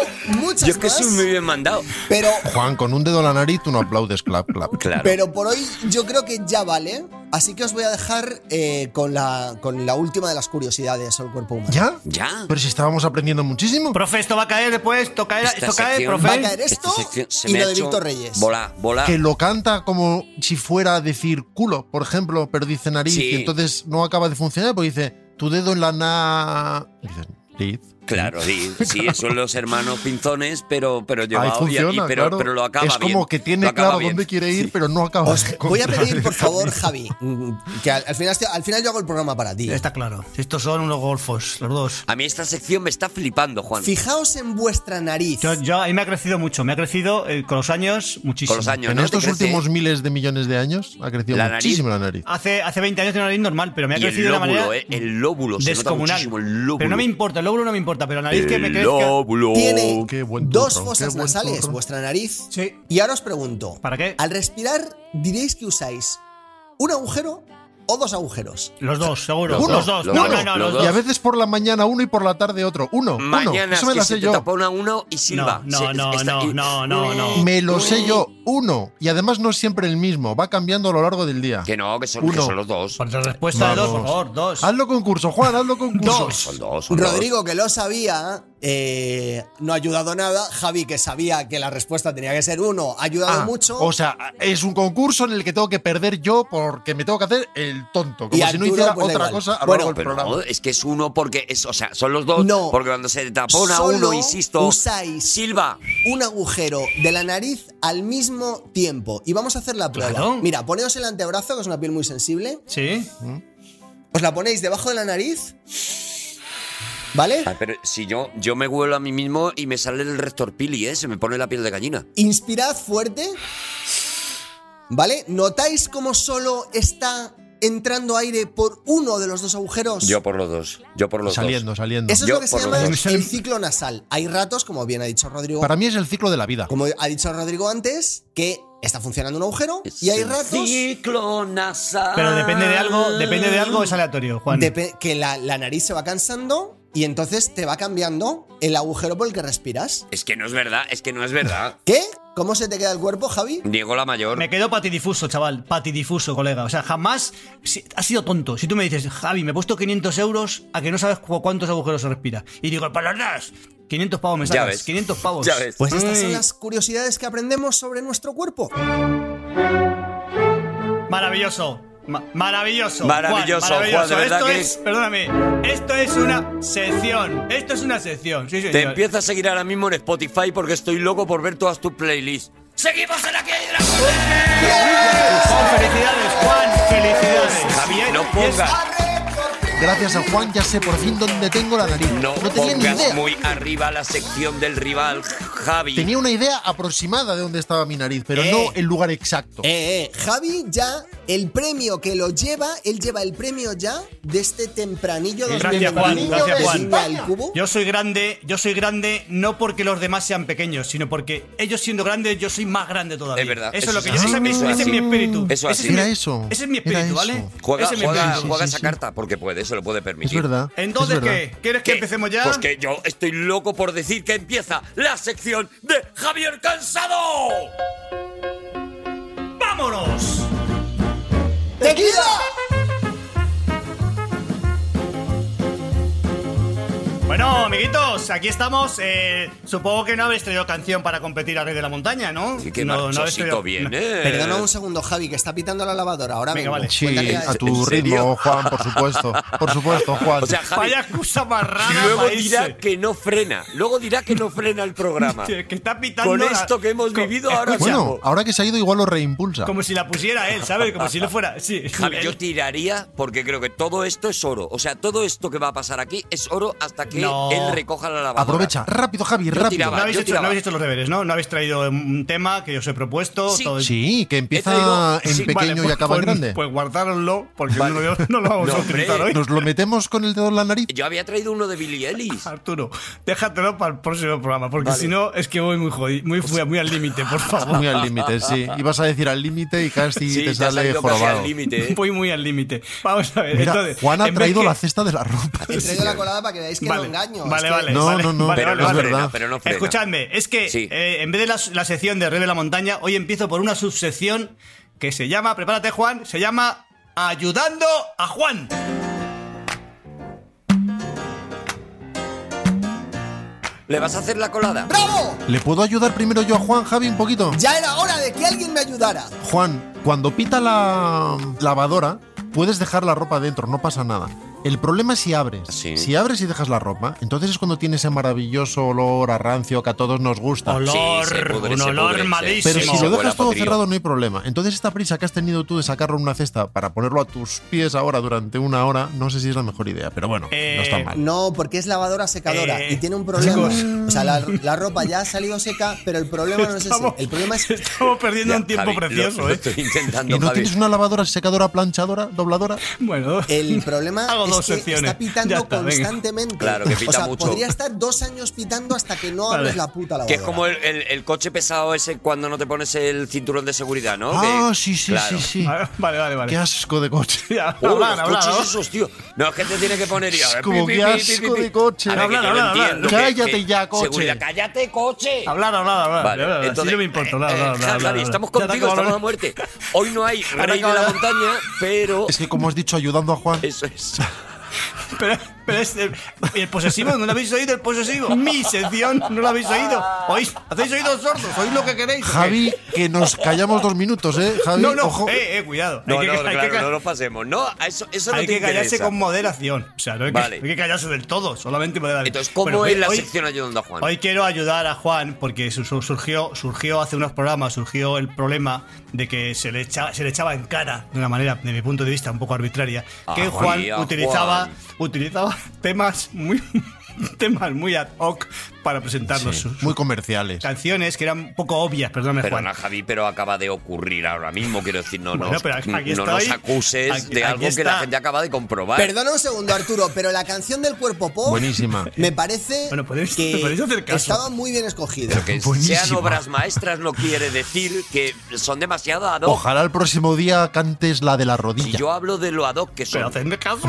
[SPEAKER 3] muchas
[SPEAKER 1] Yo es que
[SPEAKER 3] más,
[SPEAKER 1] soy muy bien mandado.
[SPEAKER 3] pero,
[SPEAKER 2] Juan, con un dedo en la nariz tú no aplaudes, clap, clap.
[SPEAKER 1] Claro.
[SPEAKER 3] pero por hoy yo creo que ya vale. Así que os voy a dejar eh, con, la, con la última de las curiosidades sobre el cuerpo humano.
[SPEAKER 2] ¿Ya?
[SPEAKER 1] ya.
[SPEAKER 2] Pero si estábamos aprendiendo muchísimo.
[SPEAKER 4] Profe, esto va a caer después. Esto cae,
[SPEAKER 1] Esta
[SPEAKER 4] esto cae,
[SPEAKER 1] sección-
[SPEAKER 4] profe.
[SPEAKER 3] Va a caer
[SPEAKER 1] Esta
[SPEAKER 3] esto
[SPEAKER 1] sección se
[SPEAKER 3] y
[SPEAKER 1] me
[SPEAKER 3] lo
[SPEAKER 1] ha
[SPEAKER 3] de
[SPEAKER 1] hecho
[SPEAKER 3] Víctor Reyes.
[SPEAKER 1] Volá, volá.
[SPEAKER 2] Que lo canta como si fuera a decir culo, por ejemplo, pero dice nariz
[SPEAKER 1] Sí.
[SPEAKER 2] y entonces no acaba de funcionar porque dice tu dedo en la na... y dices, nariz.
[SPEAKER 1] Claro,
[SPEAKER 2] [laughs]
[SPEAKER 1] sí, sí, son los hermanos pinzones, pero, pero llevado
[SPEAKER 2] Ahí
[SPEAKER 1] y-
[SPEAKER 2] funciona,
[SPEAKER 1] y, pero,
[SPEAKER 2] claro.
[SPEAKER 1] pero lo acaba
[SPEAKER 2] Es como
[SPEAKER 1] bien,
[SPEAKER 2] que
[SPEAKER 1] lo
[SPEAKER 2] tiene
[SPEAKER 1] acaba
[SPEAKER 2] claro
[SPEAKER 1] bien.
[SPEAKER 2] dónde quiere ir,
[SPEAKER 1] Sí.
[SPEAKER 2] pero no acaba.
[SPEAKER 3] Os
[SPEAKER 2] de
[SPEAKER 3] voy a pedir,
[SPEAKER 2] encontrar
[SPEAKER 3] por
[SPEAKER 2] el
[SPEAKER 3] favor,
[SPEAKER 2] camino.
[SPEAKER 3] Javi, mm, que al, al final, al final yo hago el programa para ti.
[SPEAKER 4] Está claro. Estos son unos golfos, los dos.
[SPEAKER 1] A mí esta sección me está flipando, Juan.
[SPEAKER 3] Fijaos en vuestra nariz.
[SPEAKER 4] Yo, yo- a mí me ha crecido mucho. Me ha crecido eh, con los años muchísimo.
[SPEAKER 1] Con los años,
[SPEAKER 2] En
[SPEAKER 1] ¿no?
[SPEAKER 2] estos
[SPEAKER 1] ¿Te crece?
[SPEAKER 2] últimos miles de millones de años ha crecido
[SPEAKER 1] La nariz.
[SPEAKER 2] muchísimo la nariz.
[SPEAKER 4] Hace, hace 20 años tenía una nariz normal, pero me ha
[SPEAKER 1] Y el
[SPEAKER 4] crecido de una
[SPEAKER 1] lóbulo,
[SPEAKER 4] manera
[SPEAKER 1] eh, el lóbulo, se nota
[SPEAKER 4] descomunal.
[SPEAKER 1] muchísimo el lóbulo.
[SPEAKER 4] Pero no me importa, el lóbulo no me importa, pero la nariz que me crezca.
[SPEAKER 1] lóbulo.
[SPEAKER 3] Tiene
[SPEAKER 2] Oh, qué buen
[SPEAKER 3] dos
[SPEAKER 2] turrón,
[SPEAKER 3] fosas
[SPEAKER 2] qué buen
[SPEAKER 3] nasales,
[SPEAKER 2] turrón.
[SPEAKER 3] vuestra nariz.
[SPEAKER 4] Sí.
[SPEAKER 3] Y ahora os pregunto,
[SPEAKER 4] ¿Para qué?
[SPEAKER 3] al respirar diréis que usáis un agujero o dos agujeros.
[SPEAKER 4] Los dos, seguro.
[SPEAKER 2] Uno,
[SPEAKER 4] los dos.
[SPEAKER 1] los
[SPEAKER 4] no,
[SPEAKER 1] dos,
[SPEAKER 4] no, no, los
[SPEAKER 1] los dos.
[SPEAKER 2] Y a
[SPEAKER 4] dos.
[SPEAKER 2] veces por la mañana uno y por la tarde otro. Uno, uno.
[SPEAKER 1] Mañana
[SPEAKER 2] Eso me
[SPEAKER 1] que
[SPEAKER 2] la sé
[SPEAKER 1] se te
[SPEAKER 2] yo.
[SPEAKER 1] tapa una uno y silba.
[SPEAKER 4] No,
[SPEAKER 1] Se-
[SPEAKER 4] no,
[SPEAKER 1] está-
[SPEAKER 4] no, no, no, no.
[SPEAKER 2] Me lo sé yo. Uno. Y además no es siempre el mismo. Va cambiando a lo largo del día.
[SPEAKER 1] Que no, que son, que
[SPEAKER 2] Uno.
[SPEAKER 1] son los dos.
[SPEAKER 4] Por la respuesta de dos, por
[SPEAKER 2] Vamos.
[SPEAKER 4] favor, dos.
[SPEAKER 2] Hazlo concurso, Juan, hazlo concurso.
[SPEAKER 4] Dos.
[SPEAKER 1] Son dos, son dos.
[SPEAKER 3] Rodrigo, que lo sabía, eh, no ha ayudado nada. Javi, que sabía que la respuesta tenía que ser uno, ha ayudado
[SPEAKER 2] Ah,
[SPEAKER 3] mucho.
[SPEAKER 2] O sea, es un concurso en el que tengo que perder yo porque me tengo que hacer el tonto. Como
[SPEAKER 3] Y
[SPEAKER 2] si no
[SPEAKER 3] Arturo,
[SPEAKER 2] hiciera
[SPEAKER 3] pues, da
[SPEAKER 2] otra
[SPEAKER 3] igual.
[SPEAKER 2] cosa a lo
[SPEAKER 3] Bueno,
[SPEAKER 2] largo del
[SPEAKER 1] Pero no,
[SPEAKER 2] programa.
[SPEAKER 1] es que es uno porque es, o sea, son los dos.
[SPEAKER 3] No.
[SPEAKER 1] Porque cuando se te tapona
[SPEAKER 3] Solo
[SPEAKER 1] uno, insisto,
[SPEAKER 3] usáis-
[SPEAKER 1] silba.
[SPEAKER 3] un agujero de la nariz al mismo tiempo. Y vamos a hacer la prueba.
[SPEAKER 4] Claro.
[SPEAKER 3] Mira, poneos el antebrazo, que es una piel muy sensible.
[SPEAKER 4] Sí.
[SPEAKER 3] Os la ponéis debajo de la nariz. ¿Vale?
[SPEAKER 1] Ah, pero si yo, yo me huelo a mí mismo y me sale el rector pili, ¿eh? Se me pone la piel de gallina.
[SPEAKER 3] Inspirad fuerte. ¿Vale? ¿Notáis cómo solo está entrando aire por uno de los dos agujeros?
[SPEAKER 1] Yo por los dos. Yo por los
[SPEAKER 2] Saliendo,
[SPEAKER 1] dos.
[SPEAKER 2] saliendo.
[SPEAKER 3] Eso es
[SPEAKER 1] yo
[SPEAKER 3] lo que se
[SPEAKER 1] por
[SPEAKER 3] llama
[SPEAKER 1] los
[SPEAKER 4] dos.
[SPEAKER 3] el ciclo nasal. Hay ratos, como bien ha dicho Rodrigo,
[SPEAKER 2] Para mí es el ciclo de la vida.
[SPEAKER 3] como ha dicho Rodrigo antes, que está funcionando un agujero y hay
[SPEAKER 1] Es el
[SPEAKER 3] ratos
[SPEAKER 1] Ciclo nasal.
[SPEAKER 4] Pero depende de algo, depende de algo, es aleatorio, Juan.
[SPEAKER 3] Depe- que la, la nariz se va cansando y entonces te va cambiando el agujero por el que respiras.
[SPEAKER 1] Es que no es verdad, es que no es verdad.
[SPEAKER 3] ¿Qué? ¿Cómo se te queda el cuerpo, Javi?
[SPEAKER 1] Diego la mayor.
[SPEAKER 4] Me quedo patidifuso, chaval. Patidifuso, colega. O sea, jamás. si- has sido tonto. Si tú me dices, Javi, me he puesto 500 euros a que no sabes cu- cuántos agujeros se respira. Y digo, "Pues para las 500 pavos me
[SPEAKER 1] Ya
[SPEAKER 4] sacas.
[SPEAKER 1] ves.
[SPEAKER 4] 500 pavos.
[SPEAKER 1] Ya ves.
[SPEAKER 3] Pues estas
[SPEAKER 4] Mm.
[SPEAKER 3] son las curiosidades que aprendemos sobre nuestro cuerpo.
[SPEAKER 4] Maravilloso. Ma- maravilloso.
[SPEAKER 1] Maravilloso, Juan, de verdad
[SPEAKER 4] esto
[SPEAKER 1] que-
[SPEAKER 4] es. Perdóname. Esto es una sección. Esto es una sección. Sí, señor.
[SPEAKER 1] Te empiezo a seguir ahora mismo en Spotify porque estoy loco por ver todas tus playlists. ¡Seguimos en Aquí hay
[SPEAKER 4] Juan, felicidades, Juan, felicidades.
[SPEAKER 1] Javier, no
[SPEAKER 4] y es-
[SPEAKER 1] pongas,
[SPEAKER 2] Gracias a Juan ya sé por fin dónde tengo la nariz.
[SPEAKER 1] no
[SPEAKER 2] tenía ni idea.
[SPEAKER 1] pongas muy arriba la sección del rival, Javi.
[SPEAKER 2] Tenía una idea aproximada de dónde estaba mi nariz, pero
[SPEAKER 3] Eh.
[SPEAKER 2] no el lugar exacto.
[SPEAKER 3] Eh, eh, Javi ya, el premio que lo lleva, él lleva el premio ya de este tempranillo.
[SPEAKER 4] Gracias,
[SPEAKER 3] 2021
[SPEAKER 4] Juan, gracias,
[SPEAKER 3] de
[SPEAKER 4] Juan.
[SPEAKER 3] Sigma del Cubo.
[SPEAKER 4] Yo soy grande, yo soy grande no porque los demás sean pequeños, sino porque ellos siendo grandes, yo soy más grande todavía.
[SPEAKER 1] Es verdad,
[SPEAKER 4] Eso,
[SPEAKER 1] eso
[SPEAKER 4] es lo que
[SPEAKER 1] sí,
[SPEAKER 4] yo. Ese, es mi-
[SPEAKER 1] eso
[SPEAKER 4] ese es
[SPEAKER 1] así.
[SPEAKER 4] mi espíritu.
[SPEAKER 1] Eso
[SPEAKER 4] ese
[SPEAKER 1] así.
[SPEAKER 4] es mi-
[SPEAKER 2] Era eso,
[SPEAKER 4] Ese es mi
[SPEAKER 2] era
[SPEAKER 4] espíritu,
[SPEAKER 2] eso.
[SPEAKER 4] ¿vale?
[SPEAKER 1] Juega,
[SPEAKER 4] ese es mi
[SPEAKER 1] juega-
[SPEAKER 4] espíritu.
[SPEAKER 1] juega
[SPEAKER 2] Sí, sí,
[SPEAKER 1] esa
[SPEAKER 2] sí.
[SPEAKER 1] carta porque puede, se lo puede
[SPEAKER 2] Es
[SPEAKER 1] permitir.
[SPEAKER 2] verdad. es
[SPEAKER 4] Entonces,
[SPEAKER 2] verdad.
[SPEAKER 4] ¿qué? ¿Quieres que
[SPEAKER 1] ¿Qué?
[SPEAKER 4] empecemos ya?
[SPEAKER 1] Pues que yo estoy loco por decir que empieza la sección de Javier Cansado.
[SPEAKER 4] ¡Vámonos!
[SPEAKER 3] ¡Tequila!
[SPEAKER 4] Bueno, amiguitos, aquí estamos. eh, supongo que no habéis traído canción para competir a Rey de la Montaña, ¿no?
[SPEAKER 1] Sí, que
[SPEAKER 4] no, no habéis
[SPEAKER 1] marchosito
[SPEAKER 4] traído-
[SPEAKER 1] bien,
[SPEAKER 4] no.
[SPEAKER 1] ¿eh?
[SPEAKER 3] Perdona un segundo, Javi, que está pitando la lavadora. Ahora
[SPEAKER 4] Venga,
[SPEAKER 3] vengo.
[SPEAKER 4] vale.
[SPEAKER 2] Sí,
[SPEAKER 3] Cuéntale este
[SPEAKER 2] a
[SPEAKER 1] ¿En
[SPEAKER 2] tu
[SPEAKER 1] serio?
[SPEAKER 2] ritmo, Juan, por supuesto. Por supuesto, Juan.
[SPEAKER 1] O sea, Javi,
[SPEAKER 4] Vaya excusa más rara
[SPEAKER 1] luego
[SPEAKER 4] para irse.
[SPEAKER 1] dirá que no frena. Luego dirá que no frena
[SPEAKER 4] [laughs]
[SPEAKER 1] el programa.
[SPEAKER 4] Que está pitando
[SPEAKER 1] Con
[SPEAKER 4] la-
[SPEAKER 1] esto que hemos
[SPEAKER 4] co-
[SPEAKER 1] vivido ahora
[SPEAKER 4] Escucha,
[SPEAKER 1] mismo.
[SPEAKER 2] bueno, ahora que se ha ido, igual lo reimpulsa.
[SPEAKER 4] Como si la pusiera él, ¿sabes? Como si lo fuera. Sí.
[SPEAKER 1] Javi, yo
[SPEAKER 4] Él-
[SPEAKER 1] tiraría porque creo que todo esto es oro. O sea, todo esto que va a pasar aquí es oro hasta que
[SPEAKER 4] No.
[SPEAKER 1] él recoja la lavadora.
[SPEAKER 2] Aprovecha, rápido, Javi,
[SPEAKER 1] Yo
[SPEAKER 2] rápido.
[SPEAKER 1] tiraba.
[SPEAKER 4] no, habéis
[SPEAKER 1] yo
[SPEAKER 4] hecho, no
[SPEAKER 1] tiraba.
[SPEAKER 4] habéis hecho los deberes, ¿no? No habéis traído un tema que yo os he propuesto.
[SPEAKER 1] Sí.
[SPEAKER 4] todo-
[SPEAKER 2] Sí, que empieza
[SPEAKER 1] He traído-
[SPEAKER 2] en
[SPEAKER 1] sí,
[SPEAKER 2] pequeño
[SPEAKER 4] Vale,
[SPEAKER 2] y
[SPEAKER 4] pues-
[SPEAKER 2] acaba en
[SPEAKER 4] pues-
[SPEAKER 2] grande.
[SPEAKER 4] Pues guardároslo, porque
[SPEAKER 1] Vale.
[SPEAKER 4] no, lo, no lo vamos
[SPEAKER 1] No,
[SPEAKER 4] a
[SPEAKER 1] hombre.
[SPEAKER 4] utilizar hoy.
[SPEAKER 2] ¿Nos lo metemos con el dedo en
[SPEAKER 4] [laughs]
[SPEAKER 2] la nariz?
[SPEAKER 1] Yo había traído uno de Billy Ellis.
[SPEAKER 4] Arturo, déjatelo para el próximo programa, porque si no es que voy muy jodi- muy, fu-
[SPEAKER 2] Pues-
[SPEAKER 4] muy al límite,
[SPEAKER 2] [laughs]
[SPEAKER 4] por favor.
[SPEAKER 2] Muy al límite, sí. Ibas a decir al límite y casi
[SPEAKER 1] Sí,
[SPEAKER 2] te
[SPEAKER 1] te ha
[SPEAKER 2] sale
[SPEAKER 1] salido casi
[SPEAKER 2] jorobado.
[SPEAKER 1] al límite. ¿eh?
[SPEAKER 4] Voy muy al límite. Vamos a ver.
[SPEAKER 2] Mira,
[SPEAKER 4] entonces,
[SPEAKER 2] Juan ha
[SPEAKER 4] en vez
[SPEAKER 2] traído
[SPEAKER 4] que-
[SPEAKER 2] la cesta de
[SPEAKER 4] [laughs]
[SPEAKER 2] la ropa.
[SPEAKER 3] He traído la colada para que veáis que no engaño.
[SPEAKER 4] Vale,
[SPEAKER 3] Es que-
[SPEAKER 4] vale.
[SPEAKER 2] No,
[SPEAKER 4] vale,
[SPEAKER 2] no, no.
[SPEAKER 4] vale,
[SPEAKER 1] Pero
[SPEAKER 4] vale,
[SPEAKER 1] no
[SPEAKER 4] vale.
[SPEAKER 1] frena, pero no frena.
[SPEAKER 4] Escuchadme, es que
[SPEAKER 1] Sí.
[SPEAKER 4] eh, en vez de la, la sección de Rey de la Montaña, hoy empiezo por una subsección que se llama, prepárate Juan, se llama Ayudando a Juan.
[SPEAKER 1] ¿Le vas a hacer la colada?
[SPEAKER 3] ¡Bravo!
[SPEAKER 2] ¿Le puedo ayudar primero yo a Juan, Javi, un poquito?
[SPEAKER 3] Ya era hora de que alguien me ayudara.
[SPEAKER 2] Juan, cuando pita la lavadora, puedes dejar la ropa dentro, no pasa nada. El problema es si abres.
[SPEAKER 1] Sí.
[SPEAKER 2] Si abres y dejas la ropa, entonces es cuando tiene ese maravilloso olor a rancio que a todos nos gusta.
[SPEAKER 4] Olor,
[SPEAKER 1] se pudre,
[SPEAKER 4] un
[SPEAKER 1] se
[SPEAKER 4] olor
[SPEAKER 1] pudre, se-
[SPEAKER 4] malísimo.
[SPEAKER 2] Pero
[SPEAKER 1] Sí,
[SPEAKER 2] si
[SPEAKER 1] se
[SPEAKER 2] lo
[SPEAKER 1] vuela
[SPEAKER 2] dejas todo
[SPEAKER 1] podrido.
[SPEAKER 2] cerrado no hay problema. Entonces esta prisa que has tenido tú de sacarlo en una cesta para ponerlo a tus pies ahora durante una hora, no sé si es la mejor idea, pero bueno,
[SPEAKER 4] Eh,
[SPEAKER 2] no está mal.
[SPEAKER 3] No, porque es lavadora secadora
[SPEAKER 4] Eh,
[SPEAKER 3] y tiene un problema.
[SPEAKER 4] chicos.
[SPEAKER 3] O sea, la, la ropa ya ha salido seca, pero el problema no es ese.
[SPEAKER 4] Estamos-
[SPEAKER 3] El problema es
[SPEAKER 4] Estamos perdiendo
[SPEAKER 1] Ya,
[SPEAKER 4] un tiempo
[SPEAKER 1] Javi, lo-
[SPEAKER 4] precioso,
[SPEAKER 1] lo
[SPEAKER 4] ¿eh?
[SPEAKER 1] estoy
[SPEAKER 2] ¿Y
[SPEAKER 1] intentando,
[SPEAKER 2] no
[SPEAKER 1] Javi.
[SPEAKER 2] tienes una lavadora, secadora, planchadora, dobladora?
[SPEAKER 4] Bueno,
[SPEAKER 1] Eh.
[SPEAKER 3] El problema
[SPEAKER 4] [laughs] Hago dos
[SPEAKER 3] es que
[SPEAKER 4] secciones.
[SPEAKER 3] está pitando
[SPEAKER 4] Ya está, venga.
[SPEAKER 3] constantemente.
[SPEAKER 1] Claro, que pita
[SPEAKER 3] o sea,
[SPEAKER 1] mucho.
[SPEAKER 3] podría estar dos años pitando hasta que no
[SPEAKER 4] Vale.
[SPEAKER 3] abres la puta lavadora.
[SPEAKER 1] Que es como el, el- el coche pesado ese cuando no te pones el cinturón de seguridad, ¿no?
[SPEAKER 2] Ah,
[SPEAKER 1] Que-
[SPEAKER 2] sí, sí,
[SPEAKER 1] claro.
[SPEAKER 2] sí, sí.
[SPEAKER 4] Vale, vale, vale.
[SPEAKER 2] Qué asco de coche.
[SPEAKER 4] [laughs] Ya,
[SPEAKER 1] Uh, los
[SPEAKER 4] hablan, hablan,
[SPEAKER 1] coches
[SPEAKER 4] ¿no?
[SPEAKER 1] esos, tío. No, es que te tiene que poner y a ver,
[SPEAKER 2] Como
[SPEAKER 1] pi,
[SPEAKER 2] que
[SPEAKER 1] pi, pi,
[SPEAKER 2] asco
[SPEAKER 1] pi, pi.
[SPEAKER 2] de coche.
[SPEAKER 1] A ver, que
[SPEAKER 4] Hablan,
[SPEAKER 1] yo lo
[SPEAKER 4] hablan, hablan.
[SPEAKER 1] entiendo, que-
[SPEAKER 2] Cállate
[SPEAKER 1] que-
[SPEAKER 2] ya, coche.
[SPEAKER 1] Seguridad, cállate, coche.
[SPEAKER 4] Hablar, hablar, hablar.
[SPEAKER 1] Vale,
[SPEAKER 4] hablar, hablar.
[SPEAKER 1] entonces,
[SPEAKER 4] sí, no me importa. Hablar,
[SPEAKER 1] eh,
[SPEAKER 4] hablar, hablar,
[SPEAKER 1] Javi,
[SPEAKER 4] hablar.
[SPEAKER 1] estamos
[SPEAKER 4] Ya te
[SPEAKER 1] contigo,
[SPEAKER 4] acabo de
[SPEAKER 1] estamos a
[SPEAKER 4] hablar.
[SPEAKER 1] muerte. Hoy
[SPEAKER 4] [laughs]
[SPEAKER 1] no hay rey
[SPEAKER 4] acabo
[SPEAKER 1] de
[SPEAKER 4] de
[SPEAKER 1] la
[SPEAKER 4] hablar.
[SPEAKER 1] montaña,
[SPEAKER 4] [laughs]
[SPEAKER 1] pero
[SPEAKER 2] Es que como has dicho, ayudando a Juan.
[SPEAKER 1] eso es.
[SPEAKER 4] Pero, pero es el, ¿y el posesivo, ¿no lo habéis oído? El posesivo. Mi sección, ¿no lo habéis oído? ¿Oís? ¿Hacéis oídos sordos? ¿Oís lo que queréis? o qué?
[SPEAKER 2] Javi, que nos callamos dos minutos, ¿eh? Javi,
[SPEAKER 4] No, no,
[SPEAKER 2] ojo.
[SPEAKER 4] eh, eh, cuidado.
[SPEAKER 1] No,
[SPEAKER 4] hay que,
[SPEAKER 1] no,
[SPEAKER 4] hay
[SPEAKER 1] claro,
[SPEAKER 4] que,
[SPEAKER 1] no nos pasemos. No, a eso, eso no
[SPEAKER 4] hay
[SPEAKER 1] te
[SPEAKER 4] que callarse
[SPEAKER 1] interesa.
[SPEAKER 4] con moderación. O sea, no hay que,
[SPEAKER 1] Vale.
[SPEAKER 4] hay que callarse del todo, solamente moderación.
[SPEAKER 1] Entonces, ¿cómo
[SPEAKER 4] Bueno,
[SPEAKER 1] es la
[SPEAKER 4] hoy-
[SPEAKER 1] sección ayudando a Juan?
[SPEAKER 4] Hoy quiero ayudar a Juan porque su- su- surgió, surgió hace unos programas, surgió el problema de que se le, echa- se le echaba en cara, de una manera, de mi punto de vista, un poco arbitraria, que
[SPEAKER 1] Ah,
[SPEAKER 4] Juan
[SPEAKER 1] Juan.
[SPEAKER 4] utilizaba, utilizaba [laughs] temas muy [laughs] temas muy ad hoc para presentarnos sus, sus
[SPEAKER 2] Muy comerciales.
[SPEAKER 4] canciones que eran un poco obvias, perdóname
[SPEAKER 1] Pero
[SPEAKER 4] Juan.
[SPEAKER 1] Ana Javi, pero acaba de ocurrir ahora mismo. Quiero decir, no,
[SPEAKER 4] Bueno,
[SPEAKER 1] nos,
[SPEAKER 4] pero aquí
[SPEAKER 1] no
[SPEAKER 4] estoy.
[SPEAKER 1] nos acuses
[SPEAKER 4] Aquí-
[SPEAKER 1] de
[SPEAKER 4] aquí
[SPEAKER 1] algo que la
[SPEAKER 4] está.
[SPEAKER 1] gente acaba de comprobar.
[SPEAKER 3] Perdona un segundo, Arturo, pero la canción del cuerpo pop
[SPEAKER 2] Buenísima.
[SPEAKER 3] me parece
[SPEAKER 4] Bueno, podéis-
[SPEAKER 3] que
[SPEAKER 4] [laughs] podéis hacer caso.
[SPEAKER 3] estaba muy bien escogida.
[SPEAKER 1] Que sean
[SPEAKER 2] Buenísima.
[SPEAKER 1] obras maestras no quiere decir que son demasiado ad hoc.
[SPEAKER 2] Ojalá el próximo día cantes la de la
[SPEAKER 1] Si
[SPEAKER 2] rodilla.
[SPEAKER 1] yo hablo de lo ad hoc que son.
[SPEAKER 4] Pero hacedme caso.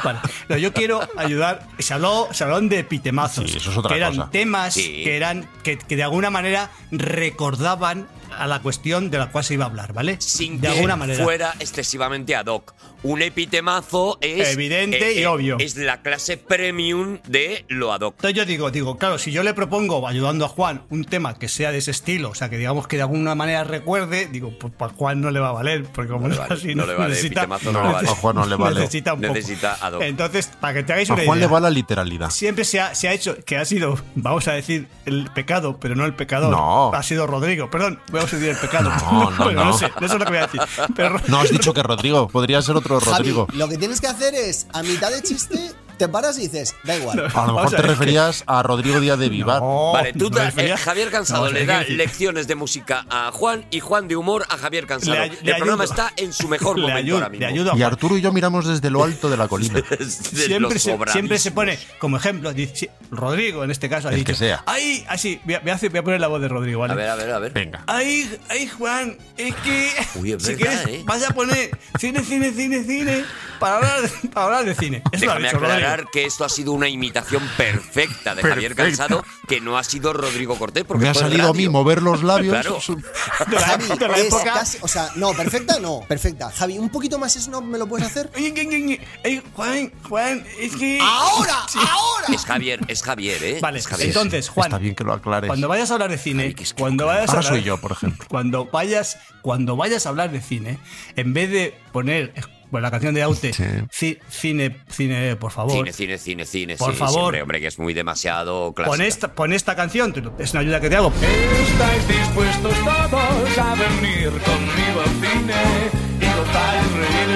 [SPEAKER 4] [laughs] Vale. No, yo quiero ayudar. Se habló, se hablaron de pitemazos.
[SPEAKER 2] Sí, eso es otra
[SPEAKER 4] que eran
[SPEAKER 2] cosa.
[SPEAKER 4] temas
[SPEAKER 1] Sí.
[SPEAKER 4] que eran. Que, que de alguna manera recordaban a la cuestión de la cual se iba a hablar, ¿vale?
[SPEAKER 1] Sin
[SPEAKER 4] de
[SPEAKER 1] que
[SPEAKER 4] alguna manera.
[SPEAKER 1] fuera excesivamente ad hoc. Un epitemazo es. eh,
[SPEAKER 4] Evidente y obvio.
[SPEAKER 1] Es la clase premium de lo ad hoc.
[SPEAKER 4] Entonces yo digo, digo, claro, si yo le propongo, ayudando a Juan, un tema que sea de ese estilo, o sea, que digamos que de alguna manera recuerde, digo, pues para Juan no le va a valer, porque como
[SPEAKER 1] le
[SPEAKER 4] no, [laughs]
[SPEAKER 1] vale,
[SPEAKER 4] así,
[SPEAKER 1] no le vale,
[SPEAKER 4] necesita, [laughs]
[SPEAKER 1] pitemazo no le vale.
[SPEAKER 2] A Juan no le vale.
[SPEAKER 4] Necesita un poco.
[SPEAKER 1] Necesita ad hoc.
[SPEAKER 4] Entonces, para que te hagáis
[SPEAKER 2] A
[SPEAKER 4] una
[SPEAKER 2] Juan le
[SPEAKER 4] idea,
[SPEAKER 2] va la literalidad.
[SPEAKER 4] siempre se ha, se ha hecho, que ha sido, vamos a decir, el pecado, pero no el pecador.
[SPEAKER 2] No.
[SPEAKER 4] Ha sido Rodrigo, perdón, voy a decir el pecado.
[SPEAKER 2] [laughs] No,
[SPEAKER 4] [laughs]
[SPEAKER 2] no,
[SPEAKER 4] Bueno,
[SPEAKER 2] no.
[SPEAKER 4] sé, no sé lo que voy a decir. Pero, [laughs]
[SPEAKER 2] No has dicho que Rodrigo, podría ser otro
[SPEAKER 3] Javi,
[SPEAKER 2] Rodrigo.
[SPEAKER 3] lo que tienes que hacer es, a mitad de chiste, te paras y dices, da
[SPEAKER 4] [laughs]
[SPEAKER 3] igual.
[SPEAKER 2] A lo
[SPEAKER 4] Vamos
[SPEAKER 2] mejor
[SPEAKER 4] a
[SPEAKER 2] te
[SPEAKER 4] ver,
[SPEAKER 2] referías a Rodrigo Díaz de Vivar.
[SPEAKER 4] No,
[SPEAKER 1] Vale, tú
[SPEAKER 4] no
[SPEAKER 1] da-
[SPEAKER 4] me refería-
[SPEAKER 1] eh, Javier Cansado
[SPEAKER 4] Vamos a ver,
[SPEAKER 1] le
[SPEAKER 4] ¿qué
[SPEAKER 1] da
[SPEAKER 4] decir?
[SPEAKER 1] lecciones de música a Juan y Juan de humor a Javier Cansado.
[SPEAKER 4] Le ay- le
[SPEAKER 1] el programa
[SPEAKER 4] ayudo.
[SPEAKER 1] está en su
[SPEAKER 4] [laughs]
[SPEAKER 1] mejor
[SPEAKER 4] Le
[SPEAKER 1] momento
[SPEAKER 4] ayudo-
[SPEAKER 1] ahora mismo.
[SPEAKER 4] le ayudo a
[SPEAKER 2] Y
[SPEAKER 4] Juan.
[SPEAKER 2] Arturo y yo miramos desde lo alto de la colina.
[SPEAKER 1] [laughs] Es de
[SPEAKER 4] siempre
[SPEAKER 1] los
[SPEAKER 4] se, siempre se
[SPEAKER 1] sobravísimos.
[SPEAKER 4] pone como ejemplo. dice, sí, Rodrigo, en este caso, ha
[SPEAKER 2] El
[SPEAKER 4] dicho.
[SPEAKER 2] que sea.
[SPEAKER 4] Ahí, así, voy a, voy a hacer- voy a poner la voz de Rodrigo, ¿vale?
[SPEAKER 1] A ver, a ver, a ver.
[SPEAKER 2] Venga.
[SPEAKER 4] Ay, ay, Juan, es que.
[SPEAKER 1] [laughs] Uy, es
[SPEAKER 4] si
[SPEAKER 1] verdad,
[SPEAKER 4] quieres,
[SPEAKER 1] ¿eh?
[SPEAKER 4] vas a poner cine, cine, cine, cine. Para hablar, para hablar de [laughs] cine. Eso lo ha
[SPEAKER 1] Déjame
[SPEAKER 4] dicho
[SPEAKER 1] aclarar
[SPEAKER 4] Rodrigo.
[SPEAKER 1] que esto ha sido una imitación perfecta de Javier
[SPEAKER 2] Perfecta.
[SPEAKER 1] Cansado, que no ha sido Rodrigo Cortés, porque
[SPEAKER 2] Me ha
[SPEAKER 1] esto es
[SPEAKER 2] salido a mí
[SPEAKER 1] radio.
[SPEAKER 2] mover los labios.
[SPEAKER 1] Claro.
[SPEAKER 4] [laughs] De la,
[SPEAKER 3] Javi,
[SPEAKER 4] de la
[SPEAKER 3] es
[SPEAKER 4] época.
[SPEAKER 3] casi. O sea, no, perfecta no, perfecta. Javi, un poquito más eso no me lo puedes hacer.
[SPEAKER 4] Oye, que- que- que- ay, Juan, Juan, es que.
[SPEAKER 3] ¡Ahora! ¡Ahora!
[SPEAKER 1] Es Javier, es Javier, ¿eh?
[SPEAKER 4] Vale,
[SPEAKER 1] Ah, Es Javier.
[SPEAKER 4] entonces, Juan.
[SPEAKER 2] Está bien que lo aclares.
[SPEAKER 4] Cuando vayas a hablar de cine,
[SPEAKER 1] Ay, que es que
[SPEAKER 4] cuando vayas a
[SPEAKER 2] Ahora
[SPEAKER 4] hablar-
[SPEAKER 2] soy yo, por ejemplo.
[SPEAKER 4] Cuando vayas, cuando vayas a hablar de cine, en vez de poner eh, bueno, la canción de Aute,
[SPEAKER 2] Sí.
[SPEAKER 4] ci- cine, cine, por favor.
[SPEAKER 1] Cine, cine, cine, cine.
[SPEAKER 4] Por
[SPEAKER 1] sí,
[SPEAKER 4] favor.
[SPEAKER 1] siempre, hombre, que es muy demasiado clásico.
[SPEAKER 4] Pon esta, pon esta canción, tú- es una ayuda que te hago.
[SPEAKER 5] ¿Estáis dispuestos todos a venir conmigo al cine y gozar y reír en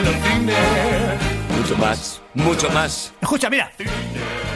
[SPEAKER 5] el cine?
[SPEAKER 1] Mucho más, mucho más.
[SPEAKER 4] Escucha, mira.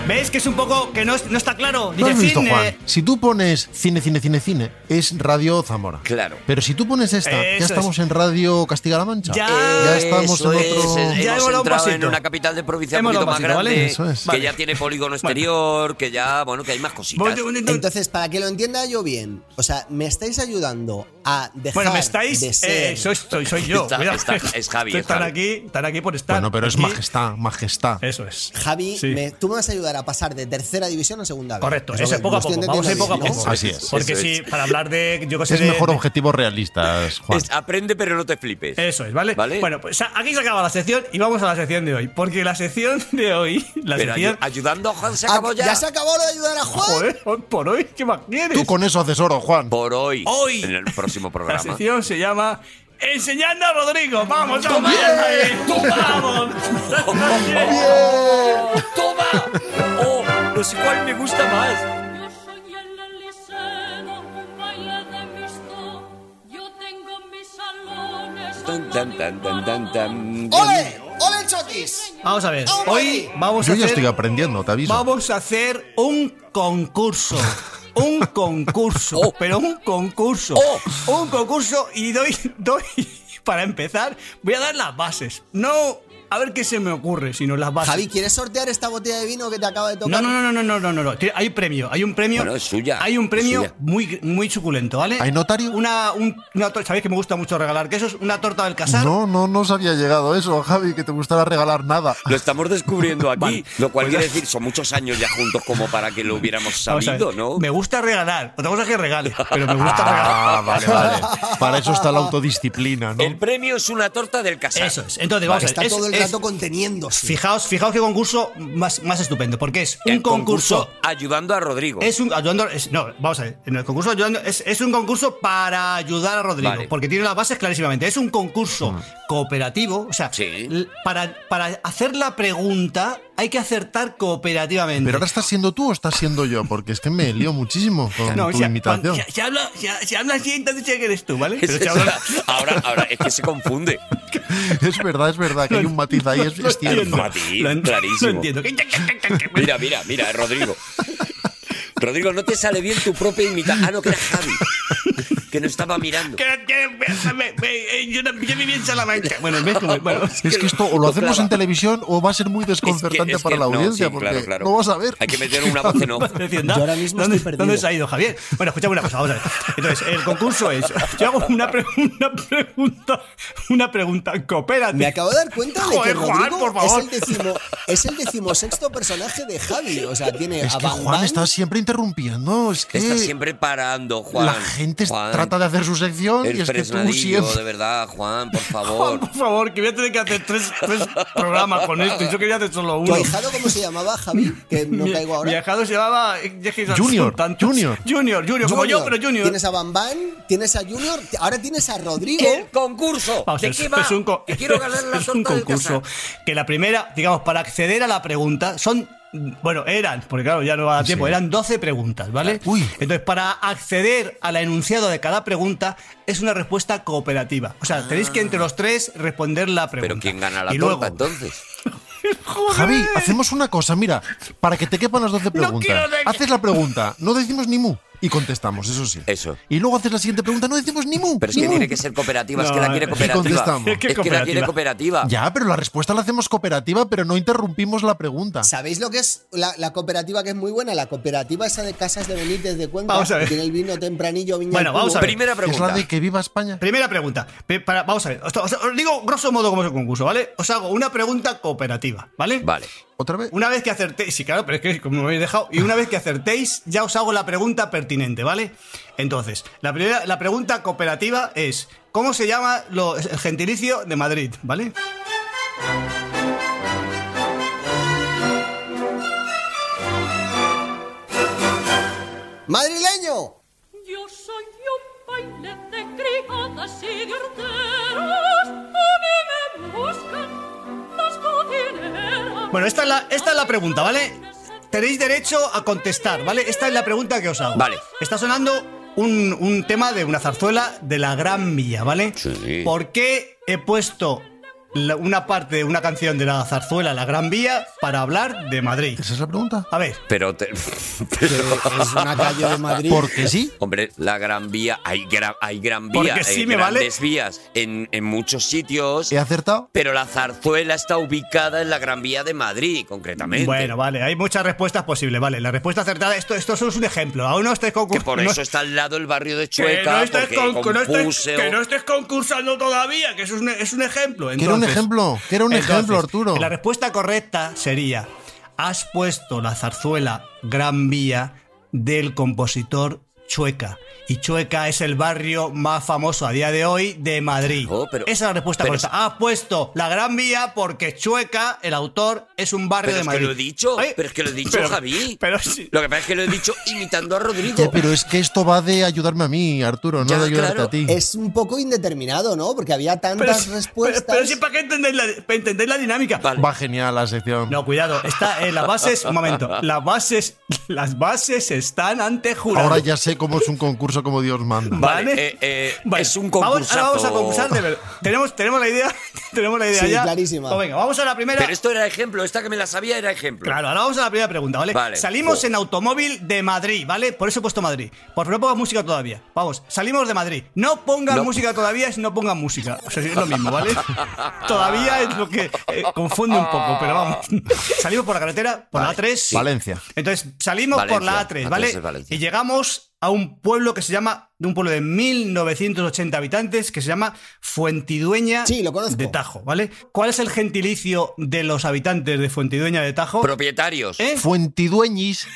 [SPEAKER 4] ¿Ves que es un poco que no, es- no está claro?
[SPEAKER 2] ¿Lo
[SPEAKER 4] Dice
[SPEAKER 2] has visto,
[SPEAKER 4] cine.
[SPEAKER 2] Juan? Si tú pones cine, cine, cine, cine, es Radio Zamora.
[SPEAKER 1] Claro.
[SPEAKER 2] Pero si tú pones esta,
[SPEAKER 4] Eso
[SPEAKER 2] ya
[SPEAKER 4] es.
[SPEAKER 2] estamos en Radio Castilla-La Mancha.
[SPEAKER 4] Ah. Ya.
[SPEAKER 2] Ya estamos en
[SPEAKER 1] Eso es,
[SPEAKER 2] otro.
[SPEAKER 1] es-
[SPEAKER 4] Ya hemos
[SPEAKER 1] hemos
[SPEAKER 4] dado un
[SPEAKER 1] entrado en
[SPEAKER 4] pasito.
[SPEAKER 1] una capital de provincia un
[SPEAKER 4] Hemos
[SPEAKER 1] poquito
[SPEAKER 4] dado
[SPEAKER 1] más
[SPEAKER 4] un pasito,
[SPEAKER 1] grande,
[SPEAKER 4] ¿vale?
[SPEAKER 2] Eso es.
[SPEAKER 1] que
[SPEAKER 4] Vale.
[SPEAKER 1] ya tiene polígono exterior, que ya, bueno, que hay más cositas.
[SPEAKER 3] Entonces, para que lo entienda yo bien, o sea, me estáis ayudando a dejar
[SPEAKER 4] bueno, me estáis.
[SPEAKER 3] de
[SPEAKER 4] eh,
[SPEAKER 3] ser...
[SPEAKER 4] soy, soy, soy yo.
[SPEAKER 1] Está-
[SPEAKER 4] cuidado.
[SPEAKER 1] está- es Javi, es
[SPEAKER 4] Están
[SPEAKER 1] Javi.
[SPEAKER 4] aquí, están aquí por estar.
[SPEAKER 2] Bueno, pero es
[SPEAKER 4] aquí.
[SPEAKER 2] majestad, majestad.
[SPEAKER 4] Eso es.
[SPEAKER 3] Javi,
[SPEAKER 4] Sí.
[SPEAKER 3] me- tú me vas a ayudar a pasar de tercera división a segunda vez.
[SPEAKER 4] Correcto,
[SPEAKER 3] Eso
[SPEAKER 4] eso es
[SPEAKER 3] que
[SPEAKER 4] poco a
[SPEAKER 3] lo estoy
[SPEAKER 4] poco. Vamos a ir
[SPEAKER 3] entendiendo
[SPEAKER 4] poco a
[SPEAKER 3] bien,
[SPEAKER 4] poco.
[SPEAKER 3] ¿no?
[SPEAKER 2] Así es.
[SPEAKER 4] Porque
[SPEAKER 1] Eso
[SPEAKER 4] sí,
[SPEAKER 1] es.
[SPEAKER 4] para hablar de. Yo que sé.
[SPEAKER 2] Es
[SPEAKER 4] de-
[SPEAKER 2] mejor
[SPEAKER 4] de-
[SPEAKER 2] objetivos realistas, Juan.
[SPEAKER 1] Es aprende, pero no te flipes.
[SPEAKER 4] Eso es, ¿vale?
[SPEAKER 1] ¿Vale?
[SPEAKER 4] Bueno, pues aquí se acaba la sección y vamos a la sección de hoy. Porque la sección de hoy. La
[SPEAKER 1] pero ayu-
[SPEAKER 4] sección.
[SPEAKER 1] ayudando a Juan se
[SPEAKER 3] Ah,
[SPEAKER 1] acabó
[SPEAKER 3] ya.
[SPEAKER 1] ya.
[SPEAKER 3] se acabó lo de ayudar a Juan.
[SPEAKER 4] Ah, Joder, hoy por hoy, ¿qué más quieres?
[SPEAKER 2] Tú con eso haces oro, Juan.
[SPEAKER 1] Por hoy.
[SPEAKER 4] Hoy.
[SPEAKER 1] En el próximo
[SPEAKER 4] La
[SPEAKER 1] programa.
[SPEAKER 4] sección se llama Enseñando a Rodrigo. Vamos, vamos, vamos.
[SPEAKER 1] ¡Toma! ¡Oh! No sé cuál me gusta más.
[SPEAKER 7] Yo soy el Eliseo, un valle de visto. Yo tengo mis salones.
[SPEAKER 1] Tan, tan, tan, tan, tan, tan.
[SPEAKER 3] ¡Ole! ¡Ole, Chotis!
[SPEAKER 4] Vamos a ver. Hoy vamos
[SPEAKER 2] Yo
[SPEAKER 4] a
[SPEAKER 2] ya
[SPEAKER 4] hacer,
[SPEAKER 2] estoy aprendiendo, te aviso.
[SPEAKER 4] vamos a hacer un concurso. Un concurso,
[SPEAKER 1] Oh.
[SPEAKER 4] pero un concurso. Un concurso y doy, doy, [laughs] para empezar, voy a dar las bases. No, a ver qué se me ocurre, sino las bases.
[SPEAKER 3] Javi, ¿quieres sortear esta botella de vino que te acaba de
[SPEAKER 4] No,
[SPEAKER 3] tocar?
[SPEAKER 4] no, no, no, no, no, no, no. Tiene- Hay premio, hay un premio.
[SPEAKER 1] Bueno, es suya,
[SPEAKER 4] Hay un
[SPEAKER 1] es
[SPEAKER 4] premio
[SPEAKER 1] suya.
[SPEAKER 4] muy, muy suculento, ¿vale?
[SPEAKER 2] ¿Hay notario?
[SPEAKER 4] Una, un- una tor- Sabéis que me gusta mucho regalar quesos, una torta del casar.
[SPEAKER 2] No, no nos había llegado eso, Javi, que te gustara regalar nada.
[SPEAKER 1] Lo estamos descubriendo aquí.
[SPEAKER 4] Vale.
[SPEAKER 1] Lo cual
[SPEAKER 4] Pues
[SPEAKER 1] quiere
[SPEAKER 4] ya-
[SPEAKER 1] decir, son muchos años ya juntos como para que lo hubiéramos
[SPEAKER 4] Vamos a
[SPEAKER 1] sabido,
[SPEAKER 4] ver,
[SPEAKER 1] ¿no?
[SPEAKER 4] Me gusta regalar. Otra cosa es que regale, pero me gusta
[SPEAKER 2] [laughs] Ah,
[SPEAKER 1] [laughs]
[SPEAKER 4] regalar.
[SPEAKER 2] vale, vale. Para eso está la autodisciplina, ¿no?
[SPEAKER 1] El premio es una torta del casar.
[SPEAKER 4] Eso es. Entonces, vamos a ver.
[SPEAKER 3] Está
[SPEAKER 4] es-
[SPEAKER 3] todo el
[SPEAKER 4] es-
[SPEAKER 3] rato conteniéndose.
[SPEAKER 4] Fijaos, fijaos qué concurso más, más estupendo, porque es un
[SPEAKER 1] El
[SPEAKER 4] concurso.
[SPEAKER 1] ayudando a Rodrigo.
[SPEAKER 4] Es un ayudando, es- no, vamos a ver, en el concurso ayudando es, es un concurso para ayudar a Rodrigo,
[SPEAKER 1] Vale.
[SPEAKER 4] porque tiene las bases clarísimamente. Es un concurso cooperativo, o sea,
[SPEAKER 1] Sí.
[SPEAKER 4] l- para, para hacer la pregunta hay que acertar cooperativamente.
[SPEAKER 2] Pero ahora estás siendo tú o estás siendo yo, porque es que me lío muchísimo con
[SPEAKER 4] no,
[SPEAKER 2] tu
[SPEAKER 4] si,
[SPEAKER 2] imitación. [laughs]
[SPEAKER 4] si- si habla, si, si habla así, entonces ya que eres tú, ¿vale?
[SPEAKER 1] [laughs] Es-
[SPEAKER 4] Pero si
[SPEAKER 1] es-
[SPEAKER 4] habla-
[SPEAKER 1] ahora, ahora, es que se confunde.
[SPEAKER 2] Es verdad, es verdad, que hay un matiz ahí, es,
[SPEAKER 4] lo
[SPEAKER 2] es cierto.
[SPEAKER 4] entiendo,
[SPEAKER 1] Matiz,
[SPEAKER 4] lo en-
[SPEAKER 1] clarísimo.
[SPEAKER 4] lo entiendo.
[SPEAKER 1] [laughs] Mira, mira, mira, eh, Rodrigo. Rodrigo, no te sale bien tu propia imitación. Ah, no, que era Javi. Que no estaba mirando.
[SPEAKER 4] Que- que- me- me- yo no- yo viví en Salamanca. Bueno, ves como- bueno,
[SPEAKER 2] Es que esto o lo
[SPEAKER 1] Lo
[SPEAKER 2] hacemos
[SPEAKER 1] clava.
[SPEAKER 2] en televisión o va a ser muy
[SPEAKER 1] Es que-
[SPEAKER 2] desconcertante
[SPEAKER 1] es
[SPEAKER 2] para
[SPEAKER 1] que
[SPEAKER 2] la
[SPEAKER 1] no,
[SPEAKER 2] audiencia,
[SPEAKER 1] sí,
[SPEAKER 2] porque
[SPEAKER 1] claro, claro.
[SPEAKER 2] no vas a ver.
[SPEAKER 1] Hay que meter una
[SPEAKER 2] [laughs]
[SPEAKER 1] voz en off.
[SPEAKER 4] decir, ¿no?
[SPEAKER 3] Yo ahora mismo
[SPEAKER 4] ¿Dónde,
[SPEAKER 3] estoy perdido.
[SPEAKER 4] ¿Dónde se ha ido Javier? Bueno, escuchame una cosa, vamos a ver. Entonces, el concurso es. Yo hago una, pre- una pregunta. Una pregunta. Coopérate.
[SPEAKER 3] Me acabo de dar cuenta de que
[SPEAKER 4] Joder, Juan,
[SPEAKER 3] Rodrigo
[SPEAKER 4] por favor.
[SPEAKER 3] Es, el decimo, es el decimosexto personaje de Javi. O sea, tiene
[SPEAKER 2] Es
[SPEAKER 3] a
[SPEAKER 2] que
[SPEAKER 3] Bang
[SPEAKER 2] Juan
[SPEAKER 3] Bang,
[SPEAKER 2] está siempre interrumpiendo, es que
[SPEAKER 1] Está siempre parando, Juan.
[SPEAKER 2] la gente
[SPEAKER 1] Juan.
[SPEAKER 2] trata de hacer su sección
[SPEAKER 1] El
[SPEAKER 2] y es que tú
[SPEAKER 1] fresnadillo,
[SPEAKER 2] siempre.
[SPEAKER 1] de verdad, Juan, por
[SPEAKER 4] Juan,
[SPEAKER 1] favor.
[SPEAKER 4] por favor, que voy a tener que hacer tres, tres programas con esto. y Yo quería hacer solo
[SPEAKER 3] ¿Tu
[SPEAKER 4] uno.
[SPEAKER 3] ahijado cómo se llamaba, Javi? Que no
[SPEAKER 4] Mi-
[SPEAKER 3] caigo
[SPEAKER 4] Mi
[SPEAKER 3] ahora.
[SPEAKER 4] ahijado se llamaba eh, Jesse Jackson,
[SPEAKER 2] Junior,
[SPEAKER 4] tantos.
[SPEAKER 2] Junior.
[SPEAKER 4] Junior, Junior, como yo,
[SPEAKER 3] Junior.
[SPEAKER 4] pero Junior.
[SPEAKER 3] Tienes a Bambán, tienes a Junior, ahora tienes a Rodrigo.
[SPEAKER 1] El concurso.
[SPEAKER 4] Vamos,
[SPEAKER 1] ¿De
[SPEAKER 4] es,
[SPEAKER 1] qué va?
[SPEAKER 4] es un, co-
[SPEAKER 1] Que
[SPEAKER 2] [laughs]
[SPEAKER 1] quiero ganar
[SPEAKER 4] [laughs]
[SPEAKER 1] la
[SPEAKER 4] es un
[SPEAKER 1] torta del
[SPEAKER 4] concurso
[SPEAKER 1] casar.
[SPEAKER 4] que la primera, digamos, para acceder a la pregunta son bueno, eran, porque claro, ya no va a dar tiempo, eran 12 preguntas, ¿vale?
[SPEAKER 2] Uy.
[SPEAKER 4] Entonces, para acceder al enunciado de cada pregunta es una respuesta cooperativa. O sea, tenéis que entre los tres responder la pregunta.
[SPEAKER 1] Ah. Pero ¿quién gana la
[SPEAKER 4] y
[SPEAKER 1] torta
[SPEAKER 4] luego,
[SPEAKER 1] entonces?
[SPEAKER 2] Javi, hacemos una cosa, mira, para que te quepan las 12 preguntas. Haces la pregunta, no decimos ni mu y contestamos, eso sí.
[SPEAKER 1] Eso.
[SPEAKER 2] Y luego haces la siguiente pregunta, no decimos ni mu.
[SPEAKER 1] Pero es
[SPEAKER 2] ni
[SPEAKER 1] que
[SPEAKER 2] mu.
[SPEAKER 1] tiene que ser cooperativa, es que la
[SPEAKER 4] No,
[SPEAKER 1] quiere
[SPEAKER 4] ¿qué
[SPEAKER 1] cooperativa.
[SPEAKER 2] contestamos?
[SPEAKER 1] Es que la quiere cooperativa.
[SPEAKER 2] Ya, pero la respuesta la hacemos cooperativa, pero no interrumpimos la pregunta.
[SPEAKER 3] ¿Sabéis lo que es la, la cooperativa que es muy buena? La cooperativa esa de Casas de Benítez de Cuenca.
[SPEAKER 4] Vamos a ver.
[SPEAKER 3] que Tiene el vino tempranillo, viña
[SPEAKER 4] Bueno,
[SPEAKER 3] al cubo.
[SPEAKER 4] vamos a ver.
[SPEAKER 1] Primera
[SPEAKER 2] Es
[SPEAKER 1] pregunta.
[SPEAKER 2] la de que viva España.
[SPEAKER 4] Primera pregunta. Pe- para- vamos a ver. Os, os- os digo grosso modo cómo es el concurso, ¿vale? Os hago una pregunta cooperativa, ¿vale?
[SPEAKER 1] Vale.
[SPEAKER 2] ¿Otra vez?
[SPEAKER 4] Una vez que acertéis, sí, claro, pero es que como me habéis dejado, y una vez que acertéis, ya os hago la pregunta pertinente, ¿vale? Entonces, la primera, la pregunta cooperativa es: ¿Cómo se llama lo, el gentilicio de Madrid, ¿vale?
[SPEAKER 3] ¡Madrileño!
[SPEAKER 8] Yo soy un baile de criadas y de horteros. A mí me buscan las cocineras.
[SPEAKER 4] Bueno, esta es la, esta es la pregunta, ¿vale? Tenéis derecho a contestar, ¿vale? Esta es la pregunta que os hago.
[SPEAKER 1] Vale.
[SPEAKER 4] Está sonando un, un tema de una zarzuela de la Gran Vía, ¿vale?
[SPEAKER 1] Sí.
[SPEAKER 4] ¿Por qué he puesto la- una parte de una canción de la zarzuela La Gran Vía para hablar de Madrid?
[SPEAKER 2] ¿Esa es la pregunta?
[SPEAKER 4] A ver,
[SPEAKER 1] Pero, te- [laughs]
[SPEAKER 3] Que
[SPEAKER 1] pero-
[SPEAKER 3] es una calle de Madrid.
[SPEAKER 2] Porque sí.
[SPEAKER 1] hombre, la Gran Vía, hay gran, hay gran
[SPEAKER 4] Porque
[SPEAKER 1] vía, hay
[SPEAKER 4] sí, me vale.
[SPEAKER 1] grandes vías en, en muchos sitios,
[SPEAKER 2] ¿He acertado?
[SPEAKER 1] pero la zarzuela está ubicada en la Gran Vía de Madrid, concretamente.
[SPEAKER 4] Bueno, vale, hay muchas respuestas posibles, vale. La respuesta acertada, esto, esto solo es un ejemplo. Aún no estáis
[SPEAKER 1] que
[SPEAKER 4] concursando.
[SPEAKER 1] por eso está al lado el barrio de
[SPEAKER 4] que
[SPEAKER 1] Chueca,
[SPEAKER 4] no, estés
[SPEAKER 1] porque
[SPEAKER 4] con- que no estés-
[SPEAKER 1] compuse-
[SPEAKER 4] que no estés concursando todavía, que eso es un, e- es un ejemplo.
[SPEAKER 2] Que era un
[SPEAKER 4] Entonces-
[SPEAKER 2] ejemplo, que era un
[SPEAKER 4] entonces,
[SPEAKER 2] ejemplo, Arturo.
[SPEAKER 4] La respuesta correcta sería: has puesto la zarzuela Gran Vía del compositor Chueca. Y Chueca es el barrio más famoso a día de hoy de Madrid.
[SPEAKER 1] Oh, pero-
[SPEAKER 4] Esa es la respuesta
[SPEAKER 1] pero
[SPEAKER 4] correcta. Has puesto la Gran Vía porque Chueca, el autor, es un barrio
[SPEAKER 1] Pero
[SPEAKER 4] de
[SPEAKER 1] es que
[SPEAKER 4] Madrid.
[SPEAKER 1] lo he dicho,
[SPEAKER 4] Ay,
[SPEAKER 1] pero es que lo he dicho,
[SPEAKER 4] pero-
[SPEAKER 1] Javi.
[SPEAKER 4] Pero sí.
[SPEAKER 1] Lo que pasa es que lo he dicho imitando a Rodrigo.
[SPEAKER 2] Ya, pero es que esto va de ayudarme a mí, Arturo, no
[SPEAKER 1] Ya,
[SPEAKER 2] de ayudarte
[SPEAKER 1] claro.
[SPEAKER 2] a ti.
[SPEAKER 3] Es un poco indeterminado, ¿no? Porque había
[SPEAKER 4] Mm. Pero,
[SPEAKER 3] tantas
[SPEAKER 4] si-
[SPEAKER 3] respuestas.
[SPEAKER 4] Pero, pero si para que entender la, para entender la dinámica.
[SPEAKER 1] Vale.
[SPEAKER 2] Va genial la sección.
[SPEAKER 4] No, cuidado, está en las bases, un momento, las bases, las bases están ante jurado.
[SPEAKER 2] Ahora ya sé cómo es un concurso como Dios manda.
[SPEAKER 4] [laughs]
[SPEAKER 1] Vale,
[SPEAKER 4] ¿vale?
[SPEAKER 1] eh, eh,
[SPEAKER 4] Vale,
[SPEAKER 1] es un
[SPEAKER 4] vamos, ahora vamos a
[SPEAKER 1] concursazo.
[SPEAKER 4] concursar de verdad. Tenemos, tenemos la idea, [laughs] tenemos la idea
[SPEAKER 3] Sí,
[SPEAKER 4] ya.
[SPEAKER 3] clarísima.
[SPEAKER 4] Pues venga, vamos a la primera.
[SPEAKER 1] Pero esto era ejemplo, esta que me la sabía era ejemplo.
[SPEAKER 4] Claro, ahora vamos a la primera pregunta, ¿vale?
[SPEAKER 1] Vale.
[SPEAKER 4] Salimos
[SPEAKER 1] Oh.
[SPEAKER 4] en automóvil de Madrid, ¿vale? Por eso he puesto Madrid. Por favor, no pongas música todavía. Vamos, salimos de Madrid. No pongan
[SPEAKER 1] No.
[SPEAKER 4] música todavía es no pongan música. O sea, es lo mismo,
[SPEAKER 1] [laughs]
[SPEAKER 4] ¿vale? todavía es lo que eh, confunde un poco, pero
[SPEAKER 1] [laughs]
[SPEAKER 4] vamos. salimos por la carretera, por la A3.
[SPEAKER 2] Valencia.
[SPEAKER 4] Entonces salimos por la
[SPEAKER 1] Valencia,
[SPEAKER 4] A3,
[SPEAKER 1] A3
[SPEAKER 4] ¿vale?
[SPEAKER 1] es Valencia.
[SPEAKER 4] Y llegamos a un pueblo que se llama, de un pueblo de 1980 habitantes, que se llama Fuentidueña
[SPEAKER 3] Sí, lo conozco.
[SPEAKER 4] de Tajo, ¿vale? ¿Cuál es el gentilicio de los habitantes de Fuentidueña de Tajo?
[SPEAKER 1] Propietarios.
[SPEAKER 4] ¿Eh?
[SPEAKER 2] Fuentidueñis.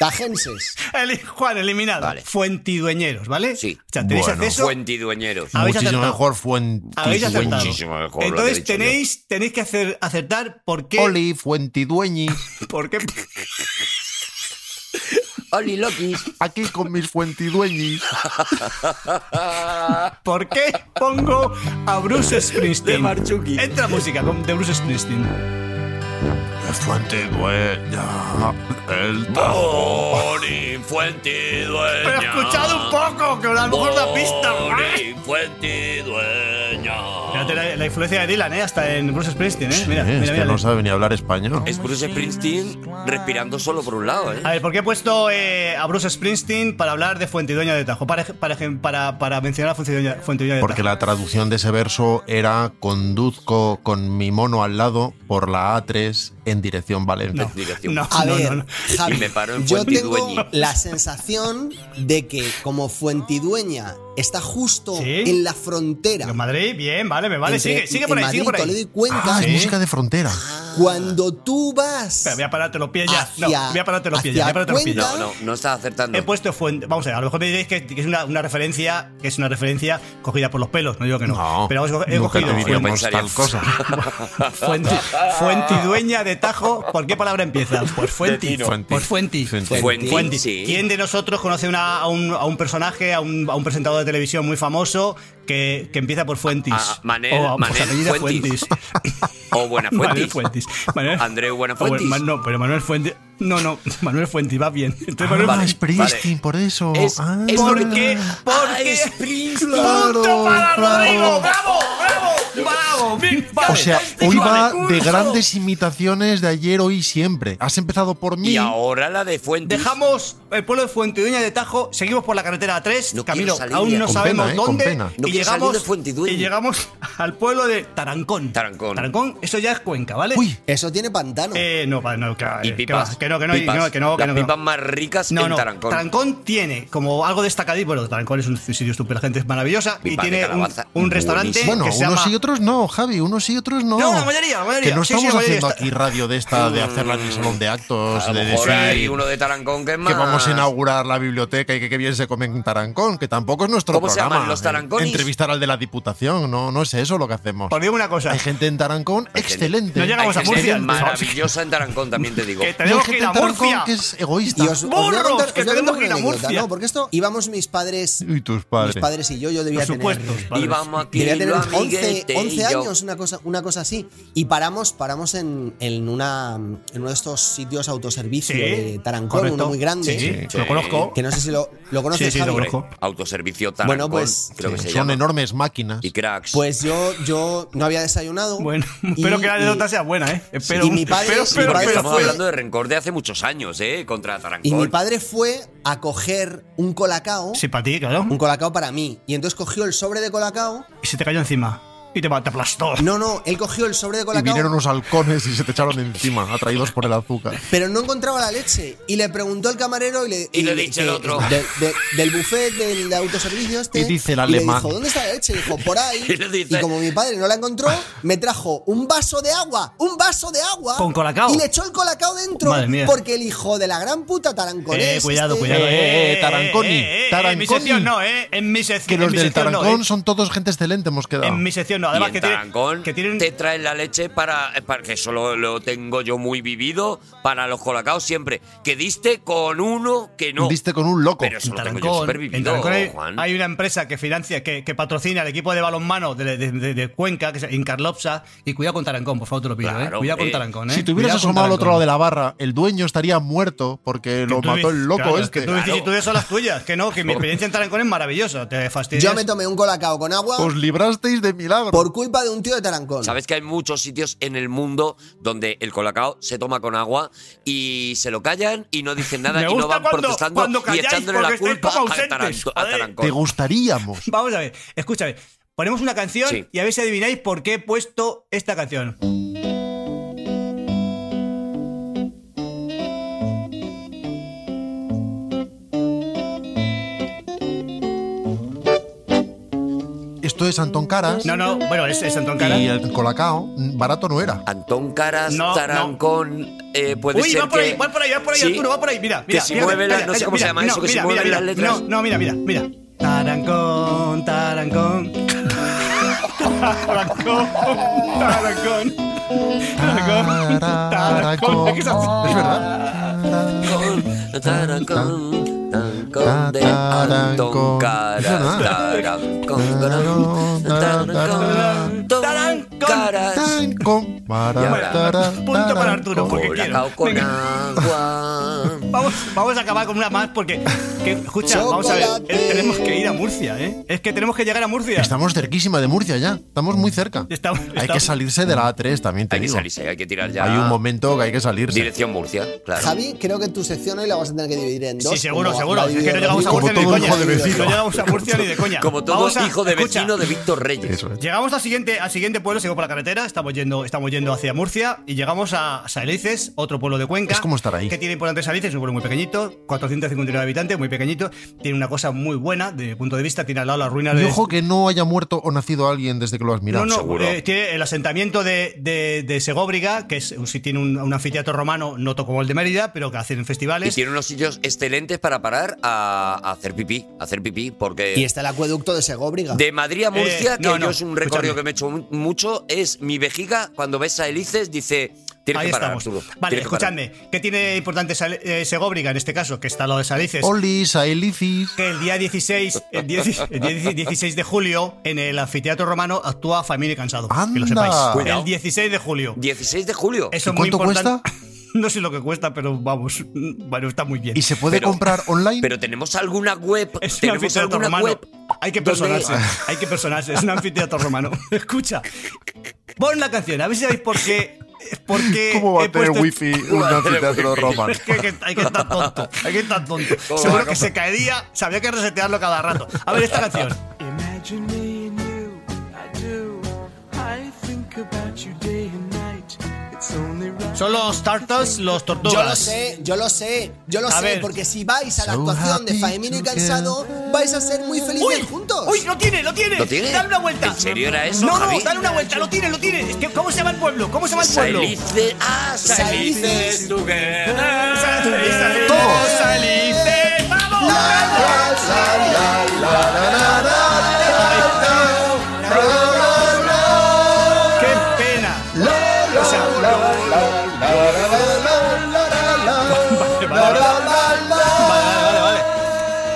[SPEAKER 3] Tajenses.
[SPEAKER 4] Eli- Juan, eliminado.
[SPEAKER 1] Vale.
[SPEAKER 4] Fuentidueñeros, ¿ale?
[SPEAKER 1] Sí.
[SPEAKER 4] O sea, tenéis
[SPEAKER 2] Bueno.
[SPEAKER 4] acceso.
[SPEAKER 1] Fuentidueñeros.
[SPEAKER 4] Habéis
[SPEAKER 2] Muchísimo
[SPEAKER 4] acertado.
[SPEAKER 2] mejor
[SPEAKER 4] Habéis acertado.
[SPEAKER 2] Fuentidueñis.
[SPEAKER 1] Muchísimo mejor, lo había
[SPEAKER 4] Entonces
[SPEAKER 1] dicho
[SPEAKER 4] tenéis, tenéis que hacer, acertar por qué.
[SPEAKER 2] Oli, Fuentidueñis.
[SPEAKER 4] ¿Por qué?
[SPEAKER 1] Oli Lokis.
[SPEAKER 2] Aquí con mis Fuentidueñis.
[SPEAKER 4] ¿Por qué pongo a Bruce Springsteen?
[SPEAKER 1] De Marchuki.
[SPEAKER 4] Entra música con- de Bruce Springsteen.
[SPEAKER 2] Fuentidueña. El
[SPEAKER 1] Oli Fuentidueña.
[SPEAKER 4] Pero escuchad un poco, que a lo mejor da pista.
[SPEAKER 1] Oli Fuentidueña.
[SPEAKER 4] Fíjate la, la influencia de Dylan, ¿eh? Hasta en Bruce Springsteen, ¿eh? Mira, mira,
[SPEAKER 2] es
[SPEAKER 4] mira. Eh,
[SPEAKER 2] que no sabe ni hablar español.
[SPEAKER 1] Es Bruce Springsteen respirando solo por un lado, ¿eh?
[SPEAKER 4] A ver, ¿por qué he puesto eh, a Bruce Springsteen para hablar de Fuentidueña de Tajo? Para, ej- para, ej- para, para mencionar a Fuentidueña, Fuentidueña de Tajo.
[SPEAKER 2] Porque la traducción de ese verso era conduzco con mi mono al lado por la A3 en dirección Valencia.
[SPEAKER 1] Dirección.
[SPEAKER 4] No,
[SPEAKER 3] A
[SPEAKER 4] no,
[SPEAKER 3] ver,
[SPEAKER 4] no, no.
[SPEAKER 3] Javi,
[SPEAKER 1] Y me paro en
[SPEAKER 3] yo tengo
[SPEAKER 1] Fuentidueñi.
[SPEAKER 3] la sensación de que como Fuentidueña está justo
[SPEAKER 4] ¿Sí?
[SPEAKER 3] en la frontera.
[SPEAKER 4] Madrid, bien, vale, me vale.
[SPEAKER 3] entre
[SPEAKER 4] Sigue, sigue por ahí,
[SPEAKER 3] Madrid,
[SPEAKER 4] sigue por ahí.
[SPEAKER 3] Toledo y Cuenca.
[SPEAKER 2] Ah, es
[SPEAKER 4] Sí.
[SPEAKER 2] música de frontera.
[SPEAKER 3] Cuando tú vas.
[SPEAKER 4] Espera, voy a pararte los pies ya. No,
[SPEAKER 3] Hacia-
[SPEAKER 4] voy a pararte los pies ya.
[SPEAKER 3] hacia
[SPEAKER 4] Voy a pararte los pies ya.
[SPEAKER 3] cuenta.
[SPEAKER 1] No, no, no estás acertando.
[SPEAKER 4] He puesto fuente. Vamos a ver, a lo mejor me diréis que, que es una, una referencia, que es una referencia cogida por los pelos, no digo que no.
[SPEAKER 2] No,
[SPEAKER 4] pero vamos, he
[SPEAKER 2] nunca
[SPEAKER 4] cogido
[SPEAKER 2] te
[SPEAKER 1] yo
[SPEAKER 2] diríamos
[SPEAKER 1] pensaría-
[SPEAKER 2] tal cosa.
[SPEAKER 4] [laughs] fuente, fuente dueña de Tajo. ¿Por qué palabra empieza? Pues fuente.
[SPEAKER 1] Tino.
[SPEAKER 4] Pues fuente.
[SPEAKER 2] Fuenti.
[SPEAKER 1] Fuenti.
[SPEAKER 4] Fuente.
[SPEAKER 1] Sí.
[SPEAKER 4] ¿Quién de nosotros conoce una- a, un, a un personaje, a un, a un presentador de televisión muy famoso que, que empieza por Fuentes?
[SPEAKER 1] Ah, Manel-
[SPEAKER 4] o, a- por
[SPEAKER 1] Manel
[SPEAKER 4] su apellido
[SPEAKER 1] Fuentis.
[SPEAKER 4] Fuentis.
[SPEAKER 1] O Oh, buena
[SPEAKER 4] Manuel
[SPEAKER 1] fuente.
[SPEAKER 4] Fuentes. Manuel-
[SPEAKER 1] Andreu Buenafuentes.
[SPEAKER 4] O, bueno, Ma- no, pero Manuel Fuentes. No, no, [laughs] Manuel Fuentes va bien. Entonces, Manuel
[SPEAKER 1] vale.
[SPEAKER 2] es Springsteen, por eso.
[SPEAKER 1] Es-
[SPEAKER 2] Ah,
[SPEAKER 1] es
[SPEAKER 4] ¿Por qué? ¿Por
[SPEAKER 1] Ah,
[SPEAKER 4] qué?
[SPEAKER 1] es Prince.
[SPEAKER 2] claro, claro.
[SPEAKER 4] ¡Bravo! ¡Bravo! ¡Bravo! Bien,
[SPEAKER 2] O
[SPEAKER 4] vale.
[SPEAKER 2] sea,
[SPEAKER 4] Este
[SPEAKER 2] hoy va
[SPEAKER 4] vale.
[SPEAKER 2] de grandes imitaciones de ayer, hoy y siempre. Has empezado por mí.
[SPEAKER 1] Y ahora la de Fuentes.
[SPEAKER 4] Dejamos el pueblo de Fuentidueña de Tajo, seguimos por la carretera A3,
[SPEAKER 1] No
[SPEAKER 4] Camilo,
[SPEAKER 1] quiero salir
[SPEAKER 4] aún
[SPEAKER 1] ya.
[SPEAKER 4] no
[SPEAKER 2] Con
[SPEAKER 4] sabemos
[SPEAKER 2] pena, eh, con
[SPEAKER 4] dónde,
[SPEAKER 2] pena.
[SPEAKER 1] No
[SPEAKER 4] y,
[SPEAKER 1] quiero salir de
[SPEAKER 4] llegamos,
[SPEAKER 1] Fuentidueña.
[SPEAKER 4] y llegamos al pueblo de Tarancón.
[SPEAKER 1] Tarancón.
[SPEAKER 4] Tarancón, eso ya es Cuenca, ¿vale?
[SPEAKER 2] Uy,
[SPEAKER 3] Eso tiene pantano.
[SPEAKER 4] Eh, no, pa- no, que, va,
[SPEAKER 1] Y
[SPEAKER 4] eh, que
[SPEAKER 1] pipas.
[SPEAKER 4] va, que no, que no, y-
[SPEAKER 1] pipas.
[SPEAKER 4] no, que no, que
[SPEAKER 1] Las
[SPEAKER 4] no, que no.
[SPEAKER 1] pipas más ricas
[SPEAKER 4] No,
[SPEAKER 1] en
[SPEAKER 4] no,
[SPEAKER 1] Tarancón.
[SPEAKER 4] tiene como algo destacadísimo. Bueno, Tarancón es un sitio estupendo, la gente es maravillosa. Y
[SPEAKER 1] Pipas de
[SPEAKER 4] tiene un,
[SPEAKER 1] calabaza.
[SPEAKER 4] un restaurante
[SPEAKER 1] Buenísimo.
[SPEAKER 2] bueno,
[SPEAKER 4] que
[SPEAKER 2] unos
[SPEAKER 4] se llama.
[SPEAKER 2] y otros no, Javi, unos y otros no.
[SPEAKER 4] No, la mayoría, la mayoría.
[SPEAKER 2] Que no
[SPEAKER 4] Sí, sí, la
[SPEAKER 2] estamos
[SPEAKER 4] mayoría
[SPEAKER 2] haciendo
[SPEAKER 4] está-
[SPEAKER 2] aquí radio de esta, de hacerla en el salón de actos,
[SPEAKER 1] Mm. A lo
[SPEAKER 2] de
[SPEAKER 1] mejor hay
[SPEAKER 2] decir
[SPEAKER 1] uno de Tarancón que es más.
[SPEAKER 2] que vamos a inaugurar la biblioteca y que qué bien se come en Tarancón, que tampoco es nuestro
[SPEAKER 1] ¿Cómo se
[SPEAKER 2] programa. eh,
[SPEAKER 1] llaman los taranconis? Pues
[SPEAKER 2] Entrevistar al de la Diputación, no, no es eso lo que hacemos.
[SPEAKER 4] Os digo una cosa.
[SPEAKER 2] Hay gente en Tarancón excelente.
[SPEAKER 4] No llegamos
[SPEAKER 1] Hay
[SPEAKER 4] a
[SPEAKER 1] gente
[SPEAKER 4] Murcia.
[SPEAKER 1] Maravillosa en Tarancón, también [laughs] te digo.
[SPEAKER 4] Que
[SPEAKER 2] Y hay
[SPEAKER 4] tenemos que
[SPEAKER 2] gente
[SPEAKER 4] ir a
[SPEAKER 2] en Tarancón
[SPEAKER 4] Murcia.
[SPEAKER 2] que es egoísta.
[SPEAKER 3] Y os- os voy a
[SPEAKER 4] ¡Burros,
[SPEAKER 3] contar- os
[SPEAKER 4] que
[SPEAKER 3] voy a
[SPEAKER 4] tenemos
[SPEAKER 3] contar
[SPEAKER 4] que ir
[SPEAKER 3] una
[SPEAKER 4] a
[SPEAKER 3] anécdota,
[SPEAKER 4] Murcia!
[SPEAKER 3] ¿no? Porque esto íbamos mis padres.
[SPEAKER 2] Y tus padres.
[SPEAKER 3] Mis padres y yo, yo debía
[SPEAKER 4] Por
[SPEAKER 3] tener.
[SPEAKER 4] supuesto.
[SPEAKER 1] Y vamos aquí,
[SPEAKER 3] Debía tener
[SPEAKER 1] lo
[SPEAKER 3] 11,
[SPEAKER 1] amiguete
[SPEAKER 3] 11
[SPEAKER 1] y yo.
[SPEAKER 3] años, una cosa, una cosa así. Y paramos, paramos en, en, una, en uno de estos sitios autoservicio
[SPEAKER 4] Sí,
[SPEAKER 3] de Tarancón,
[SPEAKER 4] correcto.
[SPEAKER 3] uno muy grande.
[SPEAKER 4] Sí,
[SPEAKER 1] Sí.
[SPEAKER 4] lo conozco.
[SPEAKER 3] Que no sé si lo, lo conoces,
[SPEAKER 4] Sí, sí, lo
[SPEAKER 3] Javi.
[SPEAKER 1] Hombre,
[SPEAKER 4] conozco.
[SPEAKER 1] Autoservicio Tarancón,
[SPEAKER 3] Bueno, pues,
[SPEAKER 1] creo que
[SPEAKER 2] Sí,
[SPEAKER 1] se
[SPEAKER 2] son
[SPEAKER 1] llama.
[SPEAKER 2] enormes máquinas.
[SPEAKER 1] Y cracks.
[SPEAKER 3] Pues yo, yo no había desayunado.
[SPEAKER 4] Bueno, [laughs]
[SPEAKER 3] y-
[SPEAKER 4] espero que la
[SPEAKER 3] y-
[SPEAKER 4] anécdota sea buena, ¿eh? Espero.
[SPEAKER 3] y mi padre-
[SPEAKER 4] espero,
[SPEAKER 3] mi
[SPEAKER 4] espero,
[SPEAKER 3] padre
[SPEAKER 4] espero,
[SPEAKER 1] estamos
[SPEAKER 3] fue-
[SPEAKER 1] hablando de rencor de hace muchos años, ¿eh? Contra Tarancón.
[SPEAKER 3] Y mi padre fue a coger un colacao.
[SPEAKER 4] Sí, para ti, claro.
[SPEAKER 3] Un colacao para mí. Y entonces cogió el sobre de colacao.
[SPEAKER 4] Y se te cayó encima. Y te, te aplastó.
[SPEAKER 3] No, no, él cogió el sobre de
[SPEAKER 2] Y
[SPEAKER 3] colacao.
[SPEAKER 2] vinieron unos halcones y se te echaron encima, atraídos por
[SPEAKER 4] [laughs]
[SPEAKER 2] el azúcar.
[SPEAKER 3] Pero no encontraba la leche. Y le preguntó al camarero y le,
[SPEAKER 1] Y le dice el otro.
[SPEAKER 3] de- de- del buffet del autoservicio este.
[SPEAKER 2] Y dice el
[SPEAKER 3] le
[SPEAKER 2] alemán.
[SPEAKER 3] dijo, ¿dónde está la leche? Y dijo, por ahí.
[SPEAKER 1] [laughs] Y le dice-
[SPEAKER 3] Y como mi padre no la encontró, me trajo un vaso de agua. Un vaso de agua.
[SPEAKER 4] Con colacao.
[SPEAKER 3] Y le echó el colacao dentro.
[SPEAKER 4] Madre mía.
[SPEAKER 3] Porque el hijo de la gran puta taranconés.
[SPEAKER 4] Eh, cuidado,
[SPEAKER 3] este,
[SPEAKER 4] cuidado.
[SPEAKER 2] Eh, eh, Taranconi,
[SPEAKER 4] En mi
[SPEAKER 2] Taranconi.
[SPEAKER 4] sección no, ¿eh? En mi sec-
[SPEAKER 2] Que
[SPEAKER 4] en
[SPEAKER 2] los
[SPEAKER 4] mi
[SPEAKER 2] del
[SPEAKER 4] sección no,
[SPEAKER 2] Tarancón
[SPEAKER 4] ¿eh?
[SPEAKER 2] son todos gente excelente, hemos quedado.
[SPEAKER 4] En mi sección no.
[SPEAKER 1] Y
[SPEAKER 4] Además,
[SPEAKER 1] en
[SPEAKER 4] que, tienen-
[SPEAKER 1] Tarancón
[SPEAKER 4] que tienen.
[SPEAKER 1] te traen la leche para, eh, para que solo lo tengo yo muy vivido para los colacaos siempre que diste con uno que no
[SPEAKER 2] Diste con un loco.
[SPEAKER 1] pero eso
[SPEAKER 4] En
[SPEAKER 1] lo tengo yo
[SPEAKER 4] Tarancón,
[SPEAKER 1] súper
[SPEAKER 4] en
[SPEAKER 1] vivido
[SPEAKER 4] Tarancón hay,
[SPEAKER 1] Juan
[SPEAKER 4] hay una empresa que financia, que, que patrocina el equipo de balonmano de, de- de- de Cuenca, que es Incarlopsa. Y cuidado con Tarancón, por favor, te lo pido,
[SPEAKER 1] Claro,
[SPEAKER 4] ¿eh? Cuidado con
[SPEAKER 1] eh.
[SPEAKER 4] Tarancón, ¿eh?
[SPEAKER 2] Si te hubieras
[SPEAKER 4] Cuidado con
[SPEAKER 2] asomado al otro
[SPEAKER 4] Tarancón.
[SPEAKER 2] lado de la barra, el dueño estaría muerto porque lo
[SPEAKER 4] tú
[SPEAKER 2] mató
[SPEAKER 4] dices-
[SPEAKER 2] el loco
[SPEAKER 4] claro,
[SPEAKER 2] este.
[SPEAKER 4] Que tú
[SPEAKER 1] Claro.
[SPEAKER 4] dices, tú son las tuyas. Que no, que mi experiencia en Tarancón es maravillosa. Te fastidias.
[SPEAKER 3] Yo me tomé un colacao con
[SPEAKER 4] "Ah".
[SPEAKER 3] agua
[SPEAKER 4] Pues
[SPEAKER 2] Os librasteis de milagro.
[SPEAKER 3] por culpa de un tío de Tarancón.
[SPEAKER 1] Sabes que hay muchos sitios en el mundo donde el colacao se toma con agua y se lo callan y no dicen
[SPEAKER 4] [laughs]
[SPEAKER 1] nada
[SPEAKER 4] Me
[SPEAKER 1] y no
[SPEAKER 4] gusta
[SPEAKER 1] van
[SPEAKER 4] cuando-
[SPEAKER 1] protestando
[SPEAKER 4] cuando
[SPEAKER 1] y
[SPEAKER 4] calláis
[SPEAKER 1] echándole
[SPEAKER 4] porque
[SPEAKER 1] la
[SPEAKER 4] estáis
[SPEAKER 1] culpa
[SPEAKER 4] como
[SPEAKER 1] a,
[SPEAKER 4] ausentes,
[SPEAKER 1] Taranco- a
[SPEAKER 4] joder.
[SPEAKER 2] Te
[SPEAKER 1] Tarancón.
[SPEAKER 2] gustaríamos.
[SPEAKER 4] Vamos a ver, escúchame. Ponemos una canción
[SPEAKER 1] Sí.
[SPEAKER 4] y a ver si adivináis por qué he puesto esta canción.
[SPEAKER 2] Esto es Antón Caras
[SPEAKER 4] No, no, bueno, es, es Antón Cara.
[SPEAKER 2] y el colacao mm, barato no era.
[SPEAKER 1] Antón Caras,
[SPEAKER 4] No, no.
[SPEAKER 1] Tarancón, eh, puede
[SPEAKER 4] Uy,
[SPEAKER 1] ser
[SPEAKER 4] va por
[SPEAKER 1] que-
[SPEAKER 4] ahí, va por ahí, va por ahí,
[SPEAKER 1] Sí.
[SPEAKER 4] Arturo, va por ahí. Mira,
[SPEAKER 1] Que
[SPEAKER 4] mira.
[SPEAKER 1] si
[SPEAKER 4] mira,
[SPEAKER 1] mueve la-
[SPEAKER 4] mira,
[SPEAKER 1] no sé
[SPEAKER 4] mira,
[SPEAKER 1] cómo se
[SPEAKER 4] mira,
[SPEAKER 1] llama eso, que si
[SPEAKER 4] mira,
[SPEAKER 1] mueve
[SPEAKER 4] mira,
[SPEAKER 1] las
[SPEAKER 4] mira.
[SPEAKER 1] letras.
[SPEAKER 4] No, no, mira, mira, mira. Tarancón,
[SPEAKER 1] [laughs]
[SPEAKER 4] tarancón. Tarancón, tarancón. Tarancón, tarancón. Es que es así.
[SPEAKER 2] Es
[SPEAKER 4] [laughs]
[SPEAKER 2] verdad.
[SPEAKER 1] Tarancón, Tarancón, Tarancón de Antón Caras, Tarancón, Tarancón, Tarancón, Antón Caras.
[SPEAKER 2] Tarancón, baratara,
[SPEAKER 4] punto para Arturo,
[SPEAKER 2] tarancón.
[SPEAKER 4] porque quiero.
[SPEAKER 1] Colacao con
[SPEAKER 4] Venga.
[SPEAKER 1] agua.
[SPEAKER 4] Vamos, vamos a acabar con una más porque. que- escucha, vamos a ver.
[SPEAKER 3] Chocolate.
[SPEAKER 4] eh, tenemos que ir a Murcia, ¿eh? Es que tenemos que llegar a Murcia.
[SPEAKER 2] Estamos cerquísima de Murcia ya. Estamos muy cerca.
[SPEAKER 4] Estamos-
[SPEAKER 2] Hay que
[SPEAKER 4] estamos-
[SPEAKER 2] salirse de la A3 también, te
[SPEAKER 1] [laughs] Hay que
[SPEAKER 2] digo.
[SPEAKER 1] salirse, hay que tirar ya.
[SPEAKER 2] Hay un momento que hay que salirse.
[SPEAKER 1] Dirección Murcia, claro.
[SPEAKER 3] Javi, creo que tu sección hoy la vas a tener que dividir en dos.
[SPEAKER 4] Sí, seguro,
[SPEAKER 3] como
[SPEAKER 4] seguro.
[SPEAKER 3] la
[SPEAKER 4] Es que no
[SPEAKER 3] dividió
[SPEAKER 4] llegamos a
[SPEAKER 3] Rodrigo.
[SPEAKER 2] Como
[SPEAKER 4] Murcia ni de coña.
[SPEAKER 2] todo hijo de
[SPEAKER 4] No
[SPEAKER 2] vecino.
[SPEAKER 4] llegamos a Murcia ni de coña.
[SPEAKER 1] Como todo
[SPEAKER 4] Vamos a-
[SPEAKER 1] hijo de
[SPEAKER 4] escucha,
[SPEAKER 1] vecino de Víctor Reyes.
[SPEAKER 2] Eso es.
[SPEAKER 4] Llegamos al siguiente, al siguiente pueblo, sigo por la carretera, estamos yendo, estamos yendo hacia Murcia y llegamos a Salices, otro pueblo de Cuenca.
[SPEAKER 2] Es como estar ahí.
[SPEAKER 4] Que tiene por antes Salices, un pueblo muy pequeñito, 459 habitantes, muy pequeñito. Tiene una cosa muy buena desde mi punto de vista, tiene al lado las ruinas
[SPEAKER 2] Y
[SPEAKER 4] de...
[SPEAKER 2] ojo que no haya muerto o nacido alguien desde que lo has mirado.
[SPEAKER 4] No, no,
[SPEAKER 9] seguro.
[SPEAKER 4] eh, tiene el asentamiento de, de, de Segóbriga, que es, un- sí tiene un, un anfiteatro romano, no como el de Mérida, pero que hacen
[SPEAKER 1] Y
[SPEAKER 4] festivales.
[SPEAKER 1] tiene unos sitios excelentes para parar a, a hacer pipí, a hacer pipí, porque...
[SPEAKER 3] Y está el acueducto de Segóbriga.
[SPEAKER 1] De Madrid a Murcia,
[SPEAKER 4] Eh,
[SPEAKER 1] que
[SPEAKER 4] no, no,
[SPEAKER 1] yo es un recorrido
[SPEAKER 4] escúchame.
[SPEAKER 1] que me he hecho mu- mucho, es mi vejiga, cuando ves a Elices, dice, tienes
[SPEAKER 4] Ahí
[SPEAKER 1] que parar,
[SPEAKER 4] estamos.
[SPEAKER 1] Arturo,
[SPEAKER 4] Vale,
[SPEAKER 1] tienes que parar".
[SPEAKER 4] escuchadme, ¿qué tiene importante Sal- eh, Segóbriga en este caso? Que está al lado de Salices.
[SPEAKER 2] Olis, Aelicis.
[SPEAKER 4] que el día 16, el 10 el día 16 de julio, en el anfiteatro romano, actúa Familia y Cansado. Que
[SPEAKER 2] Anda.
[SPEAKER 4] lo sepáis.
[SPEAKER 1] Cuidado.
[SPEAKER 4] El 16 de julio.
[SPEAKER 1] 16 de julio.
[SPEAKER 4] Eso
[SPEAKER 2] ¿Y
[SPEAKER 4] es muy
[SPEAKER 2] cuánto
[SPEAKER 4] importante. [laughs] No sé lo que cuesta, pero vamos. mm, Bueno, está muy bien.
[SPEAKER 2] ¿Y se puede
[SPEAKER 1] Pero-
[SPEAKER 2] comprar online?
[SPEAKER 1] Pero tenemos alguna web,
[SPEAKER 4] Es un
[SPEAKER 1] tenemos
[SPEAKER 4] anfiteatro
[SPEAKER 1] alguna
[SPEAKER 4] romano.
[SPEAKER 1] web.
[SPEAKER 4] Hay que
[SPEAKER 1] donde-
[SPEAKER 4] personarse.
[SPEAKER 1] [laughs]
[SPEAKER 4] Hay que personarse. Es un anfiteatro romano. [laughs] Escucha. Pon la canción. A ver si sabéis por qué. por qué
[SPEAKER 2] ¿Cómo va
[SPEAKER 4] eh, he
[SPEAKER 2] a tener
[SPEAKER 4] puesto-
[SPEAKER 2] wifi un
[SPEAKER 1] [laughs]
[SPEAKER 2] anfiteatro
[SPEAKER 4] [laughs]
[SPEAKER 2] romano?
[SPEAKER 4] Es que hay que- hay que estar tonto. Hay que estar tonto.
[SPEAKER 1] ¿Cómo va,
[SPEAKER 4] Seguro
[SPEAKER 1] cómo?
[SPEAKER 4] que se caería. Sabía que resetearlo cada rato. A ver esta canción.
[SPEAKER 5] Imagine me and you, I do. I think about you day and night. It's only right.
[SPEAKER 4] Son los Tartas, los Tortugas.
[SPEAKER 3] Yo lo sé, yo lo sé, yo lo
[SPEAKER 4] A
[SPEAKER 3] sé,
[SPEAKER 4] ver.
[SPEAKER 3] porque si vais a la
[SPEAKER 2] So
[SPEAKER 3] actuación de
[SPEAKER 2] happy
[SPEAKER 3] Faemino y
[SPEAKER 2] together.
[SPEAKER 3] Cansado, vais a ser muy felices juntos.
[SPEAKER 4] ¡Uy! ¡Lo tiene! ¡Lo tiene!
[SPEAKER 1] ¿Lo tiene?
[SPEAKER 4] ¡Dale una vuelta!
[SPEAKER 1] ¿En serio era eso,
[SPEAKER 4] No,
[SPEAKER 1] Javi?
[SPEAKER 4] no, dale una vuelta, lo tiene, lo tiene. Es que, ¿Cómo se llama el pueblo? ¿Cómo se llama el pueblo?
[SPEAKER 1] Salices, ah, Salices.
[SPEAKER 3] Salices.
[SPEAKER 4] Salices.
[SPEAKER 2] Todos.
[SPEAKER 4] Salices. ¡Vamos! ¡Qué pena! O sea, Vale, vale, vale, vale.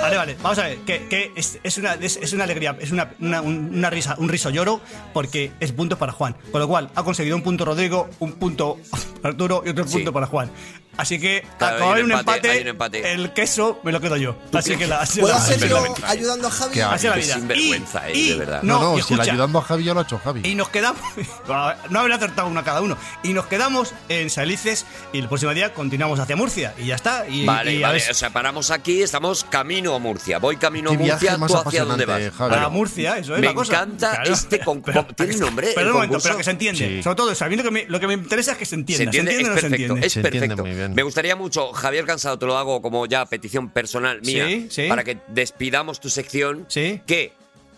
[SPEAKER 4] Vale, vale, vamos a ver, que, que es, es una, es, es una alegría, es una, una- un- una risa, un riso lloro, porque es puntos para Juan. Con lo cual, ha conseguido un punto Rodrigo, un punto [laughs] Arturo y otro
[SPEAKER 1] Sí.
[SPEAKER 4] punto para Juan. Así que, al acabar
[SPEAKER 1] Claro, hay
[SPEAKER 4] en
[SPEAKER 1] un
[SPEAKER 4] un
[SPEAKER 1] empate,
[SPEAKER 4] empate,
[SPEAKER 1] hay un empate.
[SPEAKER 4] el queso me lo quedo yo. Así que la, así
[SPEAKER 3] ¿Puedo
[SPEAKER 4] la-
[SPEAKER 3] hacer yo
[SPEAKER 9] verdaderamente.
[SPEAKER 3] ayudando a Javi?
[SPEAKER 2] Qué
[SPEAKER 4] así la
[SPEAKER 1] Ah, Qué
[SPEAKER 4] vida.
[SPEAKER 1] sinvergüenza
[SPEAKER 4] y,
[SPEAKER 1] es, de verdad.
[SPEAKER 2] No, no,
[SPEAKER 4] y
[SPEAKER 2] si el
[SPEAKER 4] escucha,
[SPEAKER 2] ayudando a Javi ya lo ha hecho Javi.
[SPEAKER 4] y nos quedamos. [laughs] No habrá acertado una cada uno. Y nos quedamos en Salices. Y el próximo día continuamos hacia Murcia. Y ya está. Y,
[SPEAKER 1] Vale,
[SPEAKER 4] y a
[SPEAKER 1] vale,
[SPEAKER 4] ver-
[SPEAKER 1] o sea, paramos aquí, estamos camino a Murcia. Voy camino a
[SPEAKER 2] Qué
[SPEAKER 1] Murcia,
[SPEAKER 2] viaje más
[SPEAKER 1] ¿tú hacia dónde
[SPEAKER 2] apasionante,
[SPEAKER 1] vas?
[SPEAKER 2] Javi.
[SPEAKER 4] A Murcia, eso es
[SPEAKER 1] Me
[SPEAKER 4] la cosa.
[SPEAKER 1] encanta este con- con- tiene nombre,
[SPEAKER 4] [laughs] Pero
[SPEAKER 1] el
[SPEAKER 4] un momento,
[SPEAKER 1] concurso.
[SPEAKER 4] pero que se entiende.
[SPEAKER 2] Sí.
[SPEAKER 4] Sobre todo, sabiendo que me- lo que me interesa es que se entienda.
[SPEAKER 1] ¿Se entiende?
[SPEAKER 4] o no se
[SPEAKER 1] es perfecto,
[SPEAKER 4] entiende?
[SPEAKER 1] es
[SPEAKER 2] Se entiende
[SPEAKER 1] perfecto.
[SPEAKER 2] muy bien.
[SPEAKER 1] Me gustaría mucho, Javier Cansado, te lo hago como ya petición personal mía,
[SPEAKER 4] Sí, sí.
[SPEAKER 1] para que despidamos tu sección,
[SPEAKER 4] Sí.
[SPEAKER 1] que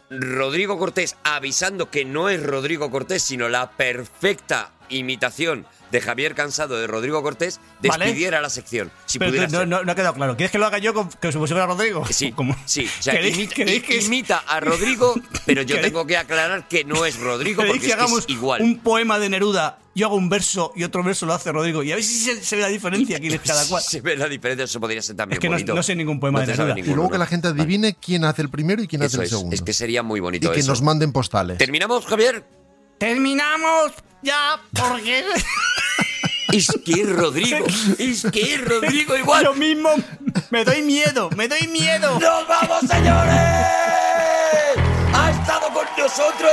[SPEAKER 1] Rodrigo Cortés, avisando que no es Rodrigo Cortés, sino la perfecta imitación de Javier Cansado de Rodrigo Cortés,
[SPEAKER 4] Vale.
[SPEAKER 1] despidiera la sección, si
[SPEAKER 4] Pero
[SPEAKER 1] pudiera
[SPEAKER 4] tú- no,
[SPEAKER 1] ser.
[SPEAKER 4] no- no ha quedado claro. ¿Quieres que lo haga yo con, que como si fuera Rodrigo?
[SPEAKER 1] Sí,
[SPEAKER 4] [laughs] Como-
[SPEAKER 1] sí, o sea,
[SPEAKER 4] ¿Queréis-
[SPEAKER 1] imita,
[SPEAKER 4] queréis que es-
[SPEAKER 1] imita a Rodrigo, pero yo
[SPEAKER 4] ¿Queréis-
[SPEAKER 1] tengo que aclarar que no es Rodrigo
[SPEAKER 4] ¿Queréis
[SPEAKER 1] porque
[SPEAKER 4] que
[SPEAKER 1] es, que es
[SPEAKER 4] hagamos
[SPEAKER 1] igual.
[SPEAKER 4] un poema de Neruda? Yo hago un verso y otro verso lo hace Rodrigo. Y a ver si se, se ve la diferencia quién es cada cual.
[SPEAKER 1] [laughs] Se ve la diferencia, eso podría ser también
[SPEAKER 4] Es que no-
[SPEAKER 1] bonito.
[SPEAKER 4] no sé ningún poema de
[SPEAKER 1] te sabe
[SPEAKER 4] Neruda.
[SPEAKER 2] y
[SPEAKER 1] ninguno,
[SPEAKER 2] luego que
[SPEAKER 1] ¿no?
[SPEAKER 2] la gente adivine quién hace el primero y quién hace
[SPEAKER 1] Eso
[SPEAKER 2] el
[SPEAKER 1] es,
[SPEAKER 2] segundo.
[SPEAKER 1] es que sería muy
[SPEAKER 2] y
[SPEAKER 1] bonito
[SPEAKER 2] que
[SPEAKER 1] eso.
[SPEAKER 2] nos manden postales.
[SPEAKER 1] ¿Terminamos, Javier?
[SPEAKER 4] Terminamos ya
[SPEAKER 1] [laughs]
[SPEAKER 4] porque
[SPEAKER 1] Es que
[SPEAKER 4] [laughs]
[SPEAKER 1] es Rodrigo, es que es Rodrigo igual.
[SPEAKER 4] yo mismo me doy miedo, me doy miedo.
[SPEAKER 1] ¡Nos vamos, señores! Ha estado con nosotros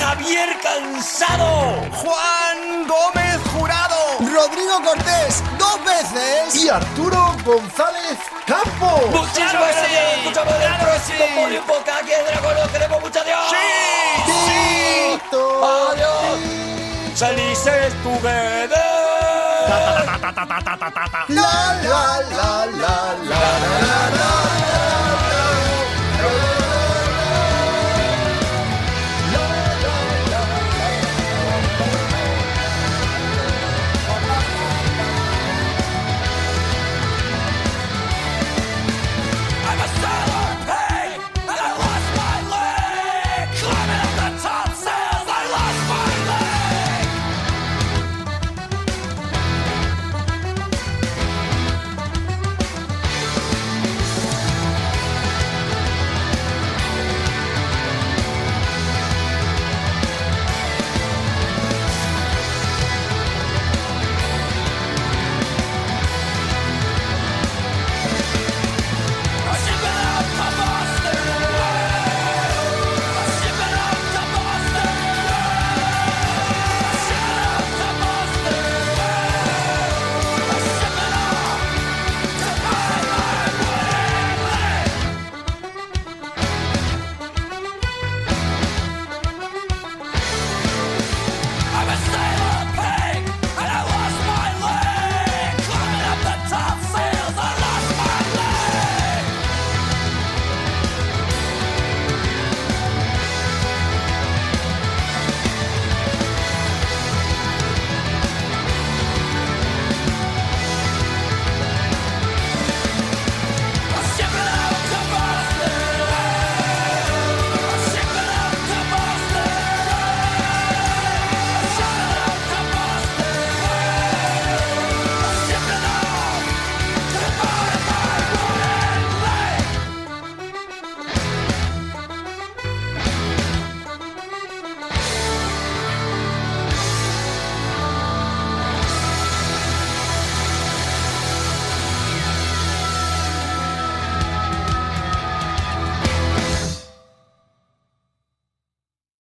[SPEAKER 1] Javier Cansado.
[SPEAKER 4] Juan Gómez Jurado.
[SPEAKER 3] Rodrigo Cortés, dos veces.
[SPEAKER 2] Y Arturo González Campo.
[SPEAKER 1] Muchísimas
[SPEAKER 4] Claro que
[SPEAKER 1] gracias.
[SPEAKER 4] sí,
[SPEAKER 1] Nos escuchamos en el
[SPEAKER 4] claro que
[SPEAKER 1] próximo
[SPEAKER 4] sí.
[SPEAKER 1] Podium Podcast. Aquí en Dragón nos queremos mucho. ¡Adiós! ¡Adiós! ¡Salices together!
[SPEAKER 3] La, la, la, la, la.